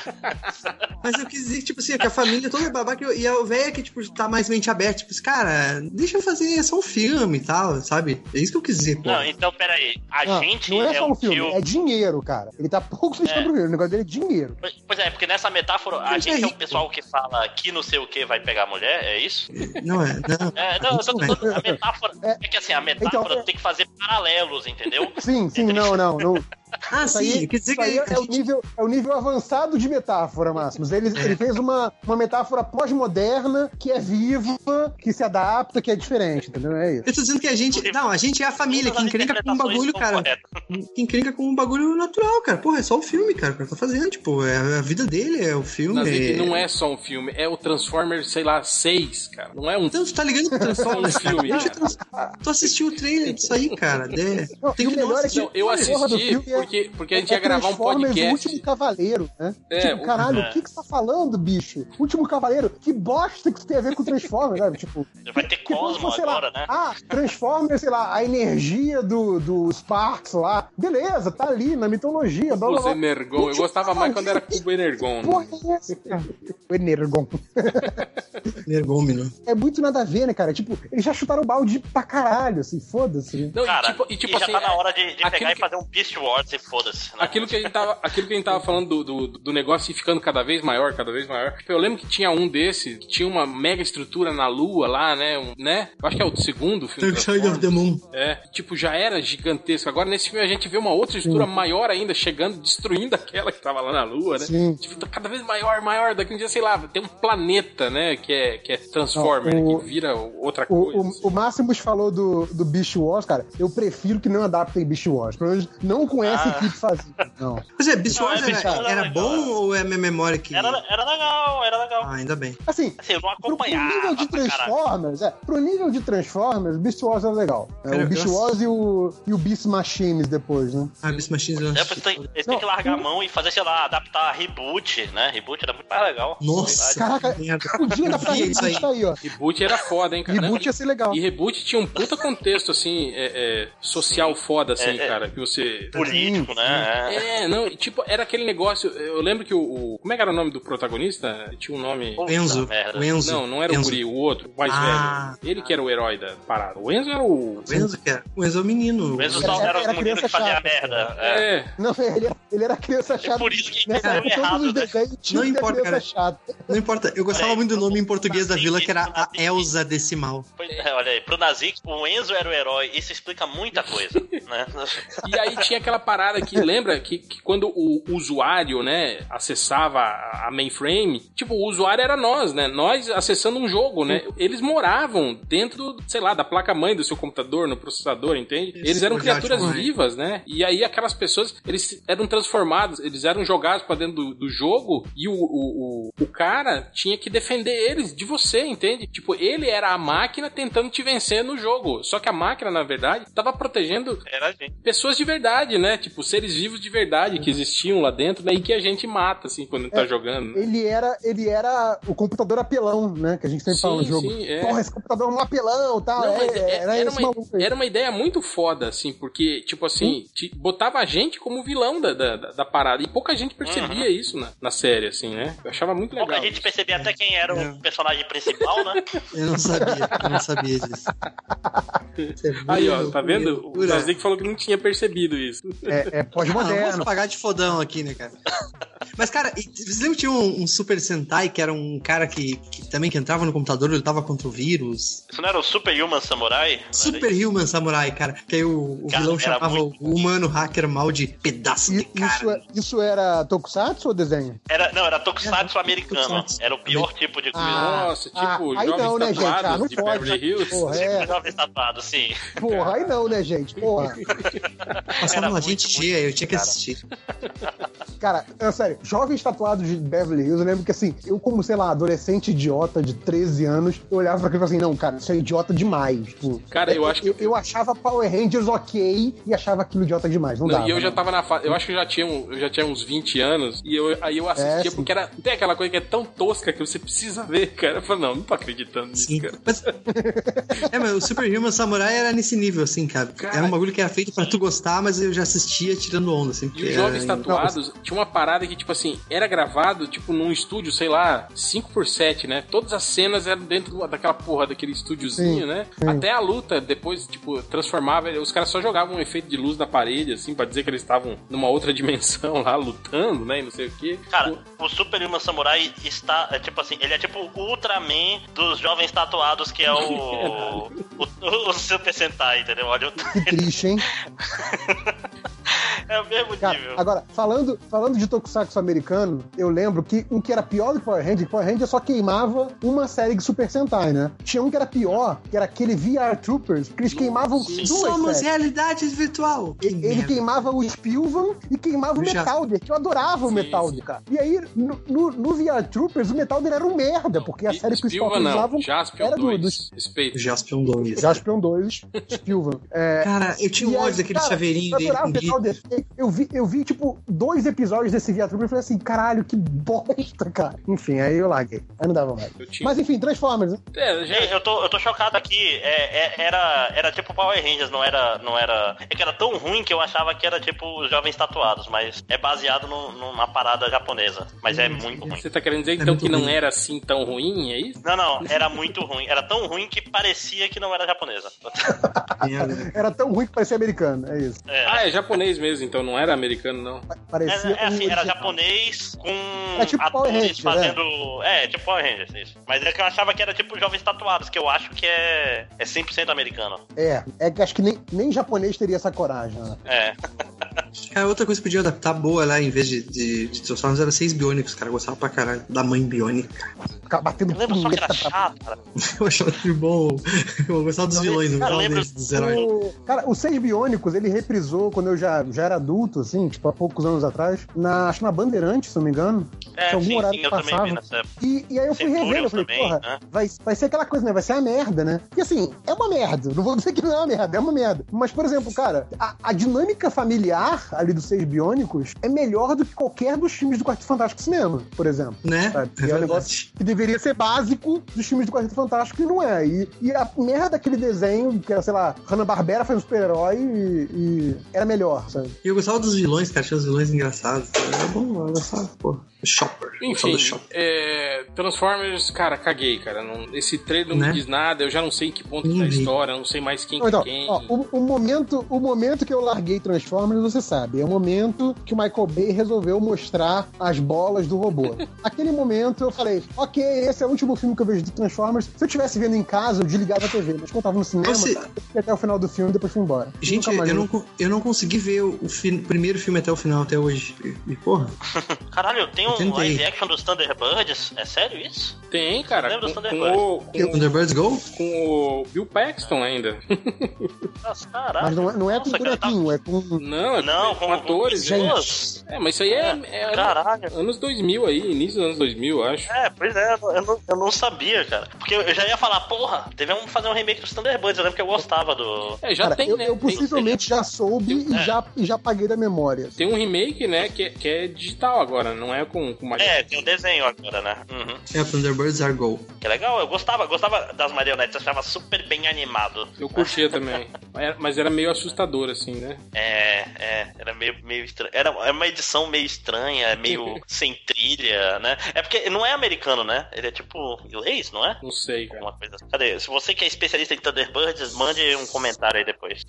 Mas eu quis dizer, tipo assim, que a família toda é babaca e a velha que, tipo, tá mais mente aberta, tipo assim, cara, deixa eu fazer é só um filme e tal, sabe? É isso que eu quis dizer, pô. Não, então peraí. A Não, gente não é só um o filme, tio. é dinheiro, cara. Ele tá pouco se lixando pro dinheiro, o negócio dele é dinheiro. Pois é, porque nessa metáfora, a Mas é gente é o rico. pessoal que fala que não sei o que vai pegar mulher, é isso? Não é, não. É, não, eu tô- Isso tô- a metáfora. É, que assim, a metáfora Então, é- tem que fazer paralelos, entendeu? Sim, sim, não, não. não. Ah, Isso sim, aí, quer dizer isso que aí a é, o gente... nível, é o nível avançado de metáfora, Máximos. Ele, ele fez uma, uma metáfora pós-moderna que é viva, que se adapta, que é diferente, entendeu? É isso. Eu tô dizendo que a gente. Não, a gente é a família que Todas as encrenca com um interpretações bagulho, estão cara. corretas. Que encrenca com um bagulho natural, cara. Porra, é só um filme, cara. O cara tá fazendo, tipo, é a vida dele, é o filme. Mas ele é... não é só um filme, é o Transformers, sei lá, 6, cara. Não é um Então, tu tá ligando pro Transformers? Um filme, Deixa cara. eu trans... Tu assistiu o trailer disso aí, cara. né? Não, Tem e que o melhor é que- Não, eu Porra do assisti filme é- porque, porque a gente É ia gravar um Transformers, O podcast. último cavaleiro, né? É, tipo, o- caralho, é. o que que você tá falando, bicho? Último cavaleiro? Que bosta que isso tem a ver com Transformers, sabe? Tipo, Vai ter que como se Cosmo fosse, sei lá, agora, né? Ah, Transformers, sei lá, a energia do, do Sparks lá. Beleza, tá ali na mitologia. Blá, blá, Os blá. Energon. Eu gostava mais quando era Cubo Energon. Porra, é essa, cara? O Energon. Energômeno. É muito nada a ver, né, cara? Tipo, eles já chutaram o balde pra caralho, assim, foda-se. né? Não, Cara, e tipo, e tipo já assim. tá na hora de, de aquilo pegar e que- fazer um Beast Wars e foda-se, né? Aquilo que, a gente tava, aquilo que a gente tava falando do, do, do negócio e ficando cada vez maior, cada vez maior. Eu lembro que tinha um desse, que tinha uma mega estrutura na Lua lá, né? Um, né? Eu acho que é o segundo filme. Dark Side of the Moon. É, tipo, já era gigantesco. Agora nesse filme a gente vê uma outra estrutura maior ainda chegando, destruindo aquela que tava lá na Lua, né? Sim. Tipo, tá cada vez maior, maior. Daqui um dia, sei lá, tem um planeta, né? Que é, que é Transformer, Não, Ah, o- que vira outra coisa. O, o, assim. o Máximos falou do, do Beast Wars, cara. Eu prefiro que não adaptem Beast Wars. Pelo menos não com essa Ah. equipe fazendo. Não. Pois é, Beast Não, Wars é era, Beast Wars, era né, bom cara? ou é minha memória que. Era, era legal, era legal. Ah, ainda bem. Assim, Assim, eu não pro, pro acompanhava. nível de pra caralho. Transformers, é, pro nível de Transformers, Beast Wars é legal. É, Cara, o Beast eu- Wars e o, e o Beast Machines depois, né? Ah, Beast Machines eu É, eles assisti. têm, eles têm que largar a mão e fazer, sei lá, adaptar reboot, né? Reboot era muito mais legal. Nossa, Caraca, merda. podia adaptar E é isso aí. isso tá aí, ó. Reboot era foda, hein, cara? Reboot é ia ser legal. E reboot tinha um puta contexto, assim, é, é, social foda, assim, É, é. cara, que você... Político, né? É. É, não, e, tipo, era aquele negócio, eu lembro que o, o- Como é que era o nome do protagonista? Tinha um nome... Puta Enzo. merda. O Enzo. Não, não era o Enzo. Guri, o outro, o mais Ah. velho. Ele que era o herói da parada. O Enzo era o... O Enzo, cara. O Enzo é o menino. O Enzo tá- Era- só era, era os meninos criança que faziam chata. merda. É. É, Não, ele, ele era criança chata. por isso que nessa deu época, errado, todos os né? desenhos tinham Não que ter importa, criança cara. chata. Não importa. Eu gostava Olha aí, muito do nome em português da tá vila, bem, que era tá a bem. Elza Decimal. Pois é, olha aí, pro Nazik, o Enzo era o herói, isso explica muita coisa, né? E aí tinha aquela parada que, lembra, que, que quando o usuário, né, acessava a a mainframe, tipo, o usuário era nós, né? Nós acessando um jogo, né? Eles moravam dentro, sei lá, da placa-mãe do seu computador, no processador, entende? Eles eram eu já te criaturas falei. vivas, né? E aí aquelas pessoas, eles eram transformados, eles eram jogados pra dentro do, do jogo e o, o, o, o cara tinha que defender eles de você, entende? Tipo, ele era a máquina tentando te vencer no jogo. Só que a máquina, na verdade, tava protegendo Era assim. a gente. pessoas de verdade, né? Tipo, seres vivos de verdade Uhum. que existiam lá dentro, né? E que a gente mata, assim, quando É. tá jogando. né? Ele era, ele era o computador apelão, né? Que a gente sempre Sim, fala no jogo. sim, é. Porra, esse computador é um apelão e tal. Não, é, mas é- era, era, esse uma, maluco aí. Uhum. era uma ideia muito foda, assim, porque, tipo assim, te- botava a gente como vilão da, da, da- da parada. E pouca gente percebia Uhum. isso na, na série, assim, né? Eu achava muito legal. Pouca gente isso. percebia até quem era o É. personagem principal, né? Eu não sabia, eu não sabia disso. Isso é Aí, ó, burro, tá vendo? O Uhum. loucura. Zazik falou que não tinha percebido isso. É, é Ah, não vamos pós-moderno. pagar de fodão aqui, né, cara? Mas, cara, e vocês lembram que tinha um, um Super Sentai que era um cara que, que também que entrava no computador e lutava contra o vírus? Isso não era o Super Human Samurai? Não era Super Human Samurai, cara. Que aí o, o Cara, vilão era chamava muito o humano hacker mal de pedaço de I- Isso, cara. é- isso era Tokusatsu ou desenho? Era, não, era Tokusatsu americano. Tokusatsu. Era o pior tipo de Ah, coisa. Nossa, ah, tipo, aí jovens não, né, gente? Ah, tatuados não de pode. Beverly Hills. Porra, Jovem é. Jovens tapados, sim. Porra, aí não, né, gente? Porra. é- Passava era na muito, gente muito cheia, eu tinha que cara. assistir. Cara, é sério, jovens tatuados de Beverly Hills, eu lembro que assim, eu como, sei lá, adolescente idiota de 13 anos, eu olhava pra aquilo e falava assim, não, cara, isso é idiota demais. Tipo, Cara, eu acho que- Eu, eu achava Power Rangers ok e achava aquilo idiota demais, não, Não, dava. e eu já né? tava na fase. Eu acho que eu já tinha, um- eu já tinha uns 20 anos. E eu, aí eu É, assistia, sim. porque era. Tem aquela coisa que é tão tosca que você precisa ver, cara. Eu falei, não, não tô acreditando nisso, Sim. cara. Mas- é, mas o Super Human Samurai era nesse nível, assim, cara. Cara, Era um bagulho que era feito pra tu gostar, mas eu já assistia tirando onda, assim. E porque É, os jovens era- tatuados, tinha uma parada que, tipo assim, era gravado, tipo, num estúdio, sei lá, 5x7, né? Todas as cenas eram dentro do- daquela porra, daquele estúdiozinho, Sim, né? sim. Até a luta, depois, tipo, transformava. Os caras só jogavam um efeito de luz na parede, assim, pra dizer que eles estavam numa outra dimensão lá, lutando, né? E não sei o quê. Cara, o Super Human Samurai está, é tipo assim, ele é tipo o Ultraman dos jovens tatuados, que é o. o, o, o Super Sentai, entendeu? Olha, o- Que triste, hein? é o mesmo Cara, nível. agora, falando, falando de tokusatsu americano, eu lembro que um que era pior do que Power Ranger, Power Ranger só queimava uma série de Super Sentai, né? Tinha um que era pior, que era aquele VR Troopers, que eles queimavam duas Somos séries. realidade virtual. Que Ele merda. queimava o Spilvan e queimava o Eu já- Metalder, que eu adorava o Sim, Metalder, cara. E aí, no, no, no VR Troopers, o Metalder era um merda, porque a série principal que Spilva eles não, usavam Jaspion era do, 2. do Respeito. Jaspion 2. Jaspion 2, Spilvan. É, é um Cara, eu tinha E um aí, ódio daquele cara, chaveirinho eu dele. adorava com o Metalder. Eu vi, eu vi, tipo, dois episódios desse VR Troopers e falei assim, caralho, que bosta, cara. Enfim, aí eu larguei. Aí não dava mais. Eu tinha. Mas enfim, Transformers, né? É, já- Gente, eu tô, eu tô chocado aqui. É, é- era, era tipo Power Rangers, não era, não era. É que era tão ruim que eu achava que era tipo os jovens tatuados, mas é baseado no- numa parada japonesa. Mas é muito ruim. Você tá querendo dizer então É, muito que não ruim. era assim tão ruim, é isso? Não, não, era muito ruim. Era tão ruim que parecia que não era japonesa. merda. né? Era tão ruim que parecia americano, é isso. É. Ah, é japonês mesmo, então não era americano, não. Parecia Era, é assim, um era original. japonês com É tipo Power atores Rangers, fazendo. É. tipo Power Rangers, isso. Mas é que eu achava que era tipo jovens tatuados, que eu acho que é, é 100% americano. É, é que acho que nem, nem japonês teria essa coragem, né? É. Cara, outra coisa que podia adaptar boa lá, em vez de, de, de Transformers, era seis biônicos, cara. Eu gostava pra caralho da mãe biônica. Ficar batendo Eu lembro só que era punheta pra- chato, cara. Eu achava que bom. Eu gostava dos vilões, não Cara, gostava lembra- deles, dos heróis. O- um- Cara, o Seis Biônicos, ele reprisou quando eu já, já era adulto, assim, tipo, há poucos anos atrás, na, acho que na Bandeirante, se não me engano. É, Tinha algum sim, horário sim, que eu também vi passava. nessa época. E, e aí eu fui Centurions revendo, eu falei, também, porra, né? vai, vai ser aquela coisa, né? Vai ser a merda, né? E assim, é uma merda. Não vou dizer que não é uma merda, é uma merda. Mas, por exemplo, cara, a, a dinâmica familiar ali dos Seis Biônicos é melhor do que qualquer dos filmes do Quarto Fantástico Cinema, por exemplo. Né? Sabe? É é um verdade. negócio que deveria ser básico dos filmes do Quarteto Fantástico e não é. E, e a merda daquele desenho, que era, sei lá, Hanna-Barbera foi um super-herói e, e era melhor, sabe? E eu gostava dos vilões, cara. Tinha os vilões engraçados. Era bom, eu gostava, pô. Shopper. Eu gostava Enfim, do Shopper. é, Transformers, cara, caguei, cara. Não- esse trailer não Né? me diz nada, eu já não sei em que ponto que tá a Ninguém. história, eu não sei mais quem Então, que é então, quem. ó, o, o momento, o momento que eu larguei Transformers, você sabe, é o momento que o Michael Bay resolveu mostrar as bolas do robô. Aquele momento eu falei, ok, esse é o último filme que eu vejo de Transformers. Se eu estivesse vendo em casa, eu desligava a TV, mas quando eu tava no cinema, Você- eu fiquei até o final do filme e depois fui embora. Gente, Nunca mais eu vi. não, co- eu não consegui ver o fi- primeiro filme até o final, até hoje. E, e, porra, Caralho, tem um Tentei. live action dos Thunderbirds? É sério isso? Tem, cara, com, Lembra do com, Thunderbirds? o, com, é Thunderbirds Go? com o Bill Paxton ainda. Nossa, caralho. Mas não é, não é Nossa, com cara, tá- bonequinho, é com Não, é Não, com, com atores. com é. pessoas. É, mas isso aí é, é ano- Caralho. anos 2000 aí, início dos anos 2000, eu acho. É, pois é, eu não, eu não sabia, cara. Porque eu já ia falar, porra, devemos fazer um remake dos Thunderbirds. Eu lembro que eu gostava do. É, já Cara, tem, eu, né? eu Tem- possivelmente já soube e, É. já, e já paguei da memória. Tem um remake, né, que, é- que é digital agora, não é com, com magia. É, tem um desenho agora, né? Uhum. É, Thunderbirds Are Go. Que é legal, eu gostava, gostava das marionetes, achava super bem animado. Eu curtia também. Mas era- Mas era meio assustador, assim, né? É, é, era meio, meio estranho. Era era uma edição meio estranha, meio sem trilha, né? É porque não é americano, né? Ele é tipo inglês, não é? Não sei, cara. Alguma coisa. assim. Cadê? Se você que é especialista em Thunderbirds, mande um comentário aí depois.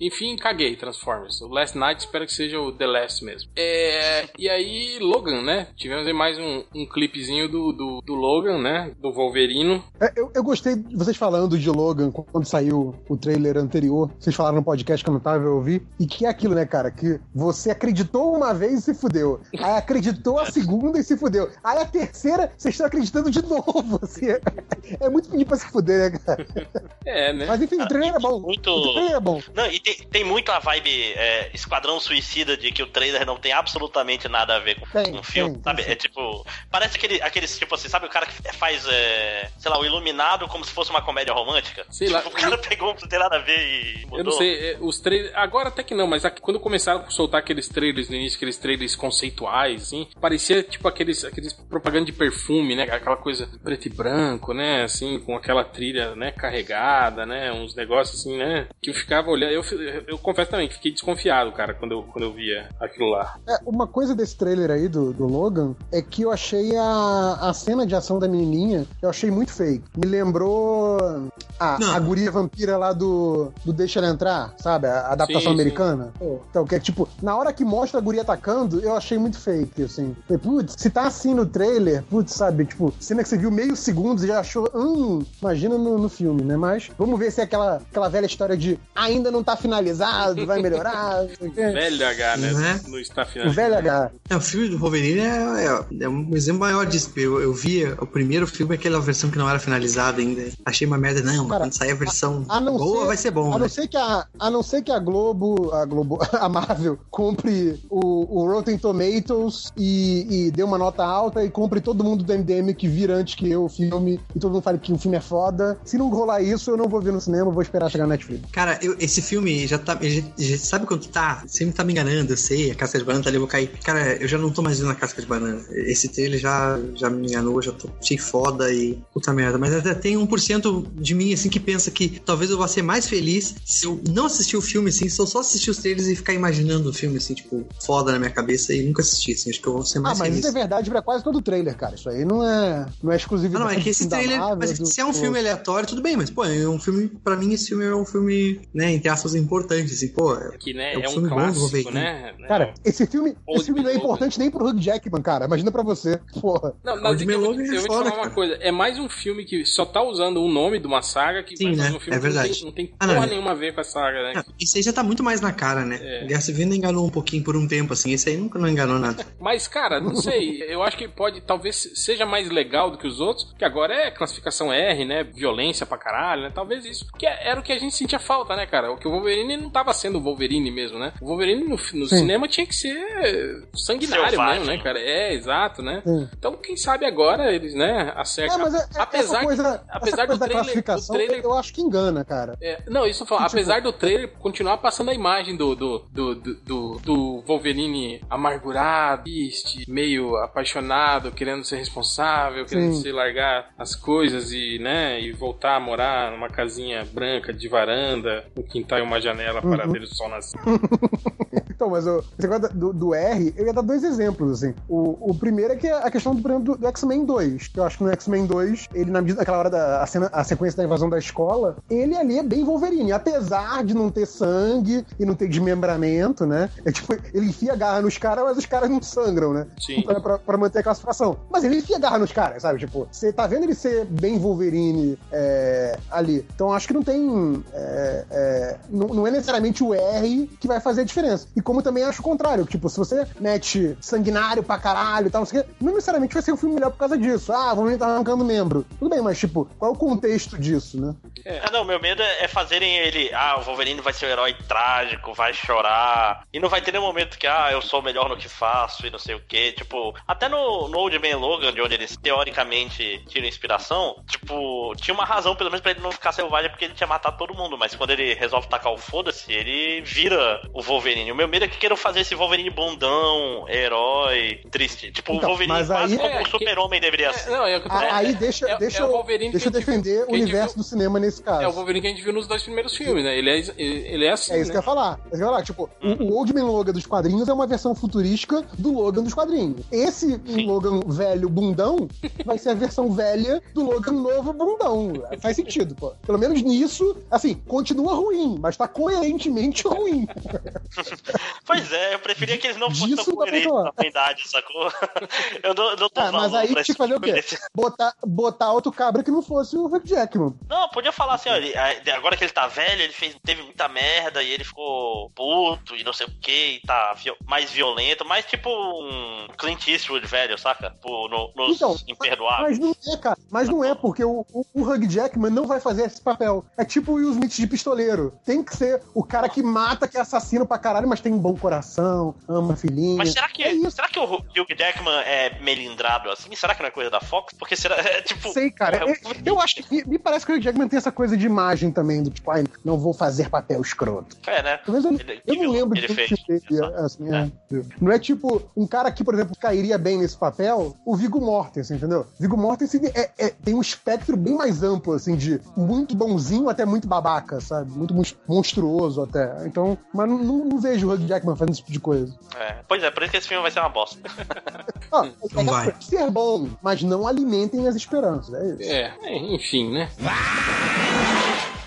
Enfim, caguei Transformers. O Last Night espero que seja o The Last mesmo. É, e aí, Logan, né? Tivemos aí mais um, um clipezinho do, do, do Logan, né? Do Wolverino. É, Eu, eu gostei de vocês falando de Logan quando saiu o trailer anterior. Vocês falaram no podcast que eu não tava, eu ouvi. E que é aquilo, né, cara? Que você acreditou uma vez e se fudeu. Aí acreditou a segunda e se fudeu. Aí a terceira, vocês estão acreditando de novo. assim. É muito pedir pra se fuder, né, cara? É, né? Mas enfim, o trailer é bom. Muito- O trailer é bom. Não, e tem, tem muito a vibe é, Esquadrão Suicida de que o trailer não tem absolutamente nada a ver com, Tem, com o filme, tem, sabe? tem. É tipo. Parece aquele, aqueles, tipo assim, sabe o cara que faz, é, sei lá, o Iluminado como se fosse uma comédia romântica? Sei lá, Tipo, o cara pegou, não tem nada a ver e mudou. Eu não sei, é, os três. Agora até que não, mas aqui- quando começaram a soltar aqueles trailers no início, aqueles trailers conceituais, assim, parecia tipo aqueles, aqueles propaganda de perfume, né? Aquela coisa preto e branco, né? Assim, com aquela trilha, né? Carregada, né? Uns negócios assim, né? Que eu ficava olhando. Eu, eu, eu confesso também que fiquei desconfiado, cara, quando eu, quando eu via aquilo lá. É, uma coisa desse trailer aí do, do Logan é que eu achei a, a cena de ação da menininha, eu achei muito fake. Me lembrou ah, a, a guria vampira lá do, do Deixa Ela Entrar, sabe? A adaptação Sim, sim. americana. Pô, Então, que é tipo, na hora que mostra a guria atacando, eu achei muito fake, assim. Falei, Putz, se tá assim no trailer, putz, sabe? Tipo, cena que você viu meio segundo e já achou, hum, imagina no, no filme, né? Mas vamos ver se é aquela, aquela velha história de ainda não tá finalizado, vai melhorar. não sei o quê. Velho H, né? Né? No está final. É. Uhum. O velho H. É, o filme do Wolverine é, é- é um exemplo maior disso. Eu, eu vi o primeiro filme, aquela versão que não era finalizada ainda. Achei uma merda, não, mas Cara, quando sair a versão A não boa ser, vai ser bom. A não né? ser que a, a não ser que a Globo, a Globo, a Marvel compre o, o Rotten Tomatoes e, e dê uma nota alta e compre todo mundo do MDM que vira antes que eu o filme e todo mundo fale que o filme é foda. Se não rolar isso, eu não vou ver no cinema, eu vou esperar chegar na Netflix. Cara, eu- esse filme já tá. ele já- já- sabe quando tá? Sempre tá me enganando, eu sei, a casca de banana tá ali, eu vou cair. Cara, eu já não tô mais vendo a casca de banana. Esse trailer já, já me enganou, já tô achei foda e puta merda. Mas até tem 1% de mim, assim, que pensa que talvez eu vá ser mais feliz se eu não assistir o filme, assim, se eu só assistir os trailers e ficar imaginando o filme, assim, tipo, foda na minha cabeça e nunca assistir, assim. Acho que eu vou ser Ah, mais mas feliz. isso é verdade pra quase todo trailer, cara. Isso aí não é, não é exclusivo Ah, não, é que esse trailer. Mas se é um filme aleatório, tudo bem, mas, pô, é um filme. Pra mim, esse filme é um filme, né, entre aspas, importante, assim, pô. é- Que, né, É um é um filme bom do clássico, Wolverine. né? Cara, esse filme, Old esse filme não é Man Logan. importante nem pro Hugh Jackman, cara. Imagina pra você. Porra. Não, Old mas é que eu, Man vou- Logan é eu vou te foda, falar uma cara. coisa. É mais um filme que só tá usando o nome de uma saga que Sim, vai fazer né? um filme É que não verdade. tem, não tem Ah, porra não. nenhuma a ver com a saga, né? Ah, Isso aí já tá muito mais na cara, né? É. Guerra Civil ainda enganou um pouquinho por um tempo, assim. Esse aí nunca não enganou nada. Mas, cara, não sei. Eu acho que pode, talvez seja mais legal do que os outros, que agora é classificação R, né? Violência pra caralho, né? Talvez isso. Que era o que a gente sentia falta, né, cara? O que o Wolverine não tava sendo o Wolverine mesmo, né? O Wolverine no, no Sim. cinema tinha que ser sanguinário Selvagem. mesmo, né, cara? É, exato, né? Sim. Então, quem sabe agora eles, né, É, Ah, acertam. mas é, é- apesar essa que- coisa, apesar essa do coisa da trailer- classificação, do trailer- eu acho que engana, cara. É, não, isso eu falo, tipo? apesar do trailer continuar passando a imagem do do, do, do, do- do Wolverine amargurado, triste, meio apaixonado, querendo ser responsável, querendo Sim. se largar as coisas e, né, e voltar a morar numa casinha branca de varanda, um quintal e uma janela Uhum. para ver o sol nascer. Então, mas o esse negócio da- do, do R, eu ia dar dois exemplos, assim. O, o primeiro é que a questão do, por exemplo, do, do X-Men 2. Que eu acho que no X-Men 2, ele, na medida daquela hora da a cena- a sequência da invasão da escola, ele ali é bem Wolverine. Apesar de não ter sangue e não ter desmembramento, né? É tipo, ele enfia a garra nos caras, mas os caras não sangram, né? Sim. Pra, pra- pra manter a classificação. Mas ele enfia a garra nos caras, sabe? Tipo, você tá vendo ele ser bem Wolverine é, ali. Então acho que não tem. é, é, não, não é necessariamente o R que vai fazer a diferença. E como também acho o contrário, que, tipo, se você mete sanguinário pra caralho e tal, não sei o quê, não necessariamente vai ser um filme melhor por causa disso. Ah, vamos tá arrancando membro. Tudo bem, mas tipo, qual é o contexto disso, né? Ah, não, meu medo é é fazerem ele. Ah, o Wolverine vai ser o herói trágico, vai chorar. E não vai ter nenhum momento que, ah, eu sou melhor no que faço e não sei o quê. Tipo, até no, no Old Man Logan, de onde eles teoricamente tiram inspiração, tipo, tinha uma razão pelo menos pra ele não ficar selvagem porque ele tinha matado todo mundo. Mas quando ele resolve tacar o foda-se, ele vira o Wolverine. O meu medo é que queiram fazer esse Wolverine bundão, herói, triste. Tipo, Então, o Wolverine mas quase aí- como É, o que- super-homem deveria ser. É, não, é o que eu tô Ah, falando. Aí É- deixa, é- é deixa, o eu- Wolverine deixa eu que a gente- defender que o a gente universo viu- do cinema nesse caso. É o Wolverine que a gente viu nos dois primeiros filmes, né? Ele é, ele é assim, É isso que né? eu ia falar. É isso que eu ia falar. Tipo, o, o Old Man Logan dos quadrinhos é uma versão futurística do Logan dos quadrinhos. Esse Logan velho bundão vai ser a versão velha do Logan novo bundão. Faz sentido, pô. Pelo menos nisso, assim, continua ruim, mas tá coerentemente ruim. Pois é, eu preferia que eles não fossem tão Disso dá pra coerentes falar. na verdade, sacou? Eu não, eu não tô Ah, mas falando pra aí tinha esse que fazer o tipo quê? de- Botar, botar outro cabra que não fosse o Hugh Jackman. Não, podia falar assim, olha, agora que ele tá velho, ele fez, teve muita merda e ele ficou puto e não sei o que, e tá vi- mais violento, mais tipo um Clint Eastwood velho, saca? Pô, no, nos Então, imperdoáveis. Mas não é, cara. Mas não é, porque o, o, o Hugh Jackman não vai fazer esse papel. É tipo o Will Smith de pistoleiro. Tem que ser o cara que mata, que é assassino pra caralho, mas tem um bom coração, ama a filhinha. Mas será que, É isso. será que o Hugh Jackman é melindrado assim? Será que não é coisa da Fox? Porque será. É, tipo. Sei, cara. porra, Eu, eu acho que. Me, me parece que o Jackman tem essa coisa de imagem também, do tipo, ai, não vou fazer papel escroto. É, né? Pelo menos eu, Ele- eu que não vilão lembro ele de tudo fez, que teve, exato. assim, É. é. Não é tipo um cara que, por exemplo, cairia bem nesse papel, o Vigo Mortensen, assim, entendeu? Vigo Mortensen é- é- tem um espectro bem mais amplo, assim, de muito bonzinho até muito babaca, sabe? Muito mon- monstruoso até. Então, mas não, não- não vejo o Hugh Jackman fazendo esse tipo de coisa. É. Pois é, por isso que esse filme vai ser uma bosta. Ah, Hum, Não é, vai. Ser bom, mas não alimentem as esperanças, é isso. É, enfim, né?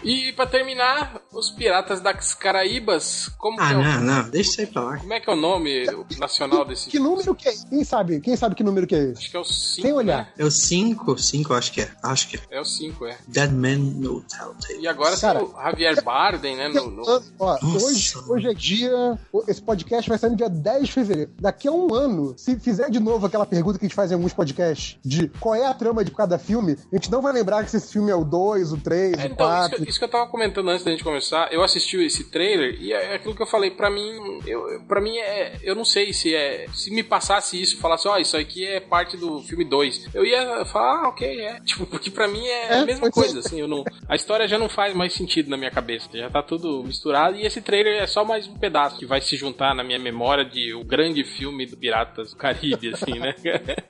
E pra terminar, os Piratas das Caraíbas, como Ah, que é o- não, não, deixa isso aí pra lá. como é que é o nome nacional desse Que número que é? Quem sabe? Quem sabe que número que é esse? Acho que é o 5. Sem olhar. É o 5, 5 acho que é, acho que é. É o 5, é. Dead Man No Telltale. E agora Cara, tem o Javier Bardem, né? No, no- Ó, Nossa. hoje, hoje é dia. Esse podcast vai sair no dia 10 de fevereiro. Daqui a um ano, se fizer de novo aquela pergunta que a gente faz em alguns podcasts de qual é a trama de cada filme, a gente não vai lembrar que se esse filme é o 2, o 3, É, o Então, isso 4. que, isso que eu tava comentando antes da gente começar, eu assisti esse trailer e é aquilo que eu falei, pra mim, eu, eu- pra mim é, eu não sei se é, se me passasse isso, falasse, ó, isso aqui é parte do filme 2, eu ia falar, ah, ok, é, tipo, porque pra mim é, a É, mesma pode ser. coisa, assim, eu não, a história já não faz mais sentido na minha cabeça, já tá tudo misturado e esse trailer é só mais um pedaço que vai se juntar na minha memória de o grande filme do Piratas do Caribe, assim, né?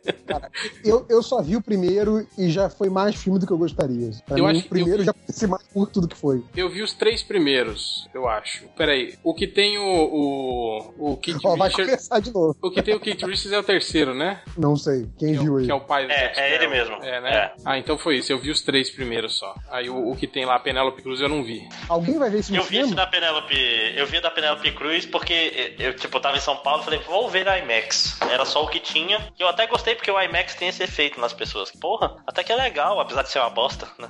Eu, eu só vi o primeiro e já foi mais filme do que eu gostaria. Pra Eu mim, acho que o primeiro eu- já parece mais curto do que foi. Eu vi os três primeiros, eu acho. Peraí, o que tem o. O, o Kit Ó, vai Richards. começar de novo. O que tem o Kit Richards é o terceiro, né? Não sei. Quem Que é, viu o- aí? que é o pai do É, Jack é ele Sparrow. mesmo. É, né? É. Ah, então foi isso. Eu vi os três primeiros só. Aí o, o que tem lá, a Penélope Cruz, eu não vi. Alguém vai ver esse Eu vi esse filme? da Penélope. Eu vi da Penélope Cruz porque eu, tipo, tava em São Paulo e falei, vou ver a IMAX. Era só o que tinha. E eu até gostei porque o IMAX tem esse efeito nas pessoas. Porra, até que é legal, apesar de ser uma bosta. né?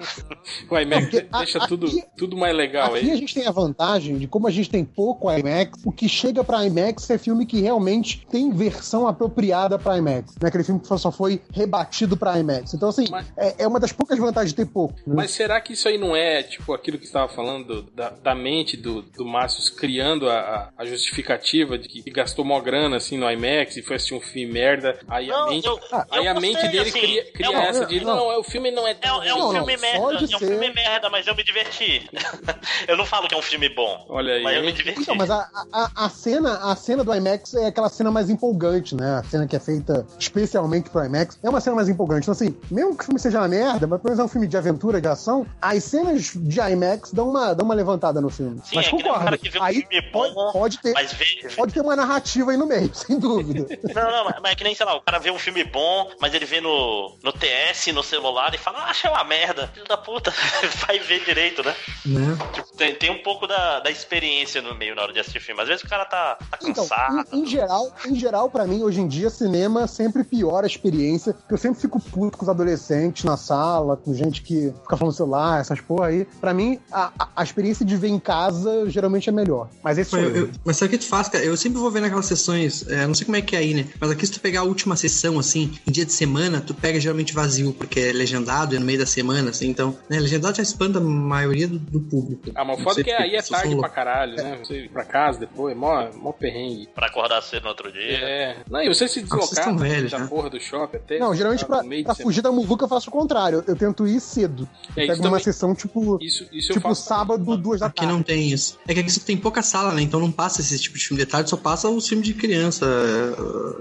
O IMAX porque a- deixa tudo, aqui- tudo mais legal Aqui aí. é a gente tem a vantagem de como a gente tem pouco IMAX, o que chega pra IMAX é filme que realmente tem versão apropriada pra IMAX. Não é aquele filme que só foi rebatido pra IMAX. Então, assim, Mas- é, é uma das poucas vantagens de ter pouco. né? Mas será que isso aí não é, tipo, aquilo que você estava falando da, da mente do, do Márcio criando a, a- a justificativa de que gastou mó grana, assim, no IMAX e foi assistir um filme merda, aí a mente... Aí a mente gostei, dele assim, cria, cria é um- essa de, não. não, é o filme não é... É, um- é um Não, filme não, merda, pode é um ser. filme merda, mas eu me diverti. eu não falo que é um filme bom. Olha aí. Mas eu me diverti. Então, mas a, a, a cena, a cena do IMAX é aquela cena mais empolgante, né? A cena que é feita especialmente pro IMAX. É uma cena mais empolgante. Então, assim, mesmo que o filme seja uma merda, mas pelo menos é um filme de aventura, de ação, as cenas de IMAX dão uma, dão uma levantada no filme. Sim, mas é que nem o concordo. cara que vê um aí filme pode, bom, pode ter. Mas vê, Pode ter uma narrativa aí no meio, sem dúvida. Não, não, mas- mas é que nem, sei lá, o cara vê um filme bom, mas ele vê no, no TS, no celular, e fala, ah, achei uma merda, filho da puta, vai ver direito, né? Né? Tipo, tem, tem um pouco da, da experiência no meio na hora de assistir filme. Às vezes o cara tá, tá Então, cansado. em, em geral, em geral, para mim, hoje em dia, cinema sempre piora a experiência. porque Eu sempre fico puto com os adolescentes na sala, com gente que fica falando celular, essas porra aí. Pra mim, a, a- a experiência de ver em casa geralmente é melhor. Mas esse Mas, sou eu- eu. eu- mas sabe o que tu faz, cara? Eu sempre vou ver naquelas sessões, é, não sei como é que é aí, né? Mas aqui se tu pegar a última sessão, assim, em dia de semana, tu pega geralmente vazio, porque é legendado, é no meio da semana, assim, então, né? Legendado já espanta a maioria do, do público. Ah, mas o Não foda é sei que porque aí é as pessoas tarde são pra caralho, né? Você ir pra casa depois, mó, mó perrengue. Pra acordar cedo no outro dia. É. Não, e você se Ah, vocês deslocar tão velhos, da né? porra do shopping até. tá Não, geralmente pra, no meio pra de fugir da muvuca eu faço o contrário. Eu, eu tento ir cedo. É, eu isso pego uma também- sessão tipo, Isso, isso eu tipo faço. sábado, duas da Aqui tarde. não tem isso. É que aqui só tem pouca sala, né? Então não passa esse tipo de filme de tarde, só passa os filmes de criança,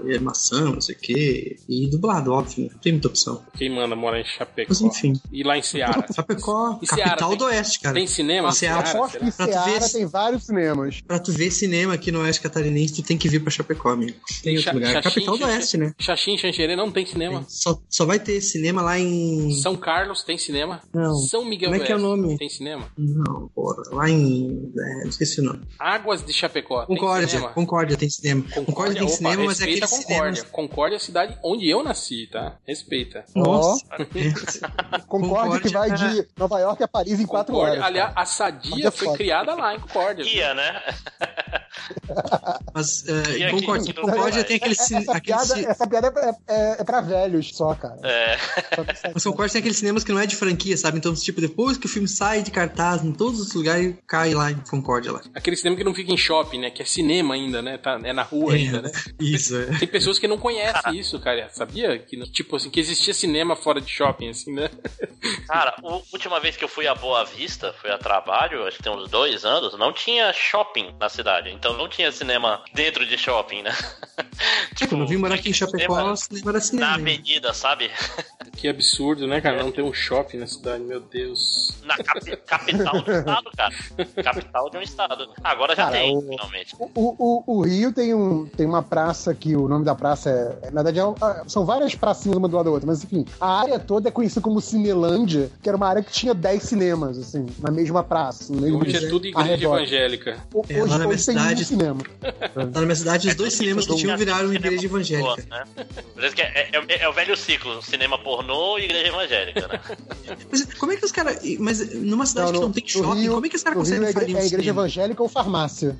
eh, animação, não sei o quê. E dublado, óbvio, né? não tem muita opção. Quem manda mora em Chapecó. Mas enfim. E lá em Ceará. Chapecó, E Ceará, capital tem- do Oeste, cara. Ah, Tem cinema? Ceará, Aposto Ceará, será? que Pra tu ver Ceará se- tem vários cinemas. Pra tu ver cinema aqui no Oeste Catarinense, tu tem que vir pra Chapecó, amigo. Tem outro Cha- lugar. Xaxim, Capital do Xanxerê- Oeste, né? É, Xaxim, Xanxerê não tem cinema. Só, só vai ter cinema lá em. São Carlos tem cinema. Não. São Miguel Como é que é o do Oeste nome? Tem cinema. Não, porra. Lá em. É, esqueci o nome. Águas de Chapecó. tem Concórdia. cinema. Concórdia tem cinema. Concórdia, tem opa, cinema, mas é respeita aquele a Concórdia. cinema. Concórdia é a cidade onde eu nasci, tá? Respeita. Nossa. É, Concorde que Concórdia, vai cara. de Nova York a Paris em quatro Concórdia. horas. Aliás, a Mas é Sadia foi foda. criada lá em Concórdia. Ia, né? Mas é, E aqui, concordo, aqui no concorda, Brasil? tem aquele, ci- Essa aquele piada, ci- essa piada é, é, é pra velhos só, cara. É, Só que- Mas concorda, tem aqueles cinemas que não é de franquia, sabe? Então, tipo, depois que o filme sai de cartaz em todos os lugares, cai lá em Concórdia lá. Aquele cinema que não fica em shopping, né? Que é cinema ainda, né? Tá, é na rua ainda, né? Isso, é. Tem pessoas que não conhecem isso, cara. Sabia? Que, tipo assim, que existia cinema fora de shopping, assim, né? cara, a última vez que eu fui a Boa Vista, fui a trabalho, acho que tem uns dois anos, não tinha shopping na cidade. Então não tinha cinema dentro de shopping, né? Tipo, quando eu vim morar aqui em Chapecó, o cinema era Na cinema. né? avenida, sabe? Que absurdo, né, cara? Não ter um shopping na cidade, meu Deus. Na capi- capital de um estado, cara. Capital de um estado. Agora já Cara, tem, o- finalmente. O, o- o Rio tem, um, tem uma praça que o nome da praça é. Na verdade, é um- ah, são várias pracinhas uma do lado da outra, mas enfim, a área toda é conhecida como Cinelândia, que era uma área que tinha 10 cinemas, assim, na mesma praça. No mesmo Hoje é tudo igreja arredor. evangélica. O- É, lá na minha Hoje, hoje tem um cidade- cinema. Lá Tá na minha cidade, É os dois cinemas que tinham viraram igreja Cinema evangélica. pornô, né? Por isso que é, é- é o velho ciclo: cinema pornô e igreja evangélica, né? Mas como é que os caras. Mas numa cidade que não tem shopping, como é que os caras no Rio conseguem é, fazer igre- um é igreja cinema? evangélica ou farmácia.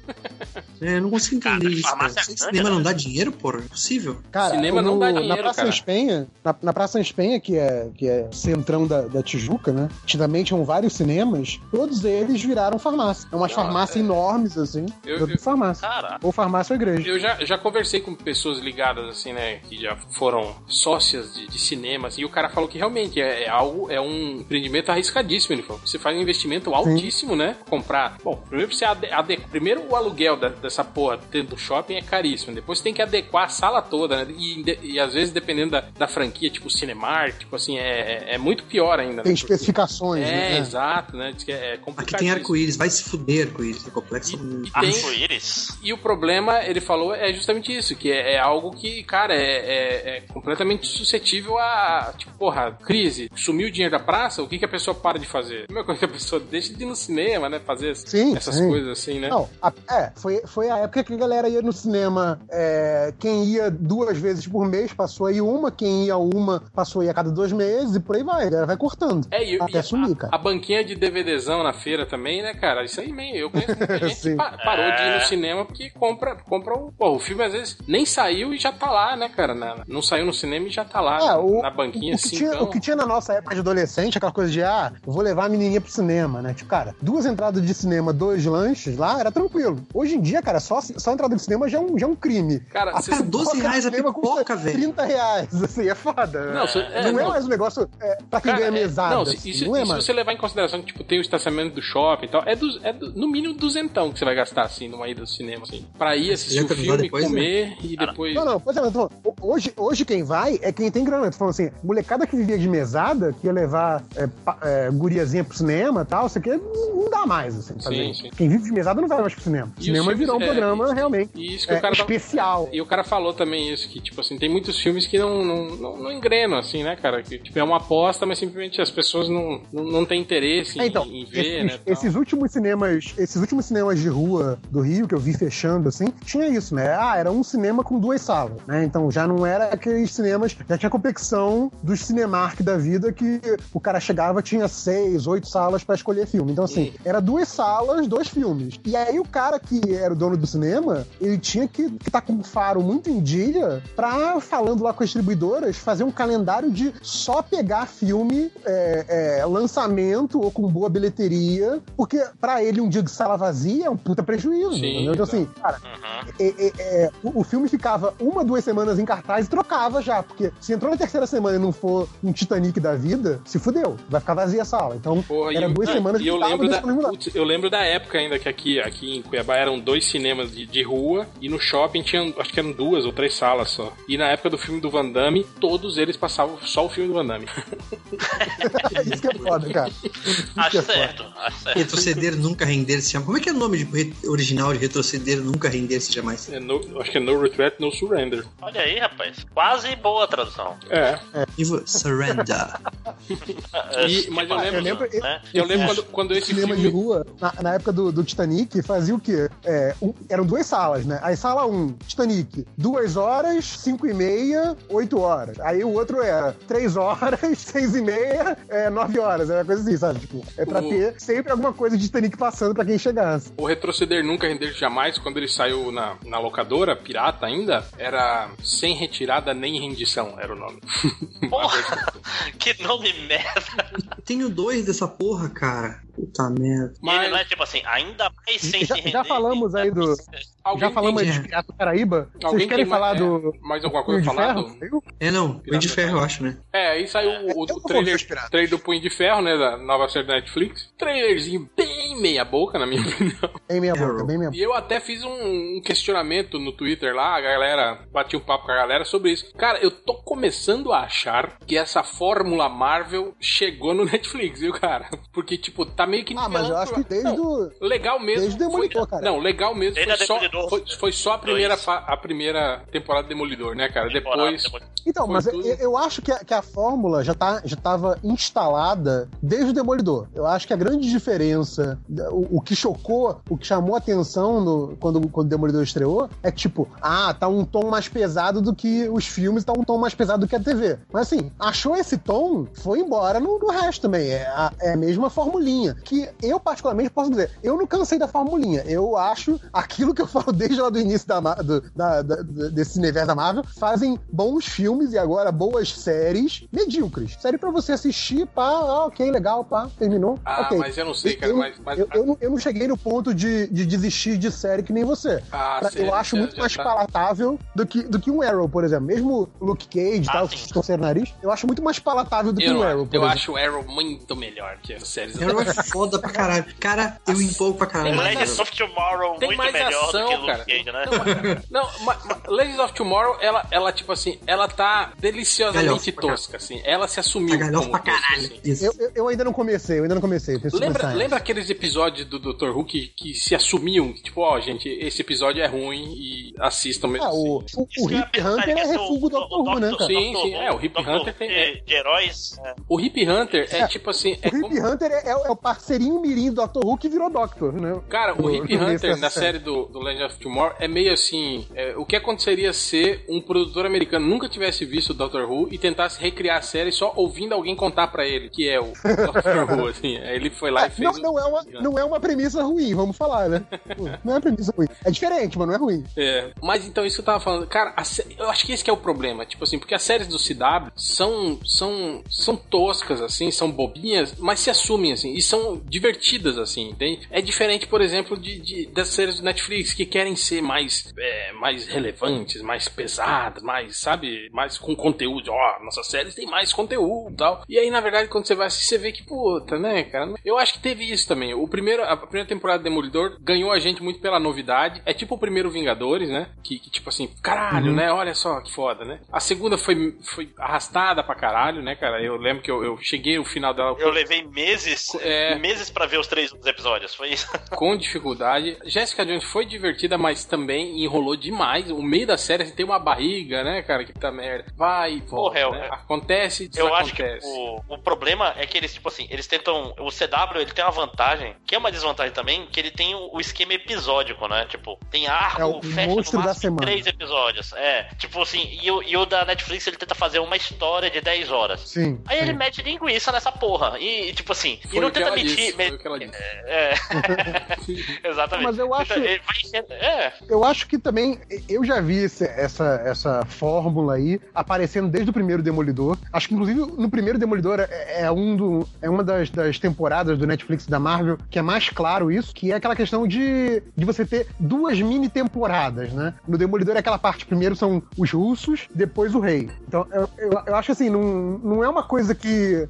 É, eu não consigo entender Cara, isso. farmácia cara. Esse grande, cinema né? não dá dinheiro, porra? É impossível. Cara, Cinema não dá na dinheiro, Praça cara. Espenha, na, na Praça Espenha, que é, que é centrão da, da Tijuca, né? Antigamente tinham vários cinemas, todos eles viraram farmácia. É umas Não, farmácias enormes, assim. Eu- tudo eu- farmácia. Cara, Ou farmácia ou igreja. Eu já, já conversei com pessoas ligadas, assim, né? Que já foram sócias de, de cinema, assim, e o cara falou que realmente é, é algo, é um empreendimento arriscadíssimo. Ele falou: você faz um investimento altíssimo, né? Comprar. Bom, primeiro você ade, ade- primeiro o aluguel da- dessa porra dentro do shopping é caríssimo. Depois tem que adequar a sala toda, né? E, de- e às vezes, dependendo da, da franquia, tipo Cinemark, tipo assim, é, é- é muito pior ainda, Tem né? porque- especificações, É, né? exato, né? Diz que é, é Aqui complicado. tem arco-íris, vai se fuder arco-íris, é complexo. E, e tem, arco-íris. e o problema, ele falou, é justamente isso, que é, é algo que, cara, é, é- é completamente suscetível a, tipo, porra, crise. Sumiu o dinheiro da praça, o que, que a pessoa para de fazer? A mesma coisa que a pessoa deixa de ir no cinema, né? Fazer es- Sim, essas sim. coisas assim, né? Não, a- é, foi, foi a época que a galera ia no cinema. é, quem ia duas vezes por mês passou a ir uma, quem ia uma passou a ir a cada dois meses e por aí vai. A galera vai cortando. É, e, e até a, sumir, cara. a banquinha de DVDzão na feira também, né, cara? Isso aí, meio, eu conheço muita gente que Sim. pa- parou de ir É. no cinema porque compra, compra o... Pô, o filme às vezes nem saiu e já tá lá, né, cara? Na- não saiu no cinema e já tá lá, É, o, na banquinha, o, que assim, tinha, o que tinha na nossa época de adolescente, aquela coisa de, ah, eu vou levar a menininha pro cinema, né? Tipo, cara, duas entradas de cinema, dois lanches lá, era tranquilo. Hoje em dia, cara, só, só entrada de cinema já é um, já é um crime. Cara, A vocês- pipoca 12 reais a do cinema custa pipoca, velho. 30 reais, assim, é foda. Não, Não, cê- é, não é não. mais um negócio é, pra quem Cara, ganha é- mesada. não, assim, se, e se- não é e se mais. você levar em consideração que tipo, tem o estacionamento do shopping e tal, é, dos- é do- no mínimo duzentão que você vai gastar, assim, numa ida do cinema, assim. Pra ir assistir o Duzentão filme, depois, comer e depois. Não, não, pois é, mas eu tô falando, hoje, hoje quem vai é quem tem grana. Eu tô falando assim, molecada que vivia de mesada, que ia levar é, pa- é, guriazinha pro cinema e tal, isso aqui não não dá mais, assim, fazer Sim, isso. sim. Quem vive de mesada não vai mais pro cinema. E O cinema os virou um filmes, é, programa realmente E isso que é, o cara tá- tava- especial. E o cara falou também isso, que, tipo assim, tem muitos filmes que não, não, não, não engrenam, assim, né, cara? Que, tipo, é uma aposta, mas simplesmente as pessoas não, não, não têm interesse em, É, então, em ver, esses, né? tal. esses últimos cinemas, esses últimos cinemas de rua do Rio que eu vi fechando assim, tinha isso, né? Ah, era um cinema com duas salas, né? Então já não era aqueles cinemas, já tinha a competição dos Cinemark da vida que o cara chegava tinha seis, oito salas pra escolher filme. Então assim, era duas salas, dois filmes. E aí o cara que era o dono do cinema, ele tinha que estar com um faro muito em dia pra, falando lá com as distribuidoras, fazer um calendário de só pegar filme, é, é, lançamento ou com boa bilheteria, porque pra ele um dia de sala vazia é um puta prejuízo. Sim, entendeu? Então assim, cara, Uhum. é, é, é, o, o filme ficava uma, duas semanas em cartaz e trocava já, porque se entrou na terceira semana e não for um Titanic da vida, se fudeu, vai ficar vazia a sala. Então Porra, era e eu- duas não, semanas e eu ficava lembro da, deixando no lugar. putz, eu lembro da época ainda que aqui, aqui em Cuiabá eram dois cinemas de, de rua e no shopping tinham, acho que eram duas ou três salas só. E na época do filme do Van Damme, todos eles passavam só o filme do Van Damme. Isso que é foda, cara. Isso que é Acho foda. certo, acho certo. Retroceder nunca render se chama. Como é que é o nome de re- original de retroceder nunca render se jamais? É no- acho que é No Regret, No Surrender. Olha aí, rapaz. Quase boa tradução. É. E alternativa, Surrender. E- mas eu Tipo, lembro- eu- né? Eu lembro É. quando, quando esse cinema de filme- rua, na, na época do, do Titanic, fazia o quê? É, um- eram duas salas, né? Aí sala 1, um, Titanic, duas horas, cinco e meia, oito horas. Aí o outro era três horas, seis e meia, é, nove horas. Era coisa assim, sabe? Tipo, é pra O- ter sempre alguma coisa de Titanic passando pra quem chegasse. O Retroceder Nunca Render Jamais, quando ele saiu na, na locadora, pirata ainda, era Sem Retirada Nem Rendição, era o nome. Porra, que nome merda. Tenho dois dessa porra, cara. Puta merda. E ele não Mas é tipo assim, ainda mais sem Já- se já render. né? falamos aí do- alguém Já falamos tem- aí de Pirata do Caraíba? Alguém Vocês querem tem falar mais- é, do. mais alguma Punho coisa de pra falar? Ferro? do- Saiu? É não, o de Ferro, eu acho, né? É, aí saiu o, eu o vou ver trailer, os piratas. trailer do Punho de Ferro, né, da nova série da Netflix. Trailerzinho bem meia boca, na minha opinião. Bem minha Arrow. boca, bem minha boca. E eu até fiz um, um questionamento no Twitter lá, a galera, bati um papo com a galera sobre isso. Cara, eu tô começando a achar que essa fórmula Marvel chegou no Netflix, viu, cara? Porque, tipo, tá meio que... Ah, mas eu nivelando acho pro- que desde Não, o. Legal mesmo. Desde Demolidor, foi- cara. Não, legal mesmo. Desde Foi a só, Demolidor. né? foi, foi só a primeira, Dois. fa- a primeira temporada do Demolidor, né, cara? Temporada, Depois. temporada. Então, Foi mas eu, tudo- eu acho que a, que a fórmula já, tá, já tava instalada desde o Demolidor. Eu acho que a grande diferença, o, o que chocou, o que chamou atenção no- quando, quando o Demolidor estreou, é que, tipo, ah, tá um tom mais pesado do que os filmes, tá um tom mais pesado do que a TV. Mas assim, achou esse tom, foi embora no, no resto também. É a, é a mesma formulinha. Que eu, particularmente, posso dizer, eu não cansei da formulinha. Eu acho aquilo que eu falo desde lá do início da, Ma- do- da- da- da- desse universo da Marvel, fazem bons filmes e agora boas séries medíocres. Série pra você assistir, pá, ah, ok, legal, pá, terminou. Ah, ok. mas eu não sei, cara, Eu, mas... mas- eu, eu não, eu não cheguei no ponto de, de desistir de série que nem você. Ah, Pra- sério, eu acho já- muito já mais tá- palatável do que, do que um Arrow, por exemplo. Mesmo o Luke Cage e Ah, tal, sim. que torceram o nariz, eu acho muito mais palatável do que Eu, um não- Arrow, por eu exemplo. acho o Arrow muito melhor que as séries. da- Arrow é foda pra caralho. Cara, eu empolgo pra caralho. Tem Mas- Legends of é Tomorrow Tem muito mais melhor ação, do que Luke cara. Cage, né? Não, mas, mas Legends of Tomorrow, ela, ela, tipo assim, ela tá deliciosamente Galhofa pra tosca, assim. Ela se Tá assumiu galhofa como pra tosca, caralho. assim. Isso. Eu, eu, eu ainda não comecei, eu ainda não comecei. eu preciso Lembra, começar. lembra aqueles episódios do Dr. Who que, que se assumiam? Tipo, ó, gente, esse episódio é ruim e assistam mesmo Ah, assim. o, o, Isso o que eu ia Hip pensar, Hunter que é esse refúgio do Dr. Who, né, Dr. cara? Sim, sim, é, o Hip Dr. Hunter tem- é. de, de heróis. é. O Hip Hunter é, tipo assim... É O como- Hip Hunter é, é o- é o parceirinho mirim do Dr. Who que virou Doctor, né? Cara, o No- Hip no começo Hunter dessa na série do, do Legend of Tomorrow é meio assim: é, o que aconteceria se um produtor americano nunca tivesse visto o Doctor Who e tentasse recriar a série só ouvindo alguém contar pra ele que é o Doctor Who? Assim, Aí ele foi lá e não, fez. o- não, é uma, não é uma premissa ruim, vamos falar, né? Não é uma premissa ruim. É diferente, mas não é ruim. É, mas então isso que eu tava falando, cara, a sé- eu acho que esse que é o problema, tipo assim, porque as séries do CW são são são toscas assim, são bobinhas, mas se assumem assim e são divertidas assim, entende? É diferente, por exemplo, de, de- das séries do Netflix que querem ser mais é, mais relevantes, mais pesadas, mais, sabe, mais com conteúdo, ó, nossas séries tem mais conteúdo, e tal. E aí na verdade quando você vai assistir, você vê que puta, né, cara? Eu acho que teve isso também. O primeiro a primeira temporada do Demolidor ganhou a gente muito pela novidade. É tipo o primeiro Vingadores, né? Que, que tipo assim, caralho, né? Olha só que foda, né? A segunda foi, foi arrastada pra caralho, né, cara? Eu lembro que eu, eu cheguei no final dela Eu levei meses, É. meses pra ver os três episódios. Foi isso. com dificuldade. Jessica Jones foi divertida, mas também enrolou demais. O meio da série assim, tem uma barriga, né, cara? Que tá merda. Vai e volta. Porra, eu- né? Acontece e Eu acho que desacontece. o, o problema é que eles, tipo assim, eles tentam. O CW ele tem uma vantagem, que é uma desvantagem também, que ele tem o, o esquema episódico, né? Tipo, tem arco, É, o fecha monstro no da máximo semana. três episódios. É, tipo assim, e o, e o da Netflix ele tenta fazer uma história de 10 horas. Sim. Aí ele mete linguiça nessa porra. E, e, tipo assim, Foi e não o que ela tenta mentir. disse, me- foi o que ela disse. É, exatamente. Mas eu acho- Ele vai enchendo- É, Eu acho que também, eu já vi esse- essa, essa fórmula aí aparecendo desde o primeiro Demolidor. Acho que, inclusive, no primeiro Demolidor é, é um do, é uma das, das temporadas do Netflix e da Marvel que é mais claro isso, que é aquela questão de, de você ter duas mini-temporadas, né? No Demolidor é aquela parte, primeiro são os russos, depois o rei. Então, eu, eu, eu acho assim, não, não é uma coisa que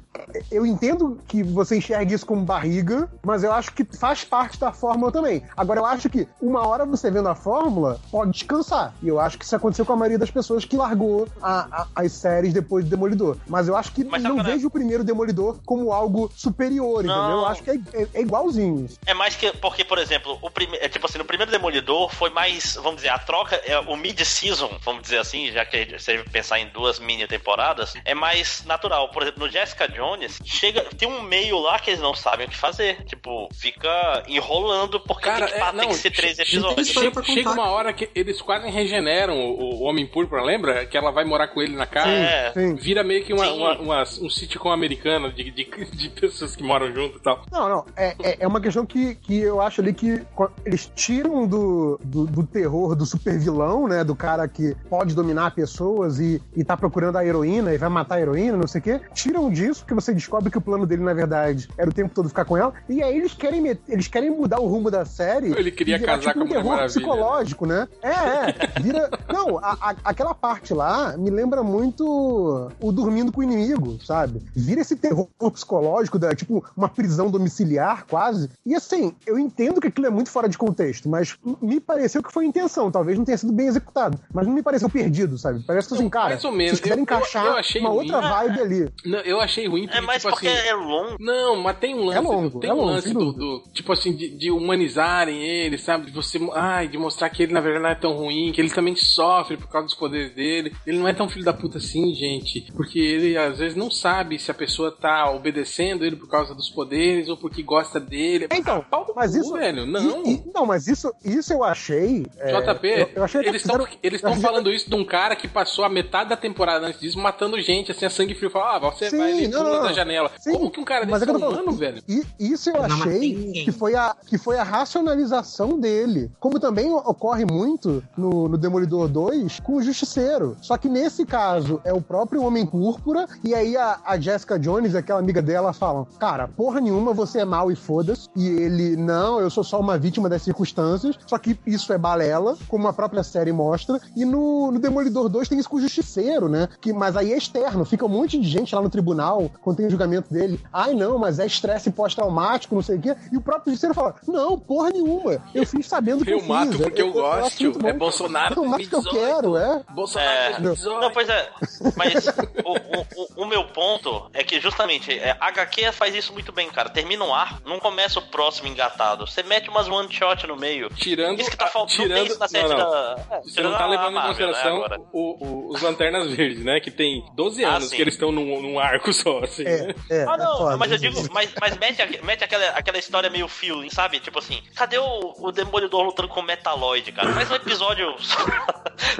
eu entendo que você enxerga isso como barriga, mas eu acho que faz parte da fórmula também. Agora, eu acho que uma hora você vendo a fórmula, pode descansar. E eu acho que isso aconteceu com a maioria das pessoas que largou a- a- as séries depois do Demolidor. Mas eu acho que Mas sabe não qual é? vejo o primeiro Demolidor como algo superior, entendeu? Eu acho que é, é- é igualzinho. É mais que. Porque, por exemplo, o prime... é, tipo assim, no primeiro Demolidor foi mais, vamos dizer, a troca, é, o mid-season, vamos dizer assim, já que se a gente pensar em duas mini temporadas, é mais natural. Por exemplo, no Jessica Jones, chega. Tem um meio lá que eles não sabem o que fazer. Tipo, fica enrolando porque Cara, tem, que, é, pá, tem não, que ser três che- tem episódios. história Chega, pra contar. chega uma hora que eles quase regeneram o, o Homem Púrpura, lembra? Que ela vai morar com ele na casa. É. Sim. Vira meio que uma, Sim. uma- uma- um sitcom americano de, de, de pessoas que moram junto e tal. Não, não. É, é, é uma questão que, que eu acho ali que co- eles tiram do, do, do terror do supervilão, né? Do cara que pode dominar pessoas e, e tá procurando a heroína e vai matar a heroína, não sei o quê. Tiram disso, porque você descobre que o plano dele, na verdade, era o tempo todo ficar com ela. E aí eles querem, met- eles querem mudar o rumo da série. Ele queria e virar, casar com a um Mulher terror Maravilha, psicológico, né? É, é. Vira. Não, a- a- aquela parte lá me lembra muito o dormindo com o inimigo, sabe? Vira esse terror psicológico, da, tipo uma prisão domiciliar quase. E assim, eu entendo que aquilo é muito fora de contexto, mas me pareceu que foi a intenção. Talvez não tenha sido bem executado, mas não me pareceu perdido, sabe? Parece que assim, Não, cara, mais ou menos. vocês quiserem Eu- eu- encaixar eu achei uma ruim. outra vibe ali. Não, eu achei ruim porque, É mais tipo porque assim, é longo. Não, mas tem um lance. É longo, tem é um longo, lance sem do, dúvida. do- Tipo assim, de, de humanizarem ele, sabe? De você. Ai, de mostrar que ele na verdade não é tão ruim, que ele também sofre por causa dos poderes dele. Ele não é tão filho da puta assim, gente. Porque ele às vezes não sabe se a pessoa tá obedecendo ele por causa dos poderes ou porque gosta dele. É, Então, Pau no mas cu, isso. velho, não. i- i- não, mas isso, isso eu achei. é, JP, eu, eu achei eles fizeram- estão eles tão falando isso de um cara que passou a metade da temporada antes disso matando gente, assim, a sangue frio. Fala, ah, você Sim, vai ali, não, pula não, da não. janela. Sim, Como que um cara mas desse é que é eu tô humano, falando. velho? E isso eu Não matei achei ninguém. que foi, a, que foi a racionalização dele. Como também o- ocorre muito no, no Demolidor 2 com o Justiceiro. Só que nesse caso é o próprio Homem Púrpura. E aí a, a Jessica Jones, aquela amiga dela, falam: Cara, porra nenhuma, você é mal e foda-se. E ele, não, eu sou só uma vítima das circunstâncias. Só que isso é balela, como a própria série mostra. E no, no Demolidor 2 tem isso com o Justiceiro, né? Que, mas aí é externo, fica um monte de gente lá no tribunal quando tem o julgamento dele. Ai, não, mas é estresse pós-traumático, não sei o quê. E o próprio Justiceiro fala: Não, porra nenhuma. Eu fiz sabendo que eu, Eu fiz. mato porque eu acho gosto. muito É Bolsonaro Eu mato que eu 2018. quero, é. Bolsonaro É. 2018. Não, pois é. Mas o, o- o- o meu ponto é que justamente é, a HQ faz isso muito bem, cara. Termina um ar, não começa o próximo engatado. Você mete umas one shot no meio. Tirando. Isso que tá a- faltando. não tem Tirando. isso na série não, não. da. é, Você tirando não tá a- levando a em Marvel, né, consideração agora. o- o- os Lanternas Verdes, né? Que tem 12 Ah, anos sim. que eles estão num, num arco só, assim. É, né? é, Ah, não, é foda. mas eu digo, mas, mas mete, aque- mete aquela, aquela história meio feeling, sabe? Tipo assim, cadê o, o Demolidor lutando com o Metaloid, cara? Faz um episódio.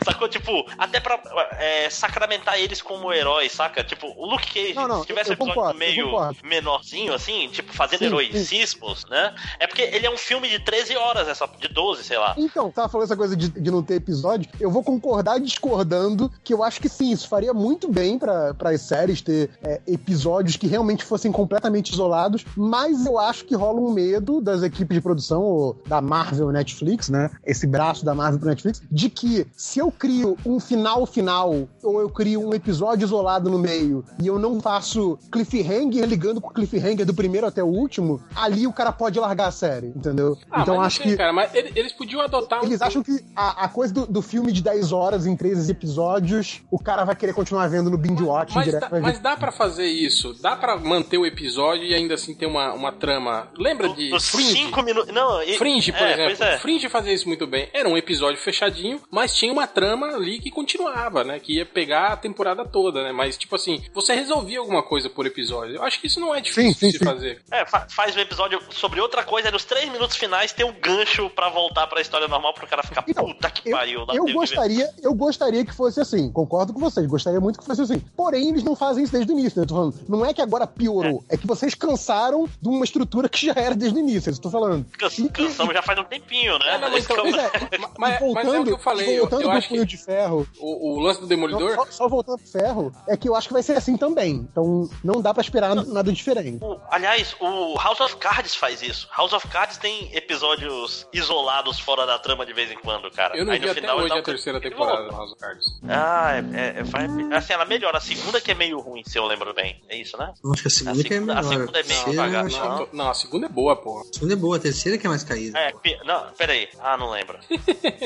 sacou? Tipo, até pra é, sacramentar eles como heróis, saca? Tipo, o Luke Cage, Não, não, se tivesse um eu- eu episódio concordo, eu meio concordo. menorzinho, assim, tipo, fazendo Sim, heroicismos, né? É porque ele é um filme de 13 horas, essa, de 12, sei lá. Então, tava falando essa coisa de, de não ter episódio. Eu vou concordar discordando que eu acho que sim, isso faria muito bem para as séries ter é, episódios que realmente fossem completamente isolados, mas eu acho que rola um medo das equipes de produção ou da Marvel Netflix, né? Esse braço da Marvel pro Netflix, de que se eu crio um final final ou eu crio um episódio isolado no meio e eu não faço cliffhanger ligando com o cliffhanger do primeiro até o último, ali o cara pode largar a série, entendeu? Ah, então mas acho não sei, que Cara, mas ele- eles podiam adotar eles um. acham que a, a coisa do, do filme de 10 horas em 13 episódios, o cara vai querer continuar vendo no binge watch Mas, direto. dá, vai ver. mas dá pra fazer isso. Dá pra manter o episódio e ainda assim ter uma, uma trama. Lembra de Dos Fringe? 5 minutos. Não, e- Fringe, por é, Pois exemplo. é. Fringe fazia isso muito bem. Era um episódio fechadinho, mas tinha uma trama ali que continuava, né? Que ia pegar a temporada toda, né? Mas, tipo assim, você resolvia alguma coisa por episódio. Eu acho que isso não é difícil Sim, sim, de se sim. fazer. É, fa- faz um episódio sobre outra coisa, e nos três minutos finais tem um gancho pra voltar pra história normal pro cara ficar Então, puta que eu, pariu. lá eu teve que ver." gostaria, eu gostaria que fosse assim, concordo com vocês, gostaria muito que fosse assim. Porém, eles não fazem isso desde o início, né? Eu tô falando, não é que agora piorou, é, que vocês cansaram de uma estrutura que já era desde o início, eu estou falando. Can- Cansamos já faz um tempinho, né? É, não, mas então- Ficamos- Pois é, Mas- mas é o que eu falei, eu- voltando eu pro acho que- punho de ferro, O, o lance do não, Demolidor. só, só voltando pro ferro, é que eu acho que vai ser assim também. Então não dá pra esperar nada diferente. O- aliás, o House of Cards faz isso. House of Cards tem episódios isolados fora da trama de vez em quando, cara. Eu não Aí vi no até final ele hoje dá a um- terceira ele temporada volta. do House of Cards. Ah, é, é- é- vai- assim, ela melhora. A segunda que é meio ruim, se eu lembro bem. É isso, né? Acho que a segunda, A que é segunda- melhor. a segunda é bem Não, terceira, vaga- acho que- não, não, a segunda é boa, pô. a segunda é boa, a terceira que é mais caída. É, pi- não, peraí. Ah, não lembro.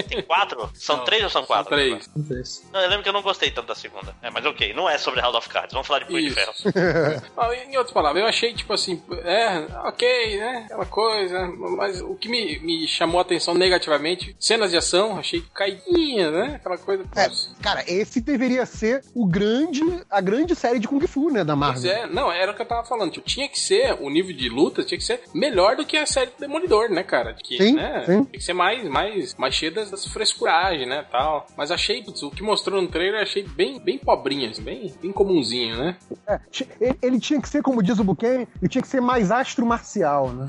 Tem quatro? São Não, três ou são quatro? Três. Não sei. Não, eu lembro que eu não gostei tanto da segunda. É, mas ok, não é sobre House of Cards. Vamos falar de Punho de Isso. Ferro. Ah, Em outras palavras, eu achei, tipo assim, é, ok, né? Aquela coisa, mas o que me, me chamou a atenção negativamente, cenas de ação, achei caidinha, né? Aquela coisa. pô, É, cara, esse deveria ser o grande, a grande série de Kung Fu, né, da Pois Marvel. é, não, era o que eu tava falando. Tipo, tinha que ser, o nível de luta tinha que ser melhor do que a série do Demolidor, né, cara? Que, Sim, né, sim. Tinha que ser mais, mais, mais cheia das, das frescuragens, né, tal. Mas achei, putz, o que mostrou no trailer, achei bem, bem pobrinho, assim, bem, bem comunzinho, né? É, ti- ele- Ele tinha que ser, como diz o Buchanan, ele tinha que ser mais astro marcial, né?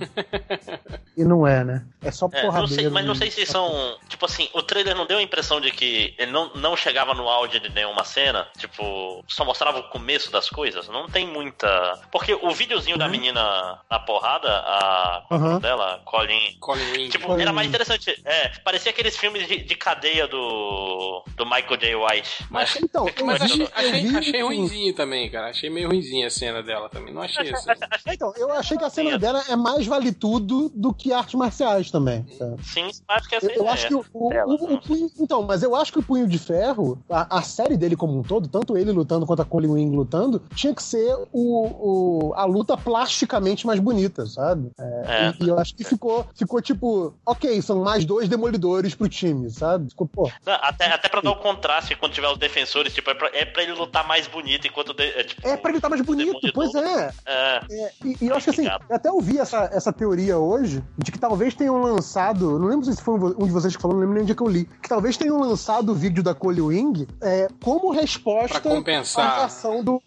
e não é, né? É só É, não porradeiro. sei, mas não né? sei se são. Tipo assim, o trailer não deu a impressão de que ele não, não chegava no áudio de nenhuma cena. Tipo, só mostrava o começo das coisas. Não tem muita. Porque o videozinho da menina na porrada, a. qual é o Uhum. nome dela? Colin. Colin Ring. Tipo, era mais interessante. É, parecia aqueles filmes de, de cadeia do. do Michael J. White. mas achei, Então, eu mas vi- achei, eu achei, vi- achei ruinzinho também, cara. Achei meio ruinzinho a cena dela também. Não achei assim. Então, eu achei que a cena dela é mais vale tudo do que artes marciais também. tá? Sim, acho que essa Eu, é a eu ideia. acho que o, o- dela, o- o não. punho, então, mas eu acho que o punho de ferro, a, a série dele como um todo, tanto ele lutando quanto a Colin Wing lutando, tinha que ser o, o- a luta plasticamente mais bonita, sabe? É, É. E, e eu acho que ficou, ficou tipo, ok, são mais dois demolidores pro time, sabe? Ficou, pô, Não, até, até pra dar o contraste quando tiver os defensores, tipo, é pra, é pra ele lutar mais bonito enquanto. de- é, tipo, é pra ele estar mais bonito, Demolidor. pois é. É, É, e, e eu acho que assim, eu até ouvi essa, essa teoria hoje de que talvez tenham lançado. Não lembro se foi um vo- um de vocês que falou, não lembro nem onde é que eu li. Que talvez tenham lançado o vídeo da Cole Wing é, como resposta Pra compensar. à ação do,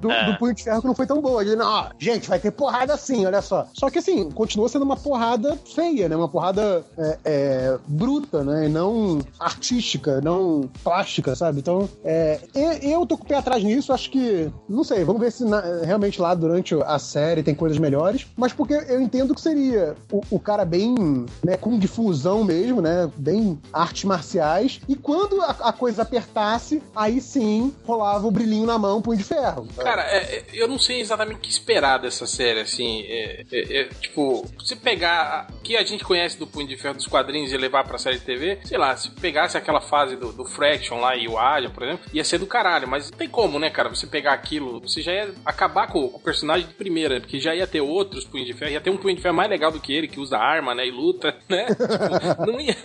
do, É. do punho de ferro que não foi tão boa. Dizendo, ó, gente, vai ter porrada sim, olha só. Só que assim, continua sendo uma porrada feia, né? Uma porrada é, é, bruta, né? E não artística, não plástica, sabe? Então, é, e- eu tô com o pé atrás nisso, acho que. Não sei, vamos ver se na- realmente lá durante a série tem coisas melhores. Mas porque eu entendo que seria o, o cara bem, né, com difusão mesmo, né? Bem artes marciais. E quando a, a coisa apertasse, aí sim rolava o brilhinho na mão, punho de ferro. Cara, é, é, eu não sei exatamente o que esperar dessa série, assim. é, é, é, tipo, se pegar a- o que a gente conhece do Punho de Ferro dos quadrinhos e levar pra série de TV, sei lá, se pegasse aquela fase do, do Fraction lá e o Alien, por exemplo, ia ser do caralho. Mas não tem como, né, cara? Você pegar aquilo, você já ia acabar com o personagem de primeira, porque já ia ter outros Punho de Ferro, ia ter um Punho de Ferro mais legal do que ele, que usa arma, né, e luta, né? Tipo, não, ia,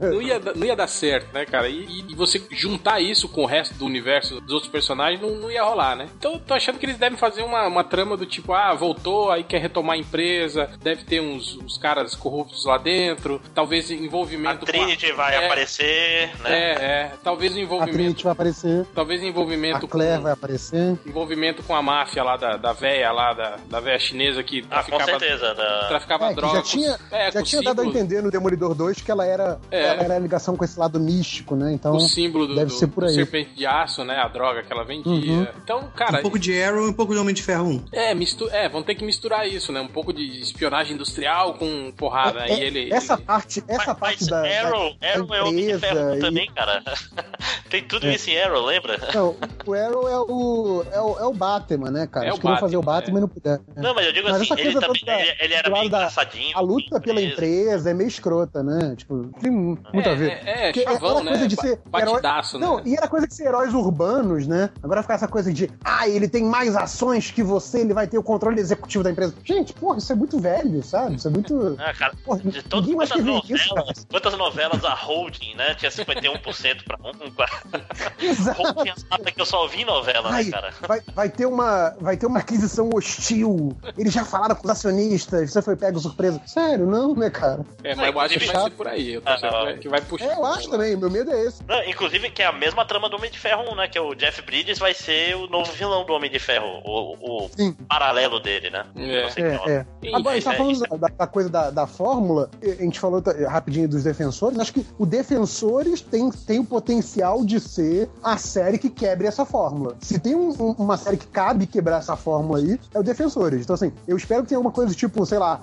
não, ia, dar- não ia dar certo, né, cara? E, e- e você juntar isso com o resto do universo dos outros personagens não, não ia rolar, né? Então eu tô achando que eles devem fazer uma, uma trama do tipo, ah, voltou, aí quer retomar a empresa, deve ter uns, uns caras corruptos lá dentro, talvez a envolvimento com a- Trinity vai É. aparecer, né? É, é, talvez A envolvimento, Trinity vai aparecer, talvez a envolvimento Claire vai aparecer. com envolvimento com a máfia lá da, da véia lá, da, da véia chinesa que tá Ah, com traficava, certeza. né? da- traficava É, que drogas. já tinha, é, já com tinha dado a símbolos. entender no Demolidor 2 que ela era, É. ela era a ligação com esse lado místico, né? Então, o símbolo do, deve do- ser por do aí. serpente de aço, né? A droga que ela vendia. Uhum. Então, cara. um pouco de Arrow e um pouco de Homem de Ferro 1. É, mistu é, vão ter que misturar isso, né? Um pouco de espionagem industrial com porrada. é- e ele. essa ele- parte, essa Mas- parte mas da, da- Arrow, Arrow é o de empresa ferro e- É. também, cara. Tem tudo isso em Arrow, lembra? Não, o Arrow é o, é o, é o Batman, né, cara? É Eles o queriam fazer o Batman, né? Batman e não puder. Não, mas eu digo Mas assim, essa ele coisa também toda ele, ele era do meio lado da- engraçadinho. A luta pela empresa é meio escrota, né? Tipo, tem muito a ver. É, é, Porque chavão, aquela né? coisa de Ba- ser Batidaço, Não, né? e era coisa de ser heróis urbanos, né? Agora ficar essa coisa de, ah, ele tem mais ações que você, ele vai ter o controle executivo da empresa. Gente, porra, isso é muito velho, sabe? Isso é muito. Ah, cara, Porra, de todas ninguém mais quantas quer ver isso, cara. novelas, quantas novelas a Holding, né? Tinha 51% pra um. Exato. Holding é uma parada que eu só ouvi em novela, Ai, né, cara? vai, vai ter uma, vai ter uma aquisição hostil. Eles já falaram com os acionistas, você foi pego surpresa. Sério, não, né, cara? É, mas eu acho que vai ser por aí. Eu tô Ah, achando que vai- que vai puxar. É, eu acho também, meu medo é esse. Não, inclusive, que é a mesma trama do Homem de Ferro 1, né? Que é o Jeff Bridges vai ser o novo vilão do Homem de Ferro, o, o Sim. paralelo dele, né? É. Não sei qual. É, é. Agora, a gente tá é, falando isso da, da coisa da, da fórmula, e- a gente falou t- rapidinho dos defensores, acho que o Defensores tem, tem o potencial de ser a série que quebre essa essa fórmula. Se tem um- um- uma série que cabe quebrar essa fórmula aí, é o Defensores. Então, assim, eu espero que tenha alguma coisa tipo, sei lá,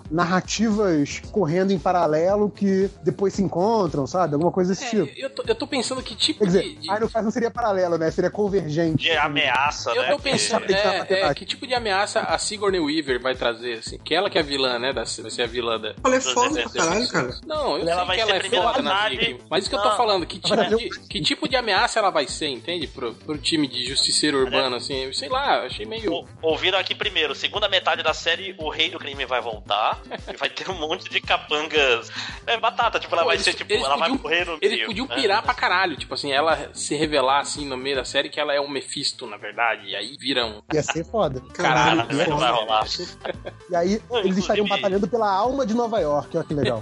narrativas correndo em paralelo que depois se encontram, sabe? Alguma coisa É, desse tipo. É, eu, tô, eu tô pensando que tipo Quer dizer, de- de- aí no caso não seria paralelo, né? Seria convergente. De ameaça, Eu né? tô pensando, Que- é, é, que tipo de ameaça a Sigourney Weaver vai trazer, assim? Que ela que é a vilã, né? da- vai ser a vilã da... Ela é foda pra caralho, cara. Não, eu Ela sei vai que ser ela é primeira foda na metade. Zic, mas isso que eu tô Não. falando, que tipo, Vai fazer de, que tipo de ameaça ela vai ser, entende? Pro, pro time de justiceiro É. urbano, assim, sei lá, achei meio... O- Ouviram aqui primeiro, segunda metade da série, o rei do crime vai voltar e vai ter um monte de capangas. É batata, tipo, ela Pô, vai eles- ser, tipo, eles ela vai podiam- morrer no meio. Eles podiam né? pirar pra caralho, tipo assim, ela se revelar assim no meio da série que ela é um Mephisto, na verdade, e aí viram. Ia ser foda. Caralho, Caralho, Caralho, é não vai foda. rolar. E aí eles inclusive- estariam batalhando pela alma de Nova York, olha que legal.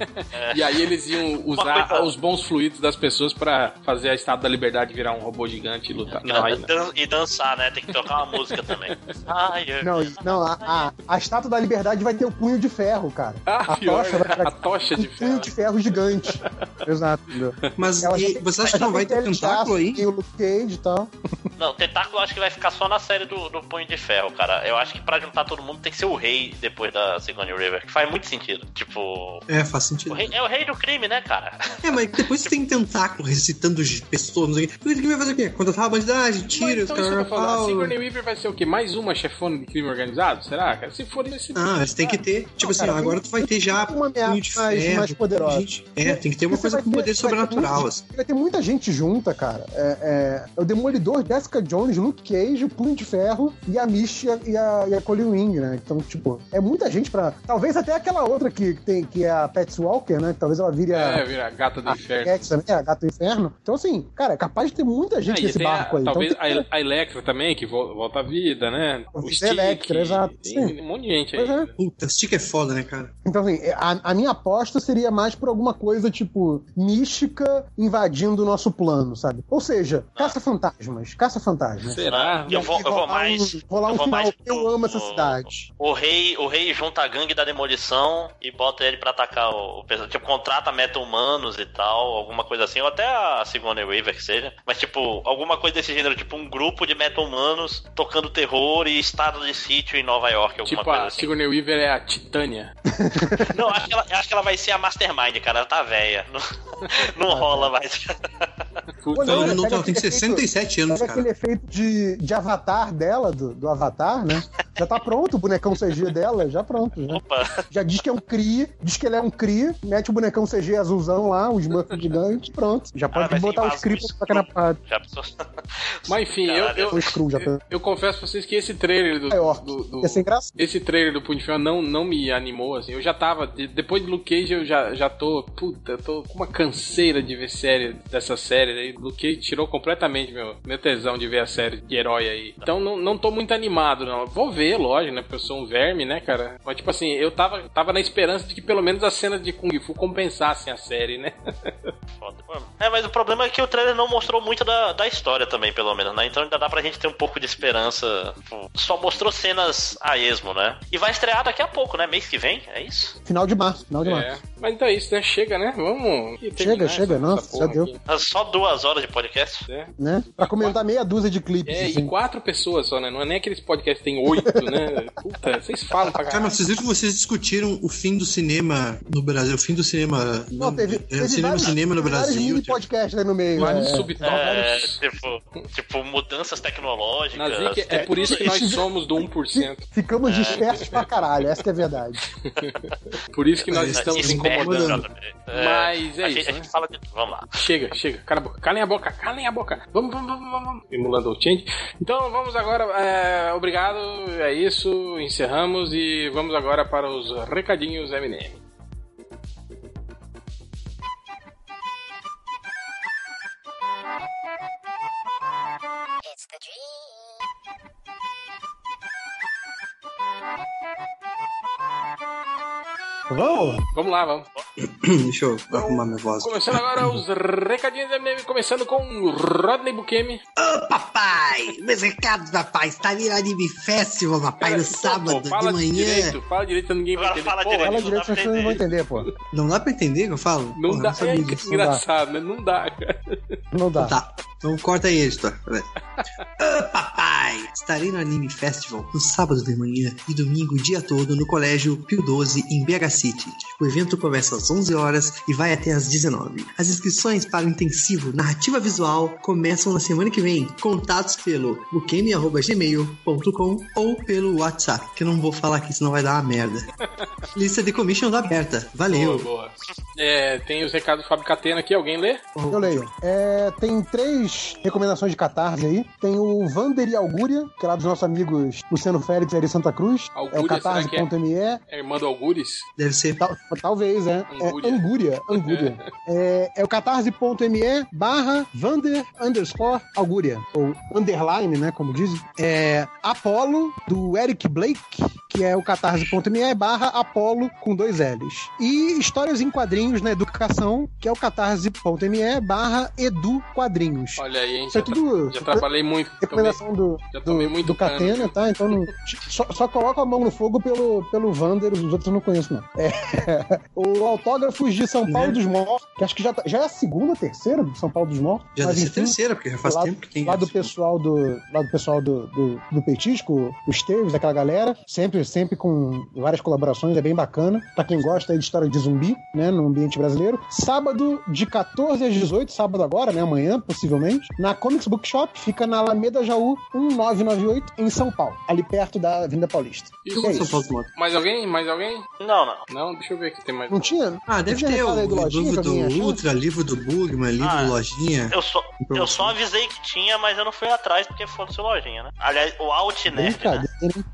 E aí eles iam É. Uma usar coisa- os bons fluidos das pessoas pra fazer a Estátua da Liberdade virar um robô gigante e lutar. Não, aí não. Dan- e dançar, né? Tem que tocar uma música também. Ai, eu- Não, e- não a, a, a estátua da liberdade vai ter o punho de ferro, cara. Ah, a pior, tocha vai né? ter a tocha de um punho ferro. de ferro gigante. Exato. entendeu? Mas Ela já e, tem- você acha ela que não já vai tem ter Telechaço, tentáculo aí? Tem o Luke Cage e tal. Não, o tentáculo eu acho que vai ficar só na série do, do Punho de Ferro, cara. Eu acho que pra juntar todo mundo tem que ser o rei depois da Sigourney River, que faz muito sentido. Tipo. É, faz o sentido. rei- é o rei do crime, né, cara? É, mas depois você tem tentáculo recitando de pessoas, não sei o quê. O que vai fazer o quê? Contratar uma bandidagem, tira, os então, isso que eu caras tô falando. A falam. Sigourney Weaver vai ser o quê? Mais uma chefona de crime organizado? Será, cara? Se for nesse. Ah, mas tem que ter. Tipo assim, cara, ó, tem- agora tu vai ter já tem uma ameaça punho de mais- ferro, mais poderosa. gente- é, tem que ter uma Você coisa vai com ter- poder vai ter sobrenatural, muita- assim. Vai ter muita gente junta, cara. É, é, é o Demolidor, Jessica Jones, Luke Cage, o Punho de Ferro e a Mish e a, e a, e a Colleen Wing, né? Então, tipo, é muita gente pra. Talvez até aquela outra que, tem, que é a Pat Walker, né? Talvez ela vire a. É, vira a gata do a inferno. Rex também, a Gato do Inferno. Então, assim, cara, é capaz de ter muita gente Ah, e nesse tem a- barco aí. Então, Talvez tem que ter- a, a Electra também, que vol- volta à vida, né? O Talvez a Stick, Electra, exato, Tem sim. um monte de gente aí. Pois é. Puta, stick é foda, né, cara? Então, assim, a, a minha aposta seria mais por alguma coisa, tipo, mística invadindo o nosso plano, sabe? Ou seja, caça-fantasmas, caça-fantasmas. Será? Ah. é Eu vou, eu vou mais. Um, rolar um eu vou final, mais eu pro- amo essa cidade. O rei, o rei junta a gangue da demolição e bota ele pra atacar o, o pessoal. Tipo, contrata meta-humanos e tal, alguma coisa assim, ou até a Sigourney Weaver que seja. Mas, tipo, alguma coisa desse gênero, tipo um grupo de meta-humanos tocando terror e estado de sítio em Nova York, alguma Tipo, coisa a assim. Sigourney Weaver é a Titânia. Não, acho que, ela, acho que ela vai ser a Mastermind, cara. Ela tá velha. Não, não rola mais. Puta, Não, Não, né, não, pega ela tem aquele efeito- 67 anos, Sabe cara. aquele efeito de, de avatar dela, do, do avatar, né? Já tá pronto o bonecão CG dela, já pronto. Já, Opa. já diz que é um CRI, diz que ele é um CRI, mete o bonecão CG azulzão lá, os Smurf gigante, pronto. Já pode vai ser um botar os invasão CRI pra escuro. tocar na parada. Já pensou? Mas enfim, eu, Caralho, eu, Foi screw, já eu, tá. eu confesso pra vocês que esse trailer do. Nova York. do- do- Ia ser engraçado. esse trailer do Punho de Ferro não, não me animou, assim. Eu já tava. de- Depois de Luke Cage, eu já, já tô. Puta, eu tô com uma canseira de ver série dessa série aí. Luke Cage tirou completamente meu, meu tesão de ver a série de herói aí. Então não, não tô muito animado, não. Vou ver, lógico, né? Porque eu sou um verme, né, cara? Mas tipo assim, eu tava, tava na esperança de que pelo menos as cenas de Kung Fu compensassem a série, né? Foda. É, mas o problema é que o trailer não mostrou muito da, da história também, pelo menos, né? Então ainda dá pra gente ter um pouco de esperança. Tipo, Só mostrou cenas a esmo, né? E vai estrear daqui a pouco, né? Mês que vem, é isso? Final de março, final de março. É. Mas então é isso, né? Chega, né? Vamos. Chega, chega, nossa, já deu. Ah, Só duas horas de podcast. né? né? Pra comentar meia dúzia de clipes. É, assim. e quatro pessoas só, né? Não é nem aqueles podcasts que tem oito, né? Puta, vocês falam pra Cara, caralho. mas vocês viram que vocês discutiram o fim do cinema no Brasil, o fim do cinema. Não, no- teve, é, teve cinema, vários, cinema no teve vários Brasil. mini tipo, podcasts aí no meio. Vários é. É, subtópicos. tipo, tipo, mudanças tecnológicas. né? Na Zic, é por isso que nós somos do 1%. Ficamos dispersos pra caralho, essa que é a verdade. Por isso que nós Mas estamos isso incomodando. incomodados. Mas é isso, a Gente, a né? gente fala de... Vamos lá. Chega, chega, cala a boca, calem a boca, calem a boca. Vamos, vamos, vamos, vamos, vamos. Emulando o change. Então vamos agora, é, obrigado, é isso, encerramos e vamos agora para os recadinhos M&M. It's the dream. Vamos? Vamos lá, vamos. Deixa eu arrumar minha voz. Começando agora os recadinhos M&M, começando com Rodney Bukemi. Ô, papai! Meus recados, papai! tá Está ali no Anime Festival, papai, no sábado, Pô, É, tá fala de manhã. direito, fala direito, ninguém vai Agora entender. fala porra direito. Fala não direito, dá pra vocês não vão entender, pô. Não dá pra entender o que eu falo? Não Porra, dá, sabia é disso. engraçado, né? Não dá, cara. Não dá. Tá. Então corta aí, editor. Peraí. Ah, papai! Estarei no Anime Festival no sábado de manhã e domingo o dia todo no Colégio Pio 12 em BH City. O evento começa às 11 horas e vai até às 19. As inscrições para o intensivo Narrativa Visual começam na semana que vem. Contatos pelo gmail.com ou pelo WhatsApp, que eu não vou falar aqui, senão vai dar uma merda. Lista de commissions aberta. Boa, Valeu! boa. É, tem os recados do Fábio Catena aqui, alguém lê? Eu leio. É, tem três recomendações de catarse aí. Tem o Vander e Alguria, que é lá dos nossos amigos Luciano Félix e Ari Santa Cruz. é o Alguria, será que é? catarse.me. É a irmã do Algures? Deve ser. Tal- talvez, né? É, angúria. Angúria. É, é o catarse.me barra Vander underscore Alguria. Ou underline, né? Como dizem. É Apolo, do Eric Blake, que é o catarse.me barra Apolo com dois L's. E Histórias em Quadrinhos na Educação, que é o catarse.me barra Edu Quadrinhos. Olha aí, hein? Isso é Já, tra- tudo... já tá trabalhei muito. Também. Recomendação do, já tomei do, muito né? do cano. Catena, tá? Então não- só, só coloca a mão no fogo pelo, pelo Vander, os outros eu não conheço, não. É. o Autógrafos de São Paulo Né? dos Mortos, que acho que já, tá- já é a segunda, terceira do São Paulo dos Mortos. Já mas deve ser enfim, terceira, porque já faz lá- tempo que tem. né? Lá do essa. pessoal do, lá do pessoal do, do, do Petisco, o Esteves, aquela galera, sempre, sempre com várias colaborações, é bem bacana. Pra quem gosta aí de história de zumbi, né, no ambiente brasileiro. Sábado, de 14 às 18, sábado agora, né, amanhã, possivelmente, na Comics Bookshop, fica na Alameda Jaú 1998, em São Paulo, ali perto da Avenida Paulista. Isso, é São Paulo dos Mortos. Mais alguém? Mais alguém? Não, não. Não, deixa eu ver aqui, tem mais. um. Não tinha? Ah, deve Tinha ter recado o aí do Lojinha, livro que alguém do achou? Ultra, livro do Bugman, livro Ah, do Lojinha. Então, assim, Eu só, eu Informação. só avisei que tinha, mas eu não fui atrás porque foda seu lojinha, né? Aliás, o Alt Nerd, né? Brincadeira, hein?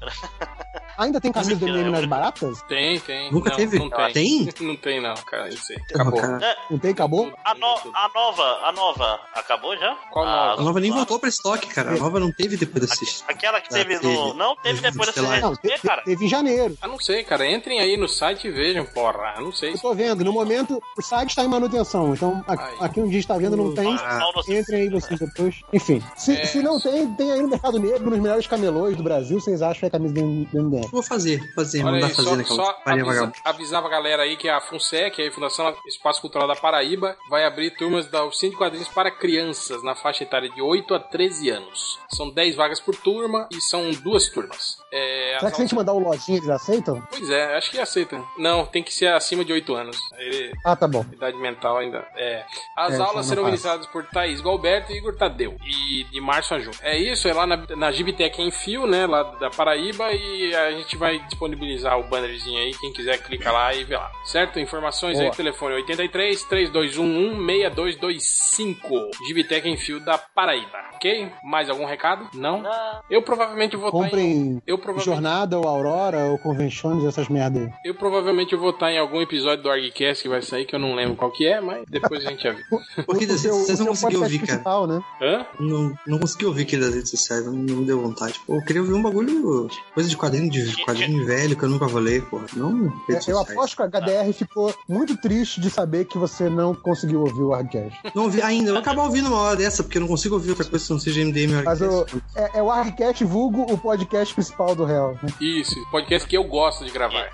Ainda tem camisa do Mentira, meme eu- nas baratas? Tem, tem. Nunca não, teve? Não tem. Tem? Não tem, não, cara. Isso aí. Ah, Acabou. cara, Não tem? Acabou? É, A, no- a nova, a nova acabou já? Qual nova? A nova nem voltou pra estoque, cara. A nova não teve depois desse. Aquela que Ah, teve teve. no. Não, teve Teve depois da Estelar. Não, CGT, teve, É, cara. teve em janeiro. Ah, não sei, cara. Entrem aí no site e vejam, porra. Ah, Não sei. Eu tô vendo, no momento o site está em manutenção, então a- Ai. aqui onde a gente tá vendo não tem. Ah, Não, não sei. Entrem aí vocês depois. Enfim, se, É. se não tem, tem aí no Mercado Negro, nos melhores camelôs do Brasil, vocês acham a camisa do MDM. Vou fazer, fazer, Olha mandar aí, fazer só, naquela só Maria avisa, Vagabunda. avisava a galera aí que a FUNSEC, a Fundação Espaço Cultural da Paraíba, vai abrir turmas da oficina de quadrinhos para crianças na faixa etária de 8 a 13 anos. São 10 vagas por turma e são duas turmas. É, as Será que se a aulas- gente mandar o lojinha, eles aceitam? Pois é, acho que aceita. Não, tem que ser acima de 8 anos. Ele- Ah, tá bom. Idade mental ainda. É. As É, aulas isso serão não passa. ministradas por Thaís Galberto e Igor Tadeu. E de março a junho. É isso, é lá na, na Gibitec em Fio, né? Lá da Paraíba. E a gente vai disponibilizar o bannerzinho aí. Quem quiser, clica lá e vê lá. Certo? Informações aí, Boa. telefone 83 3211 6225. Gibitec em Fio da Paraíba. Ok? Mais algum recado? Não? Não. Eu provavelmente vou um estar em. Comprem Eu provavelmente. Jornada ou Aurora ou Convenções, essas merda aí. Eu provavelmente vou estar em algum episódio do ArgCast que vai sair, que eu não lembro qual que é, mas depois a gente avisa. Porque O seu- vocês não o seu conseguiram podcast ouvir, cara. principal, né? Hã? Não, não consegui ouvir aquele das redes sociais, não, não deu vontade. Pô, eu queria ouvir um bagulho, coisa de quadrinho, de é- quadrinho velho que eu nunca falei, porra. Não redes Eu sociais. aposto que a HDR ficou muito triste de saber que você não conseguiu ouvir o Hardcast. Não ouvi ainda, eu vou acabar ouvindo uma hora dessa, porque eu não consigo ouvir outra coisa que não seja MDM ou Mas o- Arquiteto. É, é o Hardcast vulgo o podcast principal do Real. né? Isso, podcast que eu gosto de É, gravar.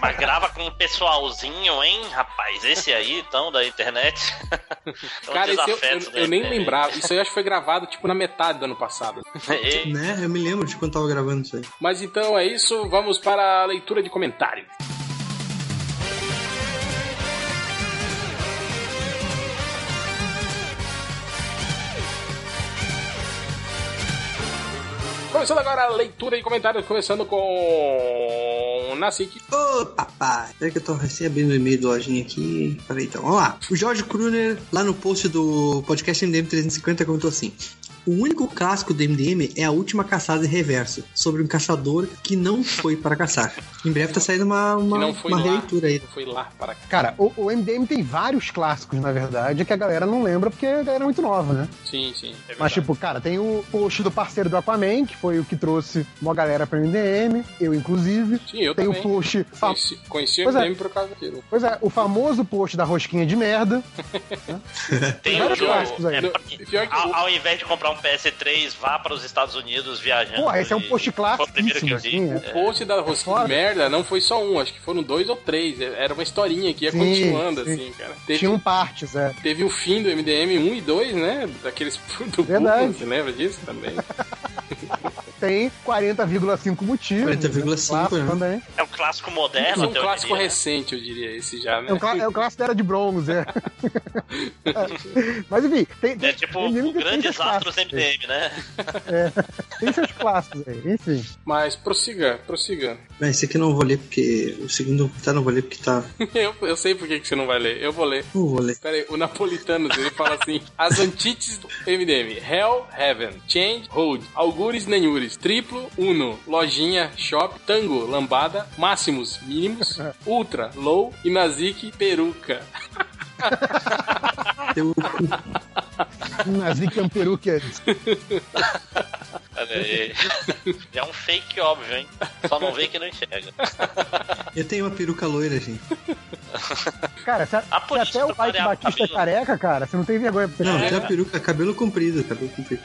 Mas grava com um pessoalzinho, hein, rapaz? Esse aí, então, da internet. É um Cara, esse eu, desafeto É. eu- do eu nem MDM. lembrava. Isso aí eu acho que foi gravado tipo na metade do ano passado. E- Né? Eu me lembro de quando tava gravando isso aí. Mas então é isso, vamos para a leitura de comentários. Começando agora a leitura de comentários, começando com Nassik. Ô, papai! Peraí que eu tô recém abrindo o e-mail do lojinha aqui. Peraí, então, vamos lá. O Jorge Kruner, lá no post do podcast MDM350, comentou assim... O único clássico do MDM é A Última Caçada em Reverso, sobre um caçador que não foi para caçar. Em breve tá saindo uma, que uma, não foi uma lá. releitura aí. Não foi lá para cá. Cara, o, o MDM tem vários clássicos, na verdade, que a galera não lembra porque a galera é muito nova, né? Sim, sim. é Mas, verdade. tipo, cara, tem o post do parceiro do Aquaman, que foi o que trouxe uma galera pra MDM, eu inclusive. sim, eu tem um também. o post. fa- Conheci, conheci o Pois é. MDM por causa daquilo. Pois é, o famoso post da rosquinha de merda. Tem Não, o pior- jogo. é não, pra- pior que ao, o- ao invés de comprar comprar um PS3, vá para os Estados Unidos viajando. Porra, esse é um e- post Foi o primeiro que classiquíssimo, eu vi. assim, é. O post da Rosquinha foda. de Merda não foi só um, acho que foram dois ou três. É, Era uma historinha que ia Sim, continuando, sim. assim, cara. Teve, Tinham partes, é. teve o fim do MDM 1 e 2, né? Daqueles do Verdade. Puma, você lembra disso também? Tem 40,5 motivos. 40,5, né? né? Também. É um clássico É moderno, um até eu clássico diria, né? recente, eu diria, esse já, né? É o, cla- é o clássico da era de bronze, é. Mas enfim, tem. tem É tipo tem o MDM que tem grande seus desastre do clássicos. É. MDM, né? Tem seus clássicos aí, enfim. Mas prossiga, prossiga. Mas esse aqui eu não vou ler porque. O segundo tá, não vou ler porque tá. Eu, eu sei por que que você não vai ler, eu vou ler. Não vou ler. Pera aí, o Napolitanos, ele fala assim: As antíteses do MDM: Hell, Heaven, Change, Hold, Algures, Nenhures, Triplo, Uno, Lojinha, Shop, Tango, Lambada, Máximos, Mínimos, Ultra, Low e Nazik, Peruca. Eu, Nazik é um peru que é. Olha aí. É um fake óbvio, hein? Só não vê que não enxerga. eu tenho uma peruca loira, gente. Cara, se, a- Ah, se por isso que até o eu Mike falei, ah, Batista é cabelo. careca, cara, você não tem vergonha pra Não, você. eu tenho a peruca, cabelo comprido, cabelo comprido.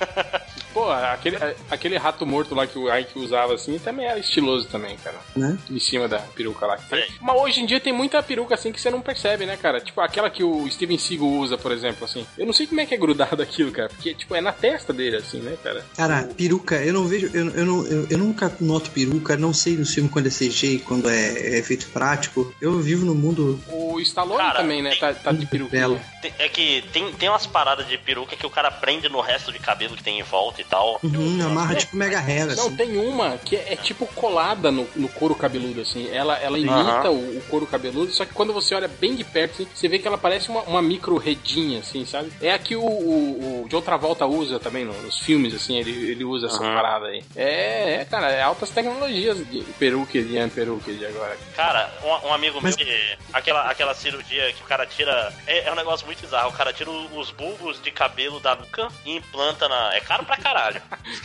Pô, aquele, aquele rato morto lá que o Ike usava assim também era estiloso também, cara. Né? Em cima da peruca lá. que tem. Sim. Mas hoje em dia tem muita peruca assim que você não percebe, né, cara? Tipo, aquela que o Steven Seagal usa, por exemplo, assim. Eu não sei como é que é grudado aquilo, cara. Porque, tipo, é na testa dele, assim, né, cara? Cara, peruca, eu não vejo, eu, eu, não, eu, eu nunca noto peruca, não sei no filme quando é CG e quando é efeito prático. Eu vivo no mundo. O Stallone Cara, também, né? Tá, tá de peruca. Belo. Tem- É que tem, tem umas paradas de peruca que o cara prende no resto de cabelo que tem em volta e tal. Uhum, amarra tipo mega hair, Não, assim. tem uma que é, é tipo colada no, no couro cabeludo, assim. Ela, ela imita o, o couro cabeludo, só que quando você olha bem de perto, assim, você vê que ela parece uma, uma micro redinha, assim, sabe? É a que o, o, o John Travolta usa também no- nos filmes, assim, ele, ele usa essa Aham. parada aí. É, é, cara, é altas tecnologias de peruca de Ian peruca de agora. Cara, um, um amigo Mas- meu, que- aquela, aquela cirurgia que o cara tira. É, é um negócio muito bizarro. O cara tira o- os bulbos de cabelo da nuca e implanta na. É caro pra caralho.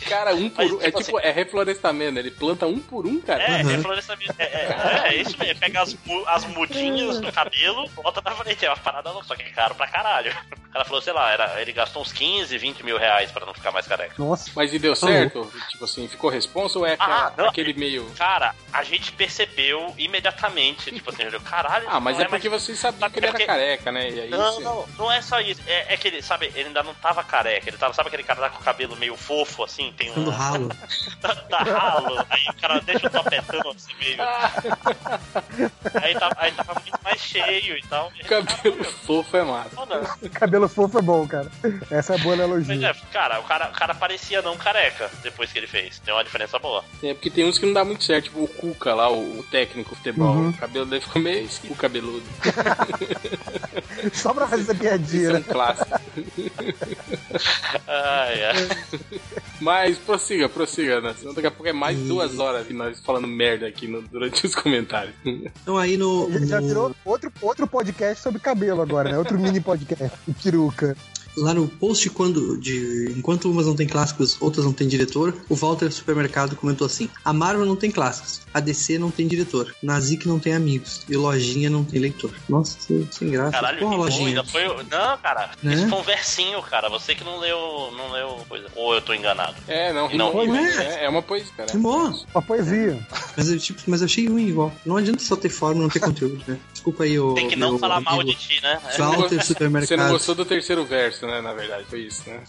Cara, um por Mas, um. É tipo tipo, é reflorestamento, ele planta um por um, cara. É, Uhum. é florestamento. É, é, é isso mesmo. Pega as, mu- as mudinhas do cabelo, bota na frente. É uma parada louca, só que é caro pra caralho. O cara falou, sei lá, era, ele gastou uns 15, 20 mil reais pra não ficar mais careca. Nossa. Mas e deu certo? Tipo assim, ficou responsa ou é aquela- Ah, não. aquele meio. Cara, a gente percebeu imediatamente. Tipo assim, eu, caralho. Ah, mas não é porque mais- vocês sabiam que ele É era porque- careca, né? E aí, Não, você- não, não é só isso. É, é que ele, sabe, ele ainda não tava careca. Ele tava, sabe aquele cara lá com o cabelo meio fofo, assim? Tem um. Ficando ralo. tá, tá ralo. Aí o cara deixa o topetão assim meio. Ah, Aí tava, aí tava muito mais cheio e tal. O cabelo fofo é massa. Não, não. Cabelo fofo é bom, cara. Essa é boa Uhum. Mas analogia. é, cara, o cara, o cara parecia não careca depois que ele fez. Tem uma diferença boa. É porque tem uns que não dá muito certo, tipo o Cuca lá, o, o técnico de futebol. Uhum. O cabelo dele ficou meio esquisito, o cabeludo. Só pra fazer essa piadinha, Isso é um né? clássico. Ai, ai. Mas prossiga, prossiga, né? Senão daqui a pouco é mais duas horas que nós falando merda aqui no- durante os comentários. Então aí no. Já- Já no- virou outro, outro podcast sobre cabelo agora, né? Outro mini podcast. O peruca. lá no post quando de enquanto umas não tem clássicos, outras não tem diretor, o Walter Supermercado comentou assim: a Marvel não tem clássicos, a DC não tem diretor, Nazik não tem amigos e Lojinha não tem leitor. Nossa, sem, sem graça. Caralho, Porra, que bom, Lojinha. ainda foi. o- Não, cara, Né? isso foi um versinho, cara. Você que não leu. Não leu coisa. Ou eu tô enganado. É, não, Não, rimou, né? é, é uma poesia, cara. Rimou. Uma poesia. Mas eu, tipo, mas eu achei ruim igual. Não adianta só ter forma e não ter conteúdo, né? Desculpa aí, o. Tem que não meu falar mal de amigo ti, né? Walter Você não Supermercado. gostou do terceiro verso, né? Na verdade, foi isso, né?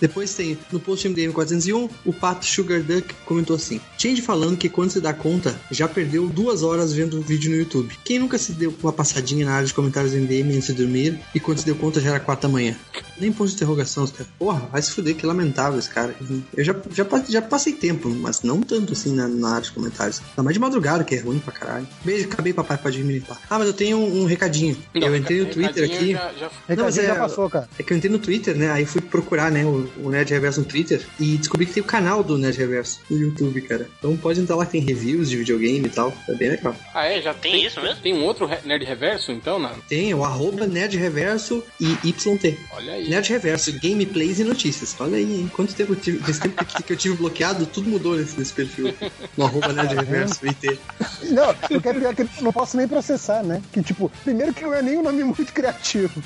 Depois tem, no post MDM 401, o Pato Sugar Duck comentou assim: Change falando que quando se dá conta, já perdeu duas horas vendo o vídeo no YouTube. Quem nunca se deu uma passadinha na área de comentários do MDM antes de dormir e quando se deu conta já era quatro da manhã? Nem ponto de interrogação, os caras. Porra, vai se fuder, que lamentável esse cara. Eu já, já, pa- já passei tempo, mas não tanto assim na, na área de comentários. Tá mais de madrugada, que é ruim pra caralho. Beijo, acabei, papai, pode me limpar. Ah, mas eu tenho um, um recadinho. eu entrei no Twitter Recadinho aqui. Já, já Não, mas Recadinho é- já passou, cara. É que eu entrei no Twitter, né? Aí fui procurar, né, o, o Nerd Reverso no Twitter e descobri que tem o canal do Nerd Reverso no YouTube, cara. Então pode entrar lá que tem reviews de videogame e tal. É bem legal. Ah, é? Já Tem isso mesmo? Tem um outro re- Nerd Reverso, então? Na... Tem o arroba Nerd Reverso e YT. Olha aí. Nerd Reverso, gameplays e notícias. Olha aí, hein? Quanto tempo eu tive, desse tempo que, que eu tive bloqueado, tudo mudou nesse, nesse perfil. No arroba Nerd Reverso IT. Não, eu quero pior é que eu não posso nem processar, né? Que, tipo, primeiro que não é nem um nome muito criativo.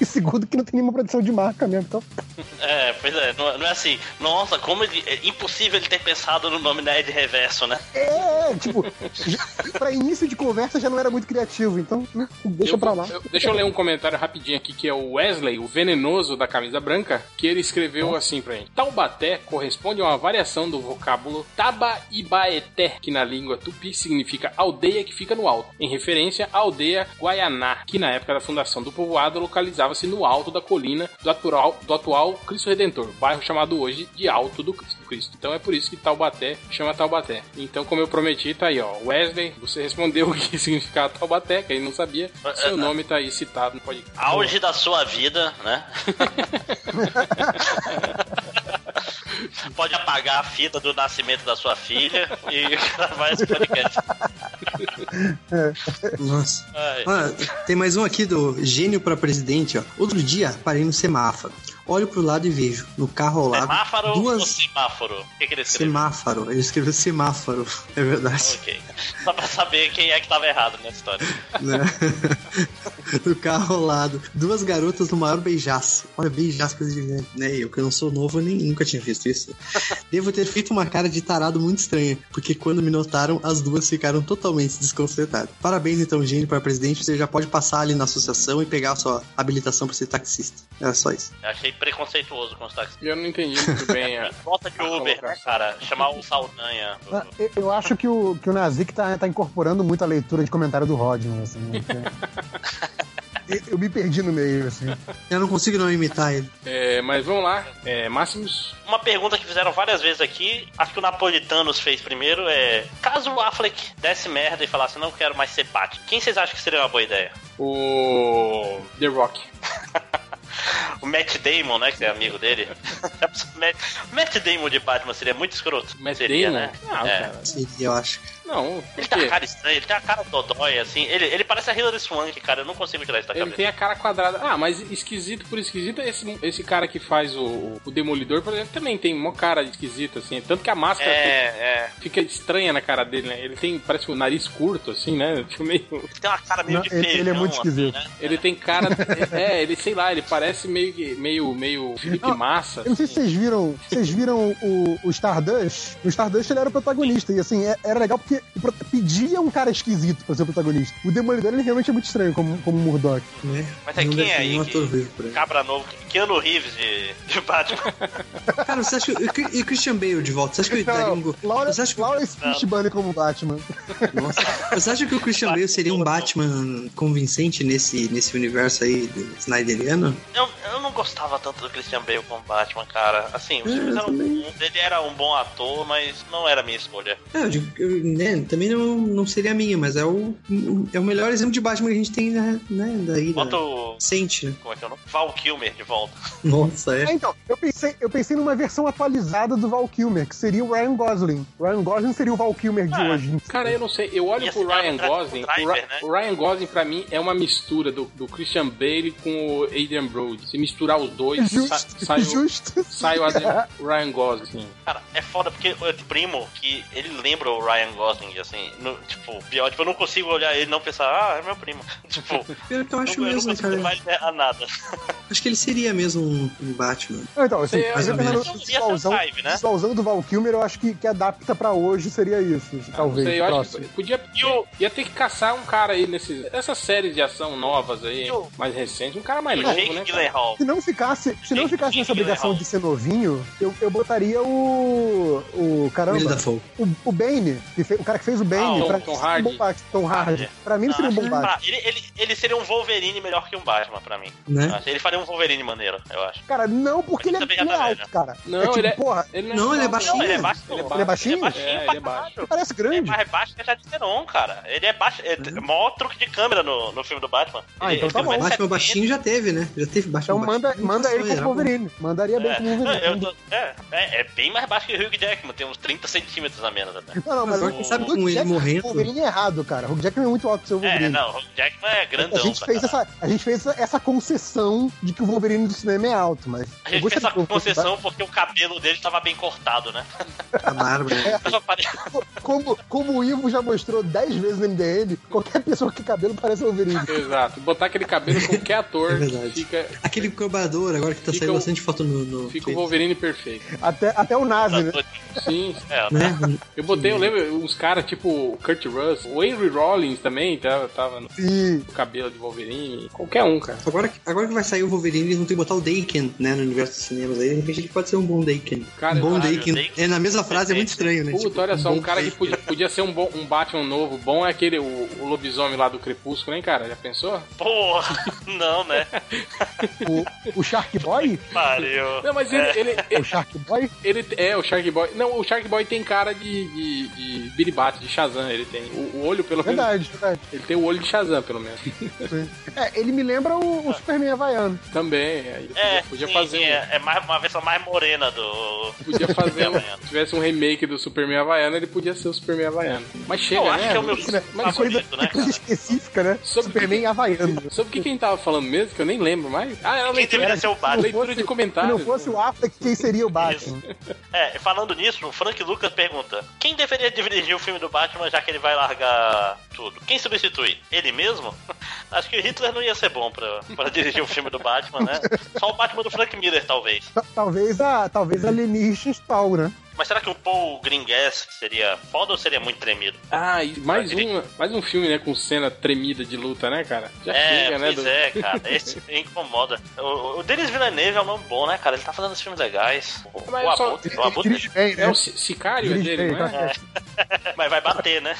E segundo que não tem nenhuma produção de marca mesmo. Então, É, foi Pois é, não, não é assim. Nossa, como ele, é impossível ele ter pensado no nome Nerd Reverso, né? É, tipo, já- pra início de conversa já não era muito criativo, então né, deixa Eu- pra lá. eu- deixa eu ler um comentário rapidinho aqui, que é o Wesley, o venenoso da camisa branca, que ele escreveu assim pra mim. Taubaté corresponde a uma variação do vocábulo Tabaibaeté, que na língua tupi significa aldeia que fica no alto, em referência à aldeia Guaianá, que na época da fundação do povoado localizava-se no alto da colina do atual, do atual Cristo Redentor, bairro chamado hoje de Alto do Cristo- do Cristo. Então é por isso que Taubaté chama Taubaté. Então, como eu prometi, tá aí, ó. Wesley, você respondeu o que significava Taubaté, que ele não sabia. Seu nome tá aí citado no podcast. Auge da sua vida, né? Pode apagar a fita do nascimento da sua filha e gravar esse podcast. Nossa. Ai. Ah, tem mais um aqui do Gênio pra Presidente, ó. Outro dia, parei no semáforo. Olho pro lado e vejo, no carro ao lado, Semáforo ou duas... semáforo? O que, que ele escreveu? Semáforo. Ele escreveu semáforo. É verdade. Ok. Só pra saber quem é que tava errado nessa história. né? no carro ao lado. Duas garotas no maior beijaço. Olha, beijaço, coisa de velho. Né? Eu que não sou novo, nem nunca tinha visto isso. Devo ter feito uma cara de tarado muito estranha, porque quando me notaram, as duas ficaram totalmente desconcertadas. Parabéns, então, Gênio, para presidente. Você já pode passar ali na associação e pegar a sua habilitação para ser taxista. Era só isso. Eu achei preconceituoso com os taxistas. Eu não entendi muito bem. é. Nota de Uber, né, cara? Chamar o Saldanha. Ah, eu- Eu acho que o, que o Nazik tá, tá incorporando muito a leitura de comentário do Rodman, assim. né, porque- Eu, eu me perdi no meio, assim. Eu não consigo não imitar ele. É, mas vamos lá. É, Máximos. Uma pergunta que fizeram várias vezes aqui, acho que o Napolitanos fez primeiro, é... Caso o Affleck desse merda e falasse, não quero mais ser Batman, quem vocês acham que seria uma boa ideia? O The Rock. O Matt Damon, né, que é amigo dele. Já pensou, Matt, Matt Damon de Batman seria muito escroto. Matt seria, Damon? né? Não, É. Ah, cara. Seria, eu acho. Não, por Ele tem quê? a cara estranha, ele tem a cara dodói, assim. Ele, ele parece a Hilary Swank, cara. Eu não consigo tirar isso da Ele cabeça. tem a cara quadrada. Ah, mas esquisito por esquisito, esse, esse cara que faz o, o Demolidor, por exemplo, também tem uma cara esquisita, assim. Tanto que a máscara É, é. fica, fica estranha na cara dele, né? Ele tem, parece o nariz curto, assim, né? Tipo, meio... Ele tem uma cara meio Não, de ele- feijão, ele é muito assim, esquisito. né? Ele tem cara... é, ele, sei lá, ele parece meio, que- meio, meio Felipe Não, Massa. assim. Eu não sei se vocês viram, vocês viram o, o Stardust. O Stardust ele era o protagonista. E assim, é- era legal porque o pro- pedia um cara esquisito pra ser o protagonista. O Demolidor ele realmente é muito estranho como, como Murdoch. Né? Mas é Não quem deve é ter aí nenhum que- ator vivo por aí. Cabra novo. Keanu Reeves de, de Batman. Cara, você acha que... E o Christian Bale de volta? Você acha que eu daria um... go- Laura, Você acha que... tá Laurence Fishburne como Batman. É. Nossa. Você acha que o Christian Bale seria um Batman convincente nesse, nesse universo aí do Snyderiano? Eu, eu não gostava tanto do Christian Bale como Batman, cara. Assim, os É, filmes eu eram também. bons, ele era um bom ator, mas não era a minha escolha. É, eu digo, que, né, também não, não seria a minha, mas é o, é o melhor exemplo de Batman que a gente tem né, né, É. daí. Bota Né? o. Sente, né? Como é que é o nome? Val Kilmer de volta. Nossa, É, é. então, eu pensei, eu pensei numa versão atualizada do Val Kilmer, que seria o Ryan Gosling. O Ryan Gosling seria o Val Kilmer de É. Ah, hoje. Cara, eu não sei. Eu E olho esse pro cara Ryan tra- Gosling. driver, o, Ry- né? o Ryan Gosling, pra mim, é uma mistura do, do Christian Bale com o Adrian Brody. Se misturar os dois, sa Justo, sai, o, justo. sai o Adrian- o Ryan Gosling. Cara, é foda porque eu tenho primo que ele lembra o Ryan Gosling, assim, no, tipo, biótipo, eu não consigo olhar ele e não pensar, ah, é meu primo. Tipo, Pior que eu acho não, eu não mesmo, consigo cara. levar ele a nada. Acho que ele seria mesmo um- um Batman. Ah, Então, assim, É, mas eu é, pensando é. no visualzão, Ia ser vibe, né? visualzão do Val Kilmer, eu acho que, que adapta pra hoje seria isso, talvez. Ah, Não sei, eu acho próximo. que podia. Ia, ia ter que caçar um cara aí nesses. Essas séries de ação novas aí, E o- mais recentes. Um cara O mais novo, né? Jake cara? Gyllenhaal. Se não ficasse, se não Gente, ficasse nessa que obrigação legal. de ser novinho, eu, eu botaria o. O. William Caramba. Dafoe. O, o Bane. que fe- o cara que fez o Bane. Ah, o pra, um Tom Hardy. Bom Batman, Tom Hardy. Pra mim ele seria um bom Ah, Batman. ele, ele, ele seria um Wolverine melhor que um Batman pra mim. É? Né? Acho que Ele faria um Wolverine maneiro, eu acho. Cara, não porque ele Ele é, também ele é já tá alto, velho. cara. Não, é tipo, ele é- porra, Não, ele é alto, baixinho. Não, ele é baixo. Ele é ele é baixinho? Ele é baixinho, É, pra ele é baixo. ele caralho. parece Ele é grande. Uhum. mais baixo que a Jadirão, cara. Ele é baixo. É, maior truque de câmera no, no filme do Batman. Ah, Ele- então tá ele tem bom. Batman 1,70. baixinho já teve, né? Já teve Batman Então manda, baixinho. manda ele como Era bom. Wolverine. Mandaria bem É, como não, eu Wolverine. tô- é, é, é bem mais baixo que o Hugh Jackman, tem uns 30 centímetros a menos até. Não, não, mas Mas o- sabe o com Hugh ele Jackman- morrendo? O Wolverine é errado, cara. O Hugh Jackman é muito alto pra ser o É, Wolverine. não, o Hugh Jackman é A grandão. gente, pra fez caralho. essa, a gente fez essa concessão de que o Wolverine do cinema é alto, mas. A eu gente fez gostaria essa que o Wolverine- concessão porque o cabelo dele tava bem cortado, né? A barba. né? Eu só parei- Tá Como, como o Ivo já mostrou 10 vezes no MDM, qualquer pessoa que cabelo parece Wolverine. Exato. Botar aquele cabelo, qualquer ator É verdade. fica. Aquele roubador, agora que tá Fica saindo o- bastante foto no. no Fica o Twitter, Wolverine perfeito. Até, até o Nazi, né? Sim. É, né? Eu botei, eu lembro, uns caras tipo o Kurt Russell, o Henry Rollins também tava, tava no E cabelo de Wolverine. Qualquer um, cara. Agora, que- agora que vai sair o Wolverine, eles vão ter que botar o Daken, né, no universo dos cinemas. Aí, de repente, ele pode ser um bom Daken. Cara, um bom caralho, Daken. Daken. É, na mesma frase é muito estranho, né? Puta, olha só, bom um cara que Daken. podia, podia ser um, bom, um Batman novo bom é aquele, o, o lobisomem lá do Crepúsculo, hein, cara? Já pensou? porra, não, né? o, o Shark Boy? Pariu. Não, mas ele, ele, É. O Shark Boy? ele, é o Shark Boy. Não, o Shark Boy tem cara de, de, de Biribate, de Shazam. Ele tem o, o olho, pelo menos. Verdade, verdade. Ele tem o olho de Shazam, pelo menos. É, ele me lembra o, o Superman havaiano. Também. Aí podia, É, podia sim, fazer. um. sim, é, é mais, uma versão mais morena do. Podia fazer. um- Havaiano. se tivesse um remake do Superman Havaiano, ele podia ser o Superman Havaiano. Mas chega, Eu né? acho que é o meu Mas favorito. sobre, Bonito, né, cara? específica, né? Sobre- Superman havaiano. sobre o que quem tava falando mesmo, que eu nem lembro mais. Ah, era a Quem leitura, deveria ser o Se não Batman? leitura de comentários. né? Se não fosse o Affleck, quem seria o Batman? É, falando nisso, o Frank Lucas pergunta: quem deveria dirigir o filme do Batman já que ele vai largar tudo? Quem substitui? Ele mesmo? Acho que o Hitler não ia ser bom pra, pra dirigir o filme do Batman, né? Só o Batman do Frank Miller, talvez. Ta- Talvez a, talvez a Lenir Stahl, né? Mas será que o Paul Greengrass seria foda ou seria muito tremido? Ah, e mais Ele- um, mais um filme, né, com cena tremida de luta, né, cara? Já é, chega, né? pois do- é, cara. Esse incomoda. O, o Denis Villeneuve é um nome bom, né, cara? Ele tá fazendo uns filmes legais. O, Mas o eu só- Abutre, o Abutre- Dirige bem, É um né? o ci- sicário Dirige dele, bem, não é? né? tá? mas vai bater, né?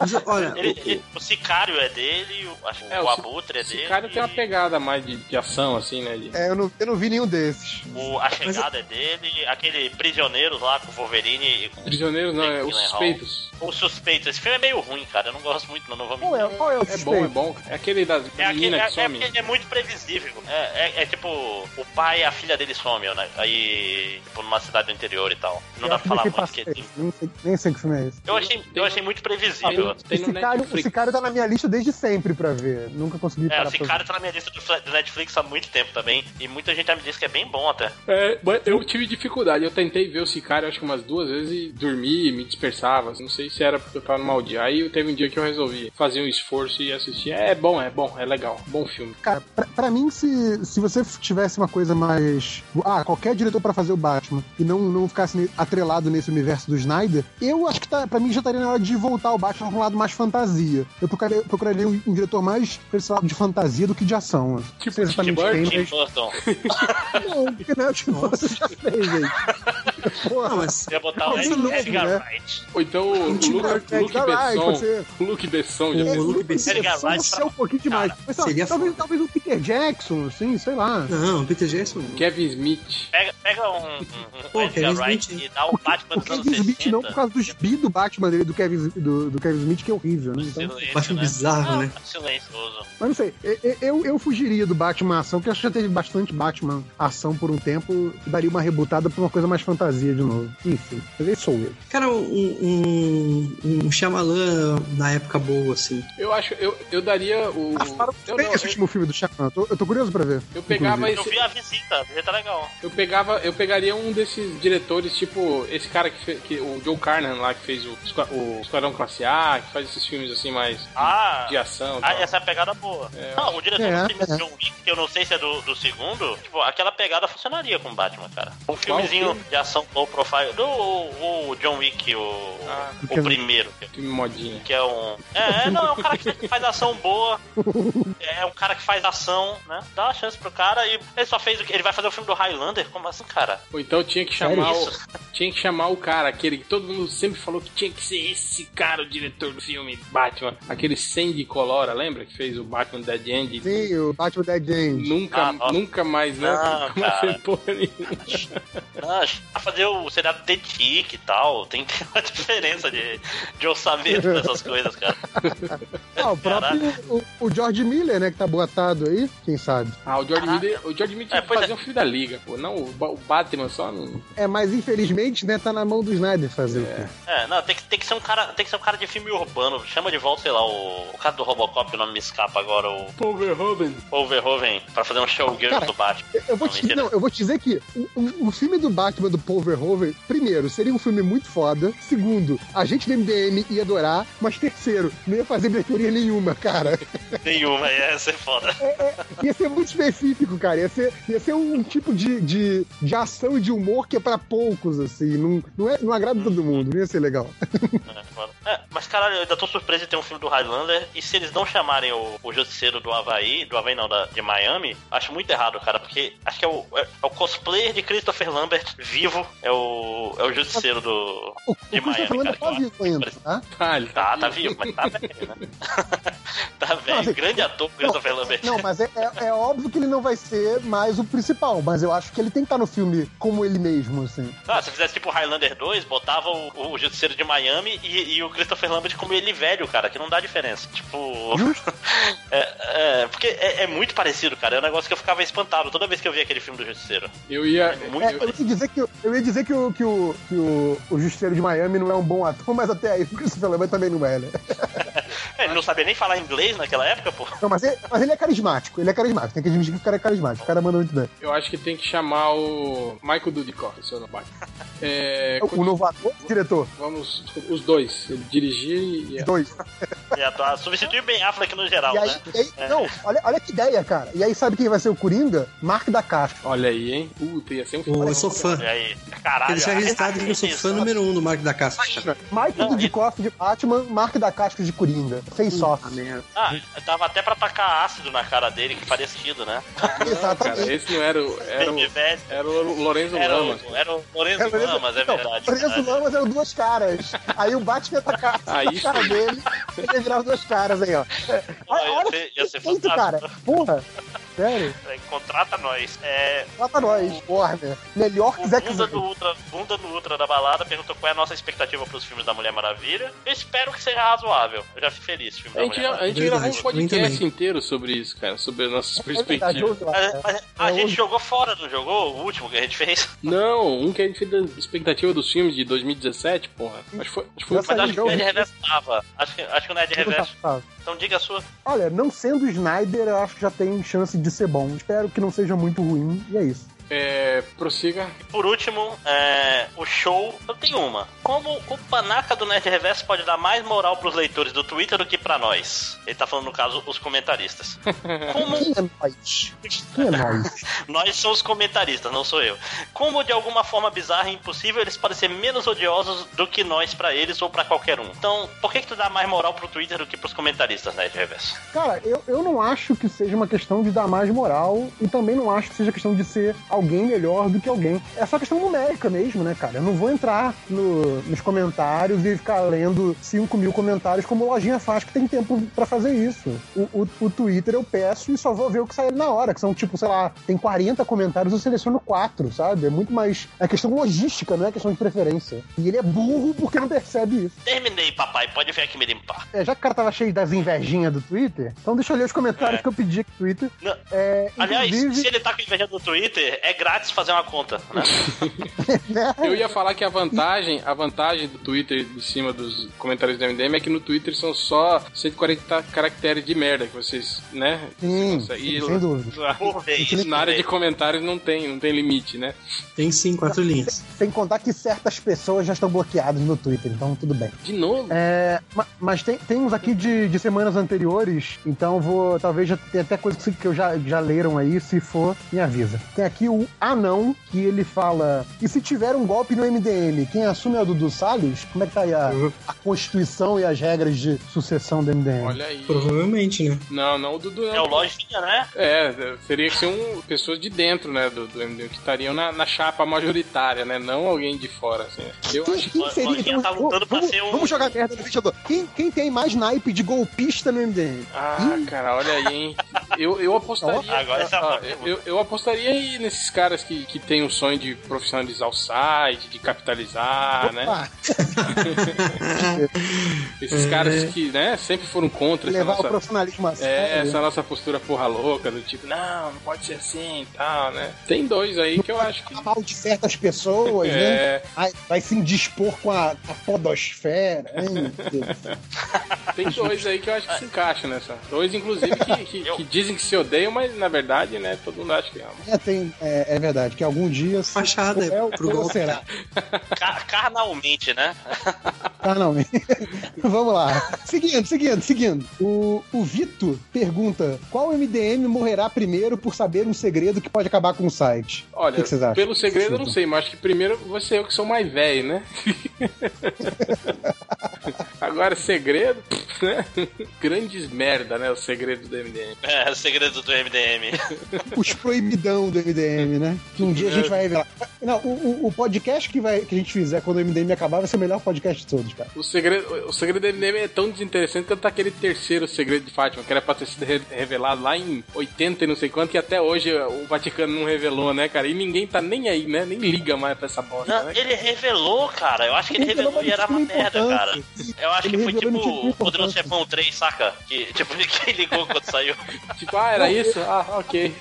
Mas, olha, Ele- o- ele- o Sicário é dele, o, acho que É, o, o Ci- Abutre é O dele. sicário tem uma pegada mais de, de ação, assim, né? de- É, eu não, eu não vi nenhum desses. O, a chegada é dele, aquele prisioneiro lá com o Wolverine e com Prisioneiros, não, é os Jake Gyllenhaal. suspeitos. o suspeito. Esse filme é meio ruim, cara. Eu não gosto muito, não, não vou Qual mentir. é, qual é o É bom, é suspeito? bom. É aquele das É, aquele, meninas é, que somem. é, é muito previsível. É, é- é tipo, o pai e a filha dele somem, né? Aí, tipo, numa cidade do interior e tal. Não dá pra falar muito, porque tem- Nem sei, nem sei que filme é esse. eu achei, eu achei muito previsível. Ah, Tem no Esse cara, Netflix. esse cara tá na minha lista desde sempre pra ver. Nunca consegui É, parar esse pra cara tá na minha lista do Fle- do Netflix há muito tempo também. E muita gente já me disse que é bem bom até. É, mas eu tive dificuldade. Eu tentei ver o Sicário, acho que umas duas vezes, e dormi, me dispersava. Não sei se era porque eu tava no mau dia. Aí teve um dia que eu resolvi fazer um esforço e assistir. É bom, é bom, é legal. Bom filme. Cara, pra, pra mim, se, se você tivesse uma coisa mais. Ah, qualquer diretor pra fazer o Batman e não, não ficasse ne- atrelado nesse universo do Snyder, eu acho que tá, pra mim já estaria na hora de voltar o Batman pra um lado mais fantasia. Eu procuraria, procuraria um, um diretor mais pra esse lado de fantasia do que de ação. né? Tipo Não sei exatamente Tim quem, Burton? Tim mas- Burton. Não, porque né, tipo, você já fez, gente. não, Porra, mas. Ia botar o Mas Edgar não, né? Wright. Ou então o Luke, Tim Burton, Luke tá lá, e Besson. você- Luke Besson já É, O pensou? Luke Esse Edgar filme Wright é um pouquinho demais. Mas, ó, seria talvez, foda. talvez o Peter Jackson, assim, sei lá. Não, Peter Jackson. Kevin Smith. Pega, pega um, um, um Pô, Edgar Kevin Wright Smith. e dá o Batman O dos anos Kevin Smith 60. não, por causa dos bi do Batman dele, do Kevin, do, do Kevin Smith, que é horrível, né? Então, Silêncio, Batman um bizarro, né? Ah, Silencioso. mas não sei, e- e- eu, eu fugiria do Batman ação, porque eu acho que já teve bastante Batman ação por um tempo, e daria uma rebutada pra uma coisa mais fantasia de novo. Enfim, mas esse sou eu. Cara, um, um, um Shyamalan na época boa, assim. Eu acho, eu, eu daria o. Acharam Eu, Ah, bem não, esse tipo eu- último filme do Shyamalan, tô- eu tô curioso pra ver. eu pegava inclusive. Eu esse. vi a visita, a visita é legal. Eu pegava, eu pegaria um desses diretores, tipo esse cara que, fe, que o Joe Carnan lá que fez o, Esqua- o Esquadrão Classe A, que faz esses filmes assim mais Ah, de ação. e ah, tal. essa é a pegada boa. não, o diretor É, do filme é. John Wick, que eu não sei se é do, do segundo, tipo, aquela pegada funcionaria com Batman, cara. Um filmezinho filme? de ação low profile. Do o, o John Wick, o, Ah, o porque- primeiro. Filme modinha. Que é um. É, é, não, é um cara que faz ação boa. É um cara que faz ação, né? Dá uma chance pro cara e ele só fez o que? Ele vai fazer o filme do Highlander? Como assim, cara? Ou então tinha que chamar Sério o, tinha que chamar o cara, aquele que todo mundo sempre falou que tinha que ser esse cara, o diretor do filme Batman, aquele Sandy Colora, lembra que fez o Batman Dead End? Sim, o Batman Dead End. Nunca, Ah, nossa. nunca mais, né? Não, nunca mais cara. fez porra nenhuma. Ah, pra fazer o seriado The Tick e tal, tem que ter uma diferença de, de orçamento dessas coisas, cara. Ah, o próprio o, o George Miller, né, que tá boatado aí, quem sabe. Ah, o George Miller, o George Miller tinha Ah, É, que pois fazer é. um filme da Liga, pô. Não, o, Ba- o Batman só não. É, mas infelizmente infelizmente, né, tá na mão do Snyder fazer o quê? É, não, tem que, tem que ser um cara, tem que ser um cara de filme urbano. Chama de volta, sei lá, o, o cara do Robocop, o nome me escapa agora, o Paul Verhoeven. Paul Verhoeven, pra fazer um showgirl Cara, do Batman. Eu- Eu vou, te, mentira. não, eu vou te dizer que o- o, o filme do Batman do Paul Verhoeven, primeiro, seria um filme muito foda. Segundo, a gente do MDM ia adorar. Mas terceiro, não ia fazer bilheteria nenhuma, cara. Nenhuma, ia ser foda. Ia ser muito específico, cara. Ia ser, ia ser um tipo de, de, de ação e de humor que é pra poucos, assim. Não, não, é, não agrada todo mundo. Não ia ser legal. É, foda. É, mas caralho, eu ainda tô surpreso de ter um filme do Highlander. E se eles não chamarem o, o Justiceiro do Havaí, do Havaí não, da, de Miami, acho muito errado, cara, porque acho que é o, é, é o cosplayer de Christopher Lambert vivo, é o, é o Justiceiro do. O, o De Miami, Christopher cara, Lambert tá vivo ainda, tá? Ah, ele Tá, aqui. tá vivo, mas tá velho, né? tá velho, assim, grande ator Christopher Lambert. Não, mas é, é- é óbvio que ele não vai ser mais o principal. Mas eu acho que ele tem que estar no filme como ele mesmo, assim. Ah, se fizesse tipo Highlander 2, botava o, o Justiceiro de Miami e, e o Christopher Lambert como ele velho, cara, que não dá diferença. Tipo. é, é, porque é, é muito parecido, cara. É um negócio que eu ficava espantado toda vez que eu via aquele filme do Justiceiro. Eu ia. Muito É, eu- eu ia dizer que, eu ia dizer que, o, que, o, que o, o Justiceiro de Miami não é um bom ator, mas até aí o Christopher Lambert também não é, né? É, ele não sabia nem falar inglês naquela época, pô. Não, mas, ele, mas ele é carismático, ele é carismático. Tem que admitir que o cara é carismático, o cara manda muito bem. Eu acho que tem que chamar o Michael Dudikoff, seu nome. É, O um novo ator, o diretor, vamos, os dois, ele dirigir e. É, os dois. E a- substitui bem Affleck no geral, E aí, né? e aí- É. não, olha, olha que ideia, cara. E aí sabe quem vai ser o Coringa? Mark da Caixa. Olha aí, hein? Puta, ia ser um Pô, eu sou fã. E aí, caralho. Ele já ah, registrado que eu sou isso. fã número um do Mark da Caixa. Michael Não, é- Dudikoff de Batman, Mark da Caixa de Coringa. Face Hum, off. Ah, tava até pra tacar ácido na cara dele, que faria sentido, né? Cara, Exatamente. esse não era o. Era o, Baby Bad. era o Lorenzo Era Lamas. o, era o É, Lorenzo Lorenzo- Lamas, é então, verdade. né? Lorenzo verdade. Lamas eram duas caras. Aí o Batman ia tacar Aí na cara sim. dele, ele ia virar os duas caras aí, ó. Olha, ia olha ser- que ia ser perfeito, cara. fantástico. Porra. Sério, É, Contrata nós. É, trata nós, Warner. Melhor que O Zack bunda do, Snyder. Ultra, bunda do Ultra da balada perguntou qual é a nossa expectativa pros filmes da Mulher Maravilha. Eu espero que seja razoável. Eu já fico feliz. Filme A da gente, Mulher a gente Maravilha. Verdade, gravou um eu podcast também. inteiro sobre isso, cara, sobre as nossas É verdade, perspectivas. ouve lá, Mas- cara. mas a É, gente hoje- jogou fora, não jogou? O último que a gente fez? Não, um que a gente fez da expectativa dos filmes de 2017, porra. Acho que foi, acho que foi um Nossa, Mas acho que o jogou. Nerd Reverso tava. Acho que, acho que o Nerd Reverso. Então diga a sua. Olha, não sendo Snyder, eu acho que já tem chance de ser bom. Espero que não seja muito ruim, e é isso. É, prossiga. Por último, é, o show. Eu tenho uma. Como o panaca do Nerd Reverso pode dar mais moral pros leitores do Twitter do que pra nós? Ele tá falando, no caso, os comentaristas. Como Quem é nós? Quem é nós? Nós somos comentaristas, não sou eu. Como de alguma forma bizarra e impossível eles podem ser menos odiosos do que nós pra eles ou pra qualquer um. Então, por que, que tu dá mais moral pro Twitter do que pros comentaristas, né, de reverso? Cara, eu, eu não acho que seja uma questão de dar mais moral e também não acho que seja questão de ser alguém melhor do que alguém. É só questão numérica mesmo, né, cara? Eu não vou entrar no- nos comentários e ficar lendo 5 mil comentários como o Lojinha faz, que tem tempo pra fazer isso. O, o, o Twitter eu peço e só vou ver o que sai na hora, que são tipo, sei lá, tem 40 comentários, eu seleciono 4, sabe? É muito mais. É questão logística, não é questão de preferência. E ele é burro porque não percebe isso. Terminei, papai, pode vir aqui me limpar. É, já que o cara tava cheio das invejinhas do Twitter, então deixa eu ler os É. comentários que eu pedi aqui no Twitter. Não. É, Aliás, inclusive, se ele tá com inveja do Twitter, é grátis fazer uma conta. Né? né? É. Eu ia falar que a vantagem, a vantagem do Twitter em cima dos comentários do MDM é que no Twitter são só 140 caracteres de merda que vocês, né? Sim, Você consegue- sim, sem dúvida. Por vez. Na área de comentários não tem, não tem limite, né? Tem sim, quatro linhas. Sem contar que certas pessoas já estão bloqueadas no Twitter, então tudo bem. De novo? É, ma- mas tem, tem uns aqui de, de semanas anteriores, então vou. Talvez já tenha até coisa que, que eu já, já leram aí, se for, me avisa. Tem aqui o Anão, que ele fala. E se tiver um golpe no MDM, quem assume é o Dudu Salles? Como é que tá aí a, Uhum. a Constituição e as regras de sucessão do MDM? Olha aí. Provavelmente, né? Não, não, o Dudu não. É o Lojinha, né? É, seria que ser um, pessoas de dentro, né, do, do MDM, que estariam na, na chapa majoritária, né? Não alguém de fora, assim. Eu Quem, acho quem seria? Lojinha tá lutando vamos, pra ser um- vamos jogar merda no ventilador. Quem, quem tem mais naipe de golpista no MDM? Ah, cara, olha aí, hein? Eu, eu apostaria. Agora essa é uma Ah, pergunta. eu, eu apostaria aí nesses caras que, que tem o sonho de profissionalizar o site, de capitalizar, né? Opa, Esses caras que, né, sempre foram contra essa É. levar o né? nossa, profissionalismo a é, sério. essa nossa postura porra louca, do tipo, não, não pode ser assim e tal, né? Tem dois aí que eu acho que. mal de certas pessoas, né? É, Ai, vai se indispor com a, a podosfera. né? Ai, meu Deus. tem dois aí que eu acho que se encaixam nessa. Dois, inclusive, que, que- que dizem que se odeiam, mas na verdade, né, todo mundo acha que ama. É, tem, é, é verdade, que algum dia. se- Fachada, É, é, pro ou golpe. será? Ca- carnalmente, né? Ah, não. Vamos lá. Seguindo, seguindo, seguindo. O, o Vito pergunta: qual MDM morrerá primeiro por saber um segredo que pode acabar com o site? Olha, O que que vocês acham? pelo segredo eu não Chuta. sei, mas acho que primeiro você eu que sou mais velho, né? Agora, segredo, né? Grandes merda, né? O segredo do MDM. É, o segredo do MDM. Os proibidão do MDM, né? Que um dia a É. gente vai revelar. Não, o, o- o podcast que, vai, que a gente fizer quando o MDM acabar vai ser o melhor podcast de todos, cara. O segredo, o segredo do MDM é tão desinteressante quanto aquele terceiro segredo de Fátima, que era pra ter sido re- revelado lá em 80 e não sei quanto, que até hoje o Vaticano não revelou, né, cara? E ninguém tá nem aí, né? Nem liga mais pra essa bosta, Não, né? ele revelou, cara. Eu acho que ele Ele revelou, revelou e mas era uma não tinha merda, cara. importância. Eu acho Ele que foi revelou, não tinha tipo o Poderoso importância. Chefão 3, saca? Que, tipo, ninguém ligou quando saiu. Tipo, ah, era isso? Ah, ok.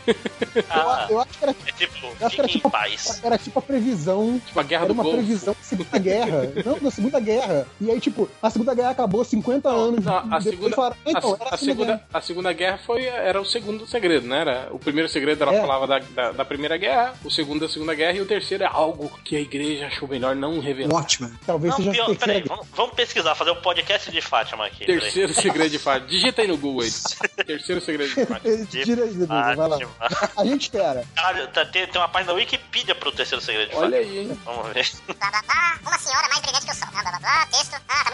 Ah, Eu acho que era, é tipo, eu acho que era fique em tipo, paz. era tipo a previsão Tipo, a guerra Era do uma Golfo. previsão da Segunda Guerra. Não, da Segunda Guerra. E aí, tipo, a Segunda Guerra acabou 50 anos. Não, a depois segunda, falaram, ah, então, a- era a, segunda, a segunda guerra foi era o segundo segredo, né? Era, o primeiro segredo ela É. falava da, da, da primeira guerra, o segundo da segunda guerra e o terceiro é algo que a igreja achou melhor não revelar. Watchman. Talvez Não, seja a pior, terceira peraí, guerra. vamos, vamos pesquisar, fazer um podcast de Fátima aqui. peraí. Terceiro segredo de fato. Digita aí no Google aí. terceiro segredo de fato. Ele Tipo, Tira aí, ah, Dudu, vai lá. Fátima. A gente espera. Caralho, tá- tem, tem uma página da Wikipedia pro terceiro segredo de Olha aí, hein? Fátima. Vamos ver. Blá, blá, blá. Uma senhora mais brilhante que o sol. Blá, blá, blá, blá. Texto. Ah,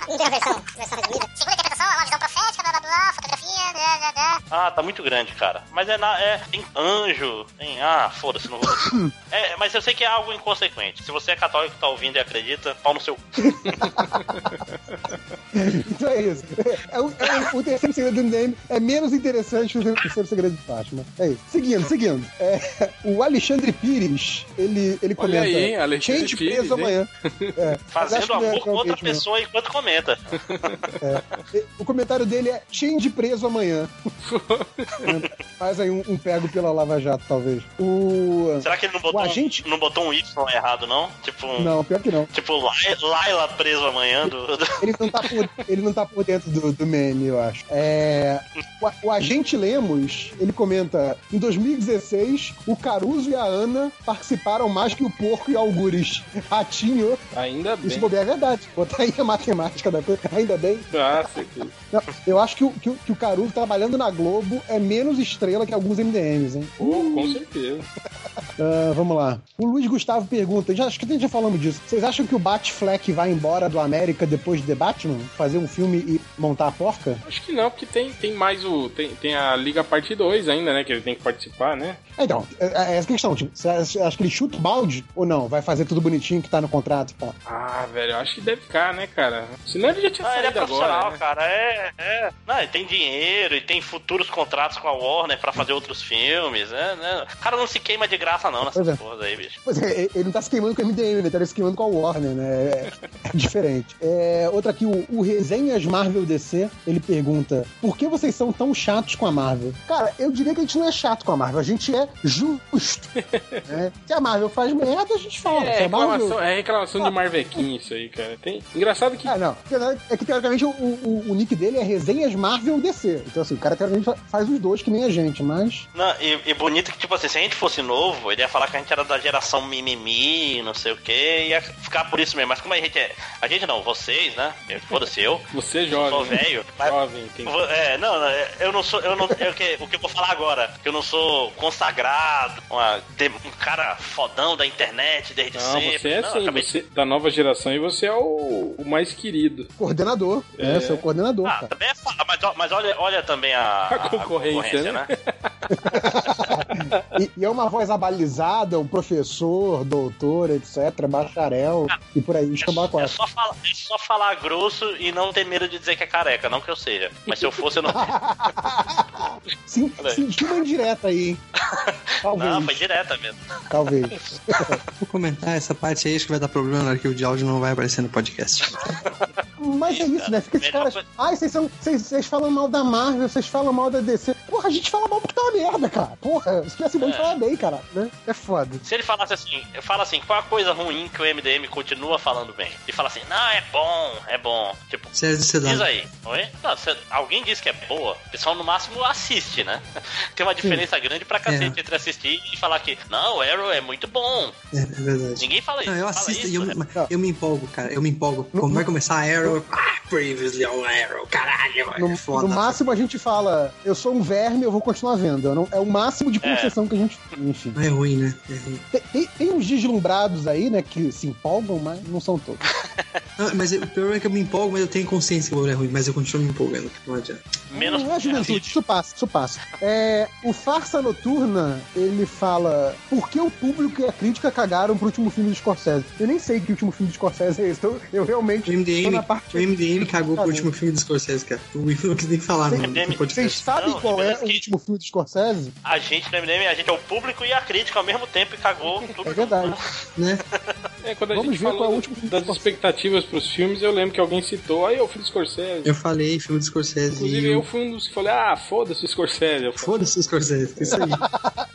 tá muito grande. Porra. Versão, versão resumida. Segunda interpretação, uma visão profética, blá, blá, blá. Fotografia, blá, blá, blá. Ah, tá muito grande, cara. Mas é na. É, tem anjo. Tem. Ah, foda-se, não vou. é, mas eu sei que é algo inconsequente. Se você é católico, tá ouvindo e acredita, pau no seu. Então é isso. É o, é o- o terceiro segredo do MDM é menos interessante que o terceiro segredo de Fátima. É isso. Seguindo, seguindo. É, o Alexandre Pires, ele, ele comenta. aí, hein, Alexandre Gente Pires, preso hein? amanhã. É, mas Fazendo acho que não é- amor com não é o outra mesmo, não. pessoa enquanto comenta. O comentário dele é Change preso amanhã. Faz aí um, um pego pela Lava Jato, talvez. O. Será que ele não botou, O agente- um, não botou um Y errado, não? Tipo um. Não, pior que não. Tipo, Lai- Laila preso amanhã do. do- Ele não tá por, ele não tá por dentro do, do meme, eu acho. É, o, a- o agente Lemos, ele comenta: em 2016, o Caruso e a Ana participaram mais que o porco e algures. Ratinho, Ainda isso bem. bobear é verdade. Botar aí a matemática da coisa, ainda bem. Ah, certeza. Não, eu acho que o, que, o- que o Caruso trabalhando na Globo é menos estrela que alguns MDMs, hein? Oh, com certeza. Ah, vamos lá. O Luiz Gustavo pergunta: já, acho que a gente já falamos disso. Vocês acham que o Batfleck vai embora do América depois de The Batman? Fazer um filme e montar a porca? Acho que não, porque tem, tem mais o. Tem, tem a Liga Parte 2 ainda, né? Que ele tem que participar, né? Então, é, é essa questão. Tipo, você acha acha que ele chuta o balde ou não? Vai fazer tudo bonitinho que tá no contrato? Pá. Ah, velho, eu acho que deve ficar, né, cara? Senão ele já tinha Ah, ele saído é profissional, agora. né? cara. É, é. Não, ele tem dinheiro e tem futuros contratos com a Warner pra fazer outros filmes, né? né? O cara não se queima de graça, não, nessas Pois é. porras aí, bicho. Pois é, ele não tá se queimando com o MDM, né? Tá se queimando com a Warner, né? É, é diferente. É, outra aqui, o, o Resenhas Marvel DC, ele pergunta: por que vocês são tão chatos com a Marvel? Cara, eu diria que a gente não é chato com a Marvel, a gente é justo. né? Se a Marvel faz merda, a gente fala. É Se a Marvel. reclamação, é reclamação de Marvequinha isso aí, cara. Tem... Engraçado que Ah, não. É que teoricamente o, o- o nick dele é Resenhas Marvel DC. Então, assim, o cara teoricamente faz os dois que nem a gente, mas. Não, e, e bonito que, tipo assim, se a gente fosse novo, ele ia falar que a gente era da geração mimimi, não sei o quê, ia ficar por isso mesmo. Mas como a gente é. A gente não, vocês, né? Eu- Foda-se, eu. você é Sou jovem. né? velho. mas- Jovem, tem. Vo- É, não, não, é, eu não sou. Eu não, é o, que, o que eu vou falar agora? Que eu não sou consagrado, uma de- um cara fodão da internet desde Não, sempre. você é Não, assim, acabei- você da nova geração e você é o, o mais querido. coordenador. É, É. seu coordenador, Ah, cara. também é fa- mas, ó- mas olha, olha também a, A concorrência, né? E, e é uma voz abalizada, um professor, doutor, etc., bacharel, Ah. e por aí, chamar É quatro. só, falar, é só falar grosso e não ter medo de dizer que é careca, não que eu seja. Mas se eu fosse, eu não. Sim, Olha aí. senti uma indireta aí, hein? Talvez, Não, é- foi direta mesmo. talvez. Vou comentar essa parte aí, acho que vai dar problema no arquivo de áudio, não vai aparecer no podcast. Mas é isso, né? Fica esses Melhor caras. coisa- Ai, vocês são. Vocês, vocês falam mal da Marvel, vocês falam mal da DC. Porra, a gente fala mal porque tá uma merda, cara. Porra, se tivesse bom de É. falar bem, cara, né? É foda. Se ele falasse assim, eu falo assim, qual a coisa ruim que o MDM continua falando bem? E fala assim, não, é bom, é bom. Tipo, Séries de diz CW. aí, oi? Não, se alguém diz que é boa, o pessoal no máximo assiste, né? Tem uma diferença grande pra cacete entre assistir e falar que, não, Arrow é muito bom. É, é verdade. Ninguém fala isso. Não, eu fala assisto isso, e eu, né? mas eu me empolgo, cara. Eu me empolgo. Quando vai começar a Arrow, ah, Previously on Arrow, caralho, No, é foda. no máximo a gente fala, eu sou um verme, eu vou continuar vendo. Eu não- é o máximo de concessão que a gente. Enfim. Não é ruim, né? É ruim. Tem, tem, tem uns deslumbrados aí, né, que se empolgam, mas não são todos. Não, mas eu- o problema é que eu me empolgo, mas eu tenho consciência que o bagulho é ruim, mas eu continuo me empolgando. Não adianta. Menos Não é juventude, isso passa, isso passa. É, o Farsa Noturna, ele fala por que o público e a crítica cagaram pro último filme do Scorsese. Eu nem sei que último filme do Scorsese é esse, então eu O realmente tô MDM, na parte... tá o MDM cagou pro último filme do Scorsese, cara. O Will não quis nem falar no, no MDM Vocês podcast. sabem Não, qual é primeiro o que- último filme do Scorsese? A gente no MDM, a gente é o público e a crítica ao mesmo tempo e cagou tudo. É verdade. Né? É, quando a Vamos gente ver qual é o falou último filme das do Scorsese. expectativas pros filmes, eu lembro que alguém citou, aí eu fui do Scorsese. Eu falei, filme do Scorsese. Inclusive, e eu fui um dos que falei, ah, foda-se o Scorsese. Eu falei, Foda-se o Scorsese, que isso aí.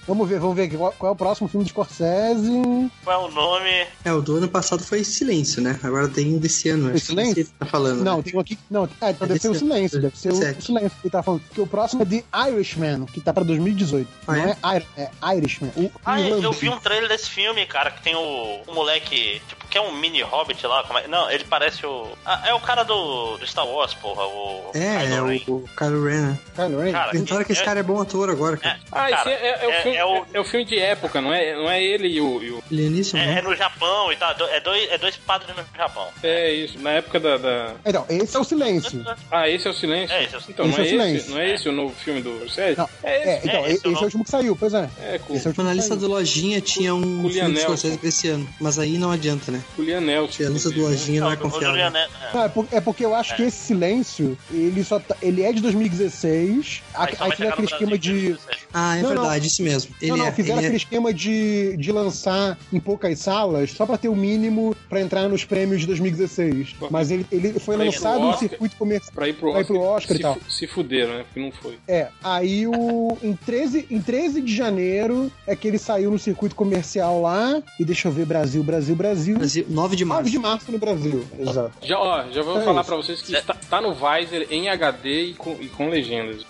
Vamos ver, vamos ver aqui, qual qual é o próximo filme do Scorsese. Qual é o nome? É, o do ano passado foi Silêncio, né? Agora tem desse ano, acho que Silêncio? você tá falando. Não, né? tem um aqui. Não, ah, então deve ser o silêncio. Deve ser o Sete. silêncio que tá falando. Porque o próximo é The Irishman, que tá pra 2018. Ah, não é? Irish, é Irishman. O Ah, irlandês. eu vi um trailer desse filme, cara, que tem o, o moleque, tipo, que é um mini hobbit lá. como é- Não, ele parece o. ah, é o cara do, do Star Wars, porra. O. É, Kylo é Ren. o, o Kylo Ren, né? Kylo Ren. Cara, Inventaram que esse é- cara é bom ator agora, cara. ah, esse Cara, é, é- é o é- filme, é o- é- é o filme de época, não é? Não é ele e o. e o- Ele é nisso, É, é né? no Japão e tal. do- É dois, é dois padres no Japão. É isso, na época da. da- Então, esse é o silêncio. Ah, esse é o Silêncio? É, esse é o Silêncio. Então, não Esse é, é o esse? Silêncio. Não é esse o novo filme do Scorsese? Não, É É, esse. então, é, esse esse eu é não- o último que saiu, pois é. É, com Esse Tipo, é o último na que lista saiu. do Lojinha tinha um Julian filme do Nelson. Scorsese pra esse ano, mas aí não adianta, né? o Julian Nelson. Porque a lista do inclusive. Lojinha não é o- o confiável. Julian, é, Não, é, por- é porque eu acho que esse silêncio, ele só tá- ele é de 2016. A- aí só Aí vai fizeram chegar no aquele esquema Brasil, né? de. não sei. Ah, é Não, não. verdade, isso mesmo. Ele não, não, é, fizeram ele é- aquele esquema de, de lançar em poucas salas, só pra ter o mínimo pra entrar nos prêmios de 2016. Mas ele, ele foi Pra ir pro lançado em Oscar. circuito comercial. Pra ir pro Vai Oscar, pro Oscar e se, tal. fu- se fuderam, né? Porque não foi. É, aí o. Em 13, em 13 de janeiro é que ele saiu no circuito comercial lá. E deixa eu ver, Brasil, Brasil, Brasil. Brasil, 9 de 9 março. de março no Brasil. Exato. Já, ó, já vou É falar isso. pra vocês que está, tá no Visor em HD e com, e com legendas.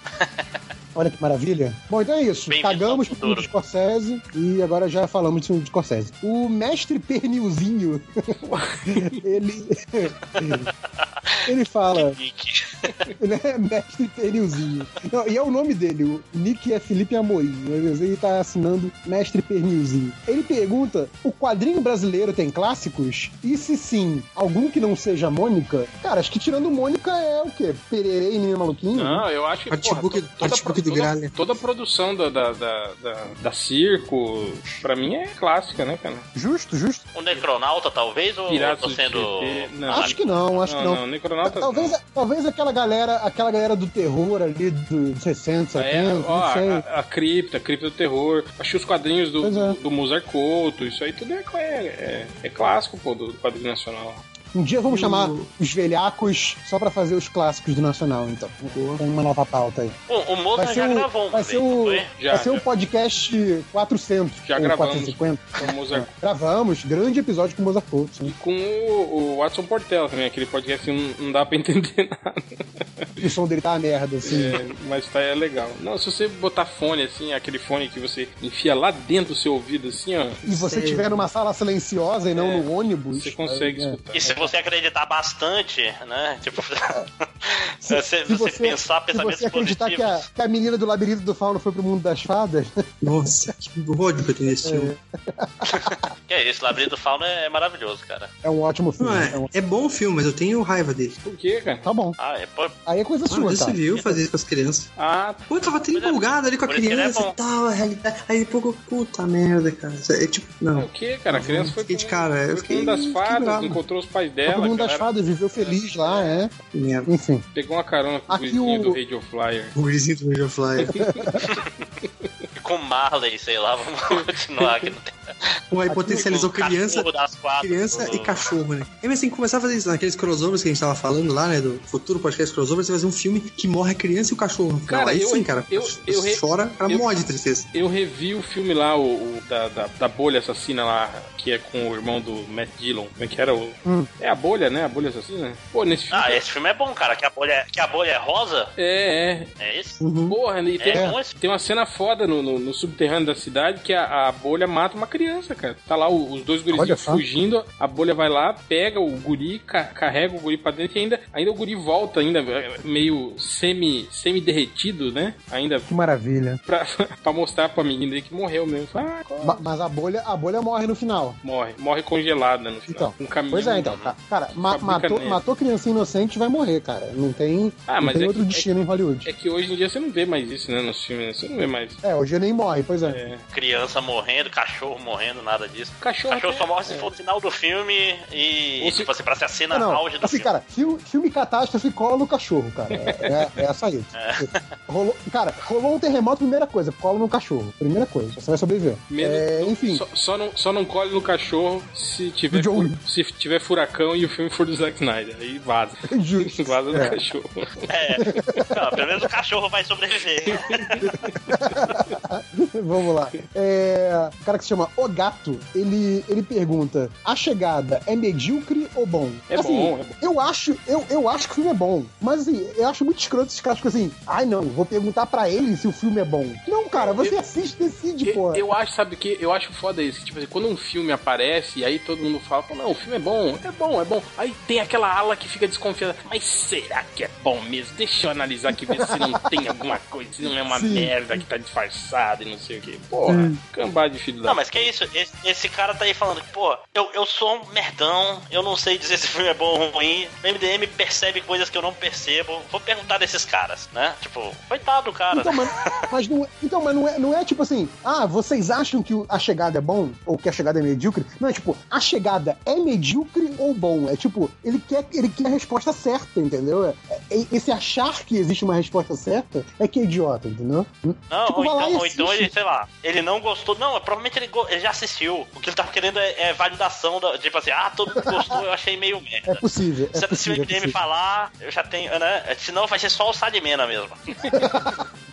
Olha que maravilha. Bom, então é isso. Bem-vindo Cagamos ao pro filme futuro. de Scorsese e agora já falamos do filme de um Scorsese. O mestre pernilzinho, ele. ele fala. Geek. Ele é mestre pernilzinho. Não, e é o nome dele, o Nick é Felipe Amorim. né? Ele tá assinando mestre pernilzinho. Ele pergunta: o quadrinho brasileiro tem clássicos? E se sim, algum que não seja Mônica? Cara, acho que tirando Mônica é o quê? Pererei, menino maluquinho? Não, eu acho que. Artbook- porra, to- toda, artbook pro- do toda- Gralha. toda a produção da, da, da, da, da Circo, pra mim é clássica, né, cara? Justo, justo. O um Necronauta, talvez, ou Piratas tô do né? sendo. TT, não. Acho que não, acho que não. não, Necronautas Talvez, não. talvez aquela galera, aquela galera do terror ali dos 60, 70, É, ó, não sei. a, a cripta, a cripta do terror. Achei os quadrinhos do, Pois é. do Mozart Couto. Isso aí tudo é, é, é- é clássico, pô, do quadrinho nacional. Um dia vamos o- chamar os velhacos só pra fazer os clássicos do Nacional, então. Tem uma nova pauta aí. Bom, o Mozart Vai ser já o, gravou um vai ser vez, não o, foi? Já, vai ser já. o podcast 400. Já ou gravamos. 450. Com o Mozart Gravamos, grande episódio com o Mozart Couto. E né? com o, o Watson Portela também, aquele podcast que não, não dá pra entender nada. E o som dele tá uma merda, assim. É, mas tá é legal. Não, se você botar fone assim, aquele fone que você enfia lá dentro do seu ouvido, assim, ó, E você Sei. estiver numa sala silenciosa e não É, no ônibus. você consegue é, é. escutar. E se você acreditar bastante, né? Tipo, É, se, você, se você pensar se pensamentos você acreditar que positivos. a, que a menina do labirinto do fauno foi pro mundo das fadas, Nossa, que ódio que eu tenho desse É, filme. Que é isso, Labirinto do Fauno é maravilhoso, cara. é um ótimo filme. Não, é um- é, é bom o filme, mas eu tenho raiva dele. Por quê, cara? Tá bom. Ah, é, pô, Aí é coisa Ah, sua, mas você tá? viu fazer isso com as crianças. Ah, Pô, eu tava até Mas é- empolgado ali com a por isso que ele é criança bom. e tal, a realidade. Aí depois eu, puta merda, cara. Isso É tipo, o não. quê, cara? A criança foi Fiquei de pro- cara, eu foi pro fiquei- mundo das fiquei fadas, bravo. encontrou os pais dela. Todo mundo a das galera fadas viveu feliz lá, é. É. Enfim. Pegou uma carona com Aqui o vizinho o- do Radio Flyer. O Grisinho do Ninja Flyer. Com Marley, sei lá, vamos continuar aqui. Não tem Pô, aí é potencializou criança, cachorro das quatro, criança do- e cachorro, né? E mas tem que começar a fazer isso naqueles crossovers que a gente tava falando lá, né? Do futuro podcast crossover, você fazer um filme que morre a criança e o cachorro. no final. Cara, aí eu- sim, cara. eu- você eu re- chora pra eu- morte de tristeza. Eu revi o filme lá, o, o da, da, da bolha assassina lá, que é com o irmão do Matt Dillon. Como é que era o. Hum. É a bolha, né? A bolha assassina? Pô, nesse filme. Ah, esse filme é bom, cara. Que a bolha é, que a bolha é rosa? É, é. É isso? Uhum. Porra, e tem, É bom esse tem uma cena foda no, no, no subterrâneo da cidade que a, a bolha mata uma criança, cara. Tá lá o- os dois Olha gurizinhos só. fugindo, a bolha vai lá, pega o guri, ca- carrega o guri pra dentro e ainda, ainda o guri volta, ainda eh, meio semi, semi-derretido, né? Ainda Que maravilha. pra, pra mostrar pra menina aí que morreu mesmo. Ah, Ma- mas a bolha, a bolha morre no final. morre, morre congelada no final. Então, com um caminhão. Pois é, então. ca- Cara, ma- Fabrica matou, neve. matou criança inocente vai morrer, cara. Não tem, Ah, não mas tem é outro que- destino em Hollywood. É que hoje em dia você não vê mais isso, né? Nos filmes, né? Você não vê mais. É, hoje nem morre, pois é. É. Criança morrendo, cachorro morrendo, nada disso. Cachorro. Cachorro até- só é. morre se for no final do filme e, Ou se- tipo assim, pra ser a cena Não, não. auge do Assim, filme. cara, filme, filme catástrofe cola no cachorro, cara. É, é, é a saída. Rolou, cara, rolou um terremoto, primeira coisa, cola no cachorro. Primeira coisa, você vai sobreviver. Menos- É, enfim. Só, só não, só não colhe no cachorro se tiver, Do John fu- Wick. se tiver furacão e o filme for do Zack Snyder. Aí vaza. Justo. vaza no É. cachorro. É. Não, pelo menos o cachorro vai sobreviver. tá? Vamos lá. É, o cara que se chama O Gato, ele, ele pergunta: a chegada é medíocre ou bom? É Assim, bom, é bom. Eu acho, eu, eu acho que o filme é bom. Mas assim, eu acho muito escroto esses caras, tipo assim, ai não, vou perguntar pra ele se o filme é bom. Não, cara, você assiste e decide, Eu, porra. eu acho, sabe o que? Eu acho foda isso. que, Tipo assim, quando um filme aparece e aí todo mundo fala, pô, não, o filme é bom, é bom, é bom. Aí tem aquela ala que fica desconfiada. Mas será que é bom mesmo? Deixa eu analisar aqui, ver se não tem alguma coisa, se não é uma Sim. merda que tá disfarçada e não sei o que. Porra, cambá de filho da. Não, mas que isso? Esse, esse cara tá aí falando que, pô, eu, eu sou um merdão, eu não sei dizer se o filme é bom ou ruim. O MDM percebe coisas que eu não percebo. Vou perguntar desses caras, né? Tipo, coitado do cara. Então, mas, mas não, então, mas não, é, não é tipo assim, ah, vocês acham que o- a chegada é bom ou que a chegada é medíocre? Não, é tipo, a chegada é medíocre ou bom? É tipo, ele quer, ele quer a resposta certa, entendeu? É- é- esse achar que existe uma resposta certa é que é idiota, entendeu? Não, Tipo, ou, vai lá então, e ou então assiste. ele, sei lá, ele não gostou. Não, é, provavelmente ele, go- ele já assistiu. O que ele tava querendo é, é validação, da, tipo assim, ah, todo mundo gostou, eu achei meio É merda. possível. Se, É se o possível, é MDM possível. falar, eu já tenho, né? Senão vai ser só o Sadimena mesmo.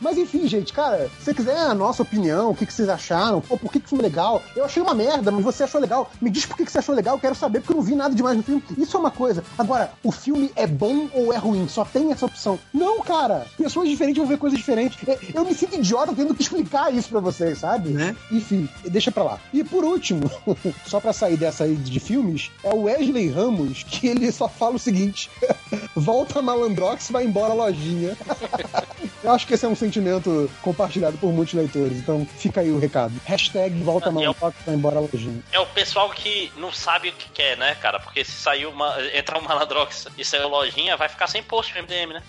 Mas enfim, gente, cara, se você quiser a nossa opinião, o que, que vocês acharam, pô, por que, que o filme é legal? Eu achei uma merda, mas você achou legal. Me diz por que, que você achou legal, eu quero saber, porque eu não vi nada demais no filme. Isso é uma coisa. Agora, o filme é bom ou é ruim? Só tem essa opção. Não, cara! Pessoas diferentes vão ver coisas diferentes. É, Eu me sinto idiota tendo que explicar isso pra vocês, sabe? Né? Enfim, deixa pra lá. E por último, só pra sair dessa aí de filmes, é o Wesley Ramos, que ele só fala o seguinte: volta malandrox, vai embora lojinha. Eu acho que esse é um sentimento compartilhado por muitos leitores, então fica aí o recado. Hashtag volta malandrox, vai embora lojinha. É o pessoal que não sabe o que quer, né, cara? Porque se sair uma, entrar um malandrox e sair o lojinha, vai ficar sem post no MDM, né?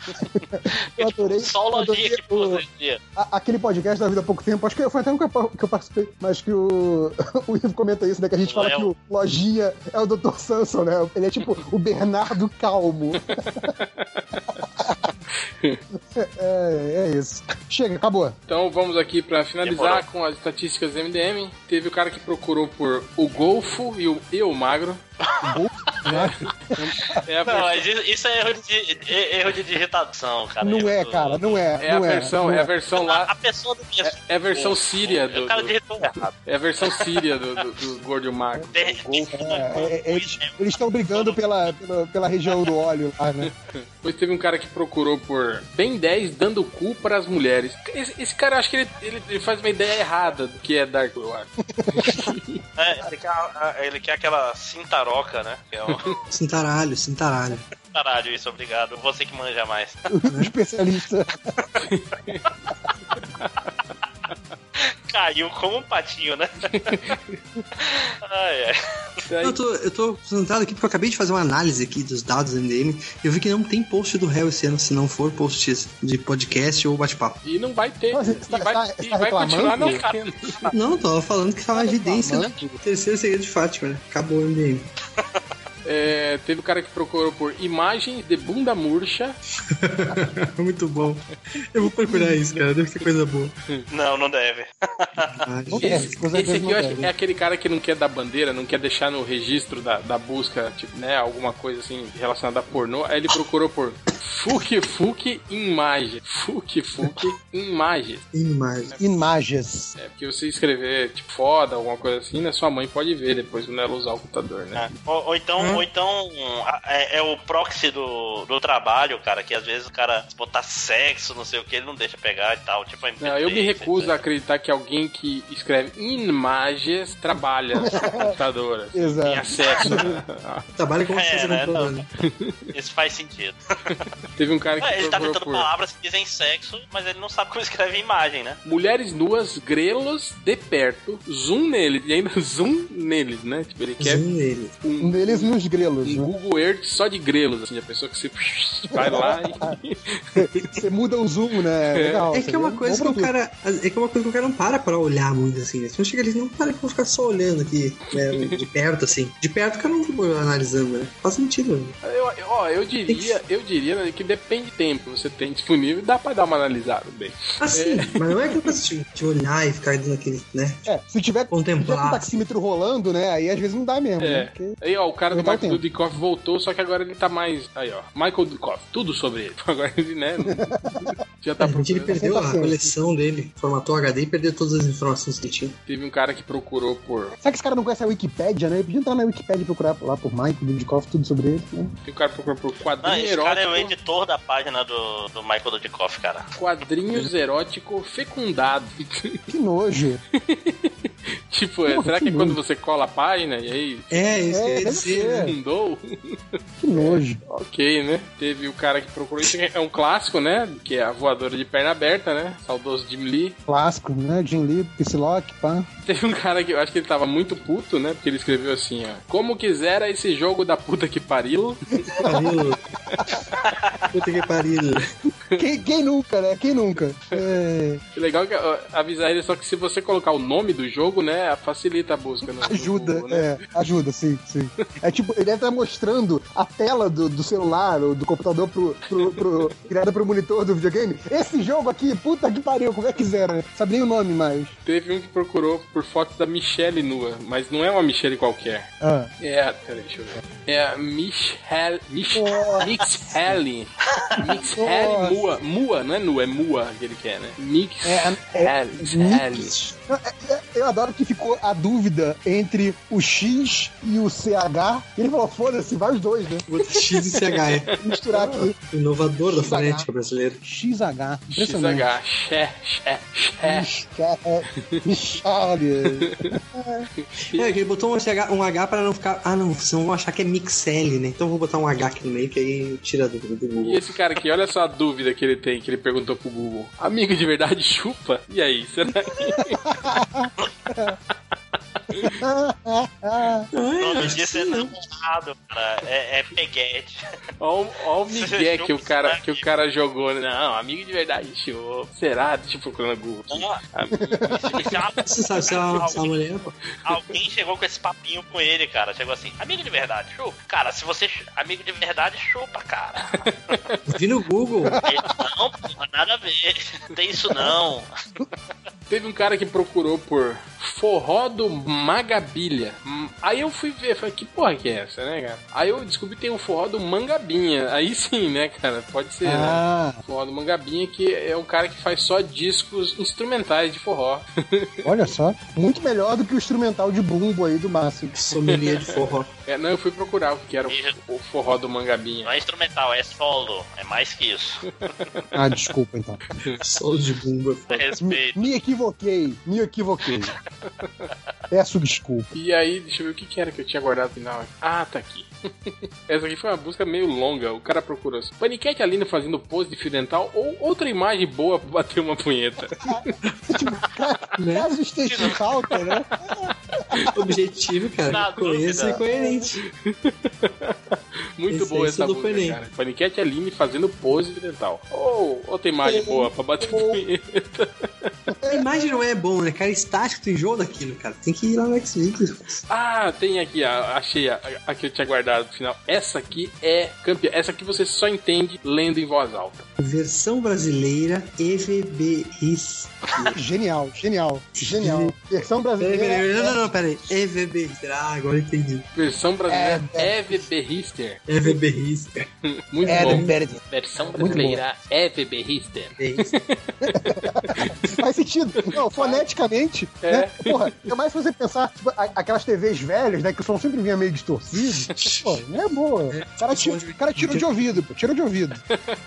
Eu adorei. Só o lojinha adorei que posta hoje em dia. a- aquele podcast da Vida há Pouco Tempo, acho que foi até um que eu, pa- que eu participei, mas que o, o Ivo comenta isso, né? Que a gente O fala Léo. que o Lojinha é o Dr. Samson, né? Ele é tipo o Bernardo Calmo. é, é isso. Chega, acabou. Então vamos aqui pra finalizar Demorou. com as estatísticas do MDM. Teve o cara que procurou por o Golfo e o, e o Magro. É a, Não, versão- mas isso isso é erro de, é- erro de digitação, cara. Não Erro é, do- cara, não é. é a não versão, não é a versão A, lá. a pessoa do assim, É a versão síria do, O cara do- digitou errado. é a versão síria do, do, do Gordo Magro. De- O Golfo. É, é, é, eles né? eles estão brigando pela, pela, pela região do óleo lá, né? Depois teve um cara que procurou por Ben 10 dando cu para as mulheres. Esse, esse cara, eu acho que ele, ele, ele faz uma ideia errada do que é Dark Web. eu acho. É, ele, quer, a- a- ele quer aquela cintaroca, né? Que é um Cintaralho, cintaralho. caralho, isso, obrigado. Você que manja mais. O especialista. Caiu como um patinho, né? ai, ai. Isso aí- Eu tô, eu tô sentado aqui porque eu acabei de fazer uma análise aqui dos dados do MDM. Eu vi que não tem post do réu esse ano, se não for post de podcast ou bate-papo. E não vai ter. Você e está- vai, está- e está vai continuar não tendo. reclamando? Não, tava falando que tava a evidência, né? reclamando? Terceiro segredo de Fátima, né? Acabou o MDM. É, teve o cara que procurou por imagem de bunda murcha. Muito bom. Eu vou procurar isso, cara. Deve ser coisa boa. Não, não deve. Esse, Acontece, com esse certeza aqui não eu acho deve. que é aquele cara que não quer dar bandeira, não quer deixar no registro da, da busca, tipo, né, alguma coisa assim relacionada a pornô. Aí ele procurou por Fuque Fuque imagem. Fuque Fuque imagem. Imagem. Imagens. É porque você escrever, tipo, foda, alguma coisa assim, né? Sua mãe pode ver depois quando ela usar o computador, né? É. Ou, ou então, ou então hum, a- é, é o proxy do, do trabalho, cara, que às vezes o cara se botar sexo, não sei o que, ele não deixa pegar e tal. Tipo, a Não, eu me MP3, recuso a etc. acreditar que alguém que escreve imagens trabalha na sua computadora. Tem Exato. acesso. Trabalha com É, você né? computador, Não. né? Isso faz sentido. Teve um cara que É, ele tá procurou tentando por palavras que dizem sexo, mas ele não sabe como escreve imagem, né? mulheres nuas, grelos de perto, zoom neles, e ainda zoom neles, né? Tipo, ele quer Zoom nele. um, Um deles nos grelos, um né? Google Earth só de grelos, assim, a pessoa que você vai lá e... Você muda o zoom, né? Legal. É que é uma coisa que o cara. É que é uma coisa que o cara não para pra olhar muito assim. né? Se não chega ali, não para pra ficar só olhando aqui, né? De perto, assim. De perto o cara não fica analisando, né? Faz sentido, né? Eu, eu- ó, eu diria, eu diria né, que depende do tempo que você tem disponível, dá pra dar uma analisada bem. Assim, mas não é que eu posso te, te olhar e ficar dando aquele, né? É, se tiver, se tiver com o Contemplar. taxímetro rolando, né? Aí às vezes não dá mesmo. É. Né? Porque- Aí, ó, o cara do Não dá Michael tempo. Dudikoff voltou, só que agora ele tá mais. Aí, ó. Michael Dudikoff, tudo sobre ele. Agora ele, né? Já tá Gente, É, ele procurando. perdeu a Paciência. coleção dele, formatou HD e perdeu todas as informações que ele tinha. Teve um cara que procurou por. Será que esse cara não conhece a Wikipédia, né? Ele podia entrar na Wikipédia e procurar lá por Mike, Dudikoff, tudo sobre ele. Né? Teve um cara que procurou por Não, quadrinho esse cara é o erótico. editor da página do, do Michael Dudikoff, cara. Quadrinhos erótico fecundado. Que nojo. tipo, é, Porra, será que que quando nojo. você cola a página e aí É, isso É, que eu ia deve dizer, ser. né? fundou? Que nojo. Ok, né? Teve o cara que procurou isso, é um clássico, né? Que é a voadora de perna aberta, né? Saudoso Jim Lee. Clássico, né? Jim Lee, Psylocke, pá. Teve um cara que eu acho que ele tava muito puto, né? Porque ele escreveu assim, ó. Como quisera esse jogo da puta que pariu. Pariu. Puta que pariu. Quem, quem nunca, né? Quem nunca? É, O Legal é que ó, avisar ele só que se você colocar o nome do jogo, né? Facilita a busca. No, no ajuda, Google, né? é, ajuda, sim, sim. É tipo, ele deve estar mostrando a tela do, do celular ou do computador pro, pro, pro, criada pro monitor do videogame. Esse jogo aqui, puta que pariu, como é que zera? né? Sabe nem o nome mais. Teve um que procurou por fotos da Michelle nua, mas não é uma Michelle qualquer. Ah. É a. Peraí, deixa eu ver. É a Michelle. Mich, Nossa. Michelle. Nossa. Michelle nua. Mua, não é nua, é mua que ele quer, né? Michelle. É, é- É, é, Eu adoro que ficou a dúvida entre o X e o CH. E ele falou, foda-se, vai os dois, né? Bota X e CH. Vou Misturar aqui. é. Inovador da XH. fonética brasileira. XH. Impressionante. XH. Xé, xé, xé. Ixi, cara, é, ixi, olha. É, que ele botou um, CH, um H pra não ficar. Ah, não, senão vão achar que é Mixel, né? Então eu vou botar um H aqui no meio, que aí tira do, do E Google. esse cara aqui, olha só a dúvida que ele tem, que ele perguntou pro Google. Amigo de verdade chupa? E aí, será que... O Ah, Ai, nome acho que disso é sim, né? namorado, cara. É, é peguete. Ó o- ó o migué que o, cara, que o cara jogou. né? Não, amigo de verdade chupa. Será? Deixa eu procurar no Google. Amigo Isso é uma- Você sabe se é uma, se é uma mulher? pô. Alguém chegou com esse papinho com ele, cara. Chegou assim, amigo de verdade, chupa. Cara, se você. chu- Amigo de verdade, chupa, cara. Vi no Google. Ele, não, porra, nada a ver. Tem isso não. Teve um cara que procurou por forró do Magabilha. Hum, Aí eu fui ver, falei, que porra que é essa, né, cara? Aí eu descobri que tem o forró do Mangabinha. Aí sim, né, cara? Pode ser, né? Ah, Forró do Mangabinha, que é um cara que faz só discos instrumentais de forró. olha só. Muito melhor do que o instrumental de bumbo aí do Márcio. Sommelier de forró. É, não, eu fui procurar o que era Ih, o, o forró do Mangabinha. Não é instrumental, é solo. É mais que isso. Ah, desculpa, então. Solo de bumba. Me, Respeito. me equivoquei, me equivoquei. Peço desculpa. E aí, deixa eu ver o que, que era que eu tinha guardado no final. Ah, tá aqui. Essa aqui foi uma busca meio longa. O cara procurou assim, paniquete alino fazendo pose de fio dental ou outra imagem boa pra bater uma punheta. Né? Caso esteja em falta, né? Objetivo, cara. é Na Conheço dúvida. e coerente. Muito Esse boa aí essa sou do música, Panem. cara. Paniquete Aline fazendo pose de dental. Ou oh, tem imagem boa pra bater punheta. A imagem não é bom, né? Cara, estático, tu enjoa daquilo, cara. Tem que ir lá no X-Videos. Ah, tem aqui, a, achei a, a que eu tinha guardado no final. Essa aqui é campeã. Essa aqui você só entende lendo em voz alta. Versão brasileira EVBIS. Genial, genial, genial. Versão Não, não, brasileira. não, pera aí. EVBIS. Ah, agora entendi. Versão brasileira Eve Berrister. EVBIS. Muito É, bom. perde. Versão Muito brasileira Eve Berrister. é, Faz sentido. Não, foneticamente, É. né? Porra, ainda mais se você pensar, tipo, a- aquelas TVs velhas, né? Que o som sempre vinha meio distorcido. Pô, não é boa. O cara, tira, o cara tirou de ouvido, pô. Tirou de ouvido.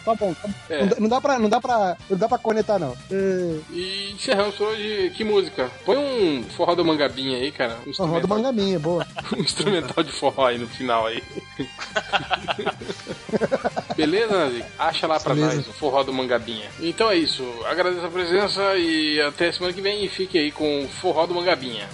Tá bom. tá bom. É. Não, dá- não dá pra, não dá pra, não dá pra conectar, não. É, E encerramos hoje. Que música? Põe um forró do mangabinha aí, cara. Um Forró do instrumental, manga minha, boa. um instrumental de forró aí no final aí. Beleza, Nazik? Acha lá pra Beleza. nós o forró do mangabinha. Então é isso. Agradeço a presença e até semana que vem. E fique aí com o forró do mangabinha.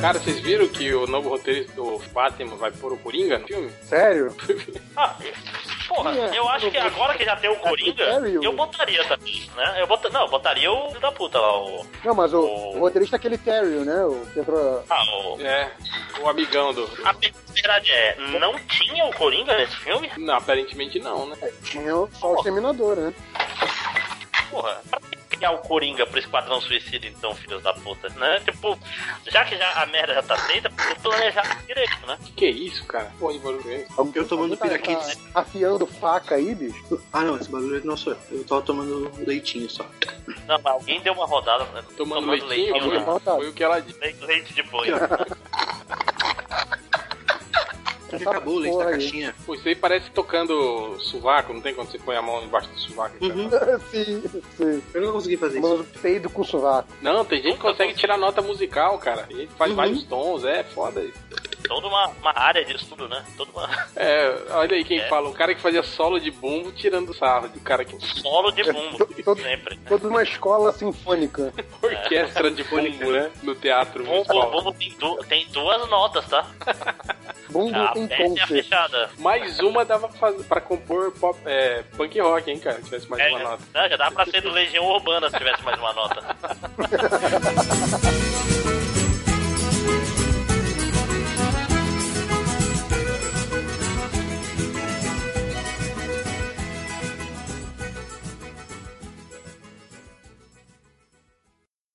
Cara, vocês viram que o novo roteirista do Batman vai pôr o Coringa no filme? Sério? Ah, é. porra, eu acho que agora que já tem é, o Coringa, sério? eu botaria também, né? Eu bota, não, eu botaria o filho da puta lá, o. Não, mas o, O- Oh. o roteirista é aquele Terry, né? O que entrou... Ah, o. É, o amigão do. A verdade é, não tinha o Coringa nesse filme? Não, aparentemente não, né? Tinha é o- Oh. só o Exterminador, né? Porra, pra que criar o Coringa pro Esquadrão Suicida, então, filhos da puta, né? Tipo, já que já a merda já tá feita, tem que planejar direito, né? Que que é isso, cara? Porra de barulho. Algum- Eu tomando algum tá- piraquitos. tá Afiando faca aí, bicho. Ah, não, esse bagulho não sou eu. Eu tava tomando leitinho só. Não, mas alguém deu uma rodada né? Tomando, leitinho, leitinho, foi- né? foi o que ela disse. Leite, leite de boi. Porque acabou o leite porra da aí. caixinha. Pô, isso aí parece tocando sovaco, não tem quando você põe a mão embaixo do sovaco? cara? Uhum. sim, sim. Eu não consegui fazer isso. Mas o peido com sovaco. Não, tem gente que consegue tirar nota musical, cara. Tem gente que faz Uhum. vários tons, é foda isso. Toda uma, uma área de estudo, né? Toda uma É, olha aí quem É. fala, o cara que fazia solo de bumbo tirando sarro do cara que solo de bumbo, Todo- sempre. né? Toda uma escola sinfônica. orquestra de bumbo, né? No teatro Bumbo, municipal. bumbo tem, du- tem duas notas, tá? Bumbo Ah, A tem aberta e a conce. fechada. Mais uma dava pra, fazer- pra compor pop, é, punk rock, hein, cara? Se tivesse mais É, uma já, nota. né, já dava pra ser do Legião Urbana se tivesse mais uma nota.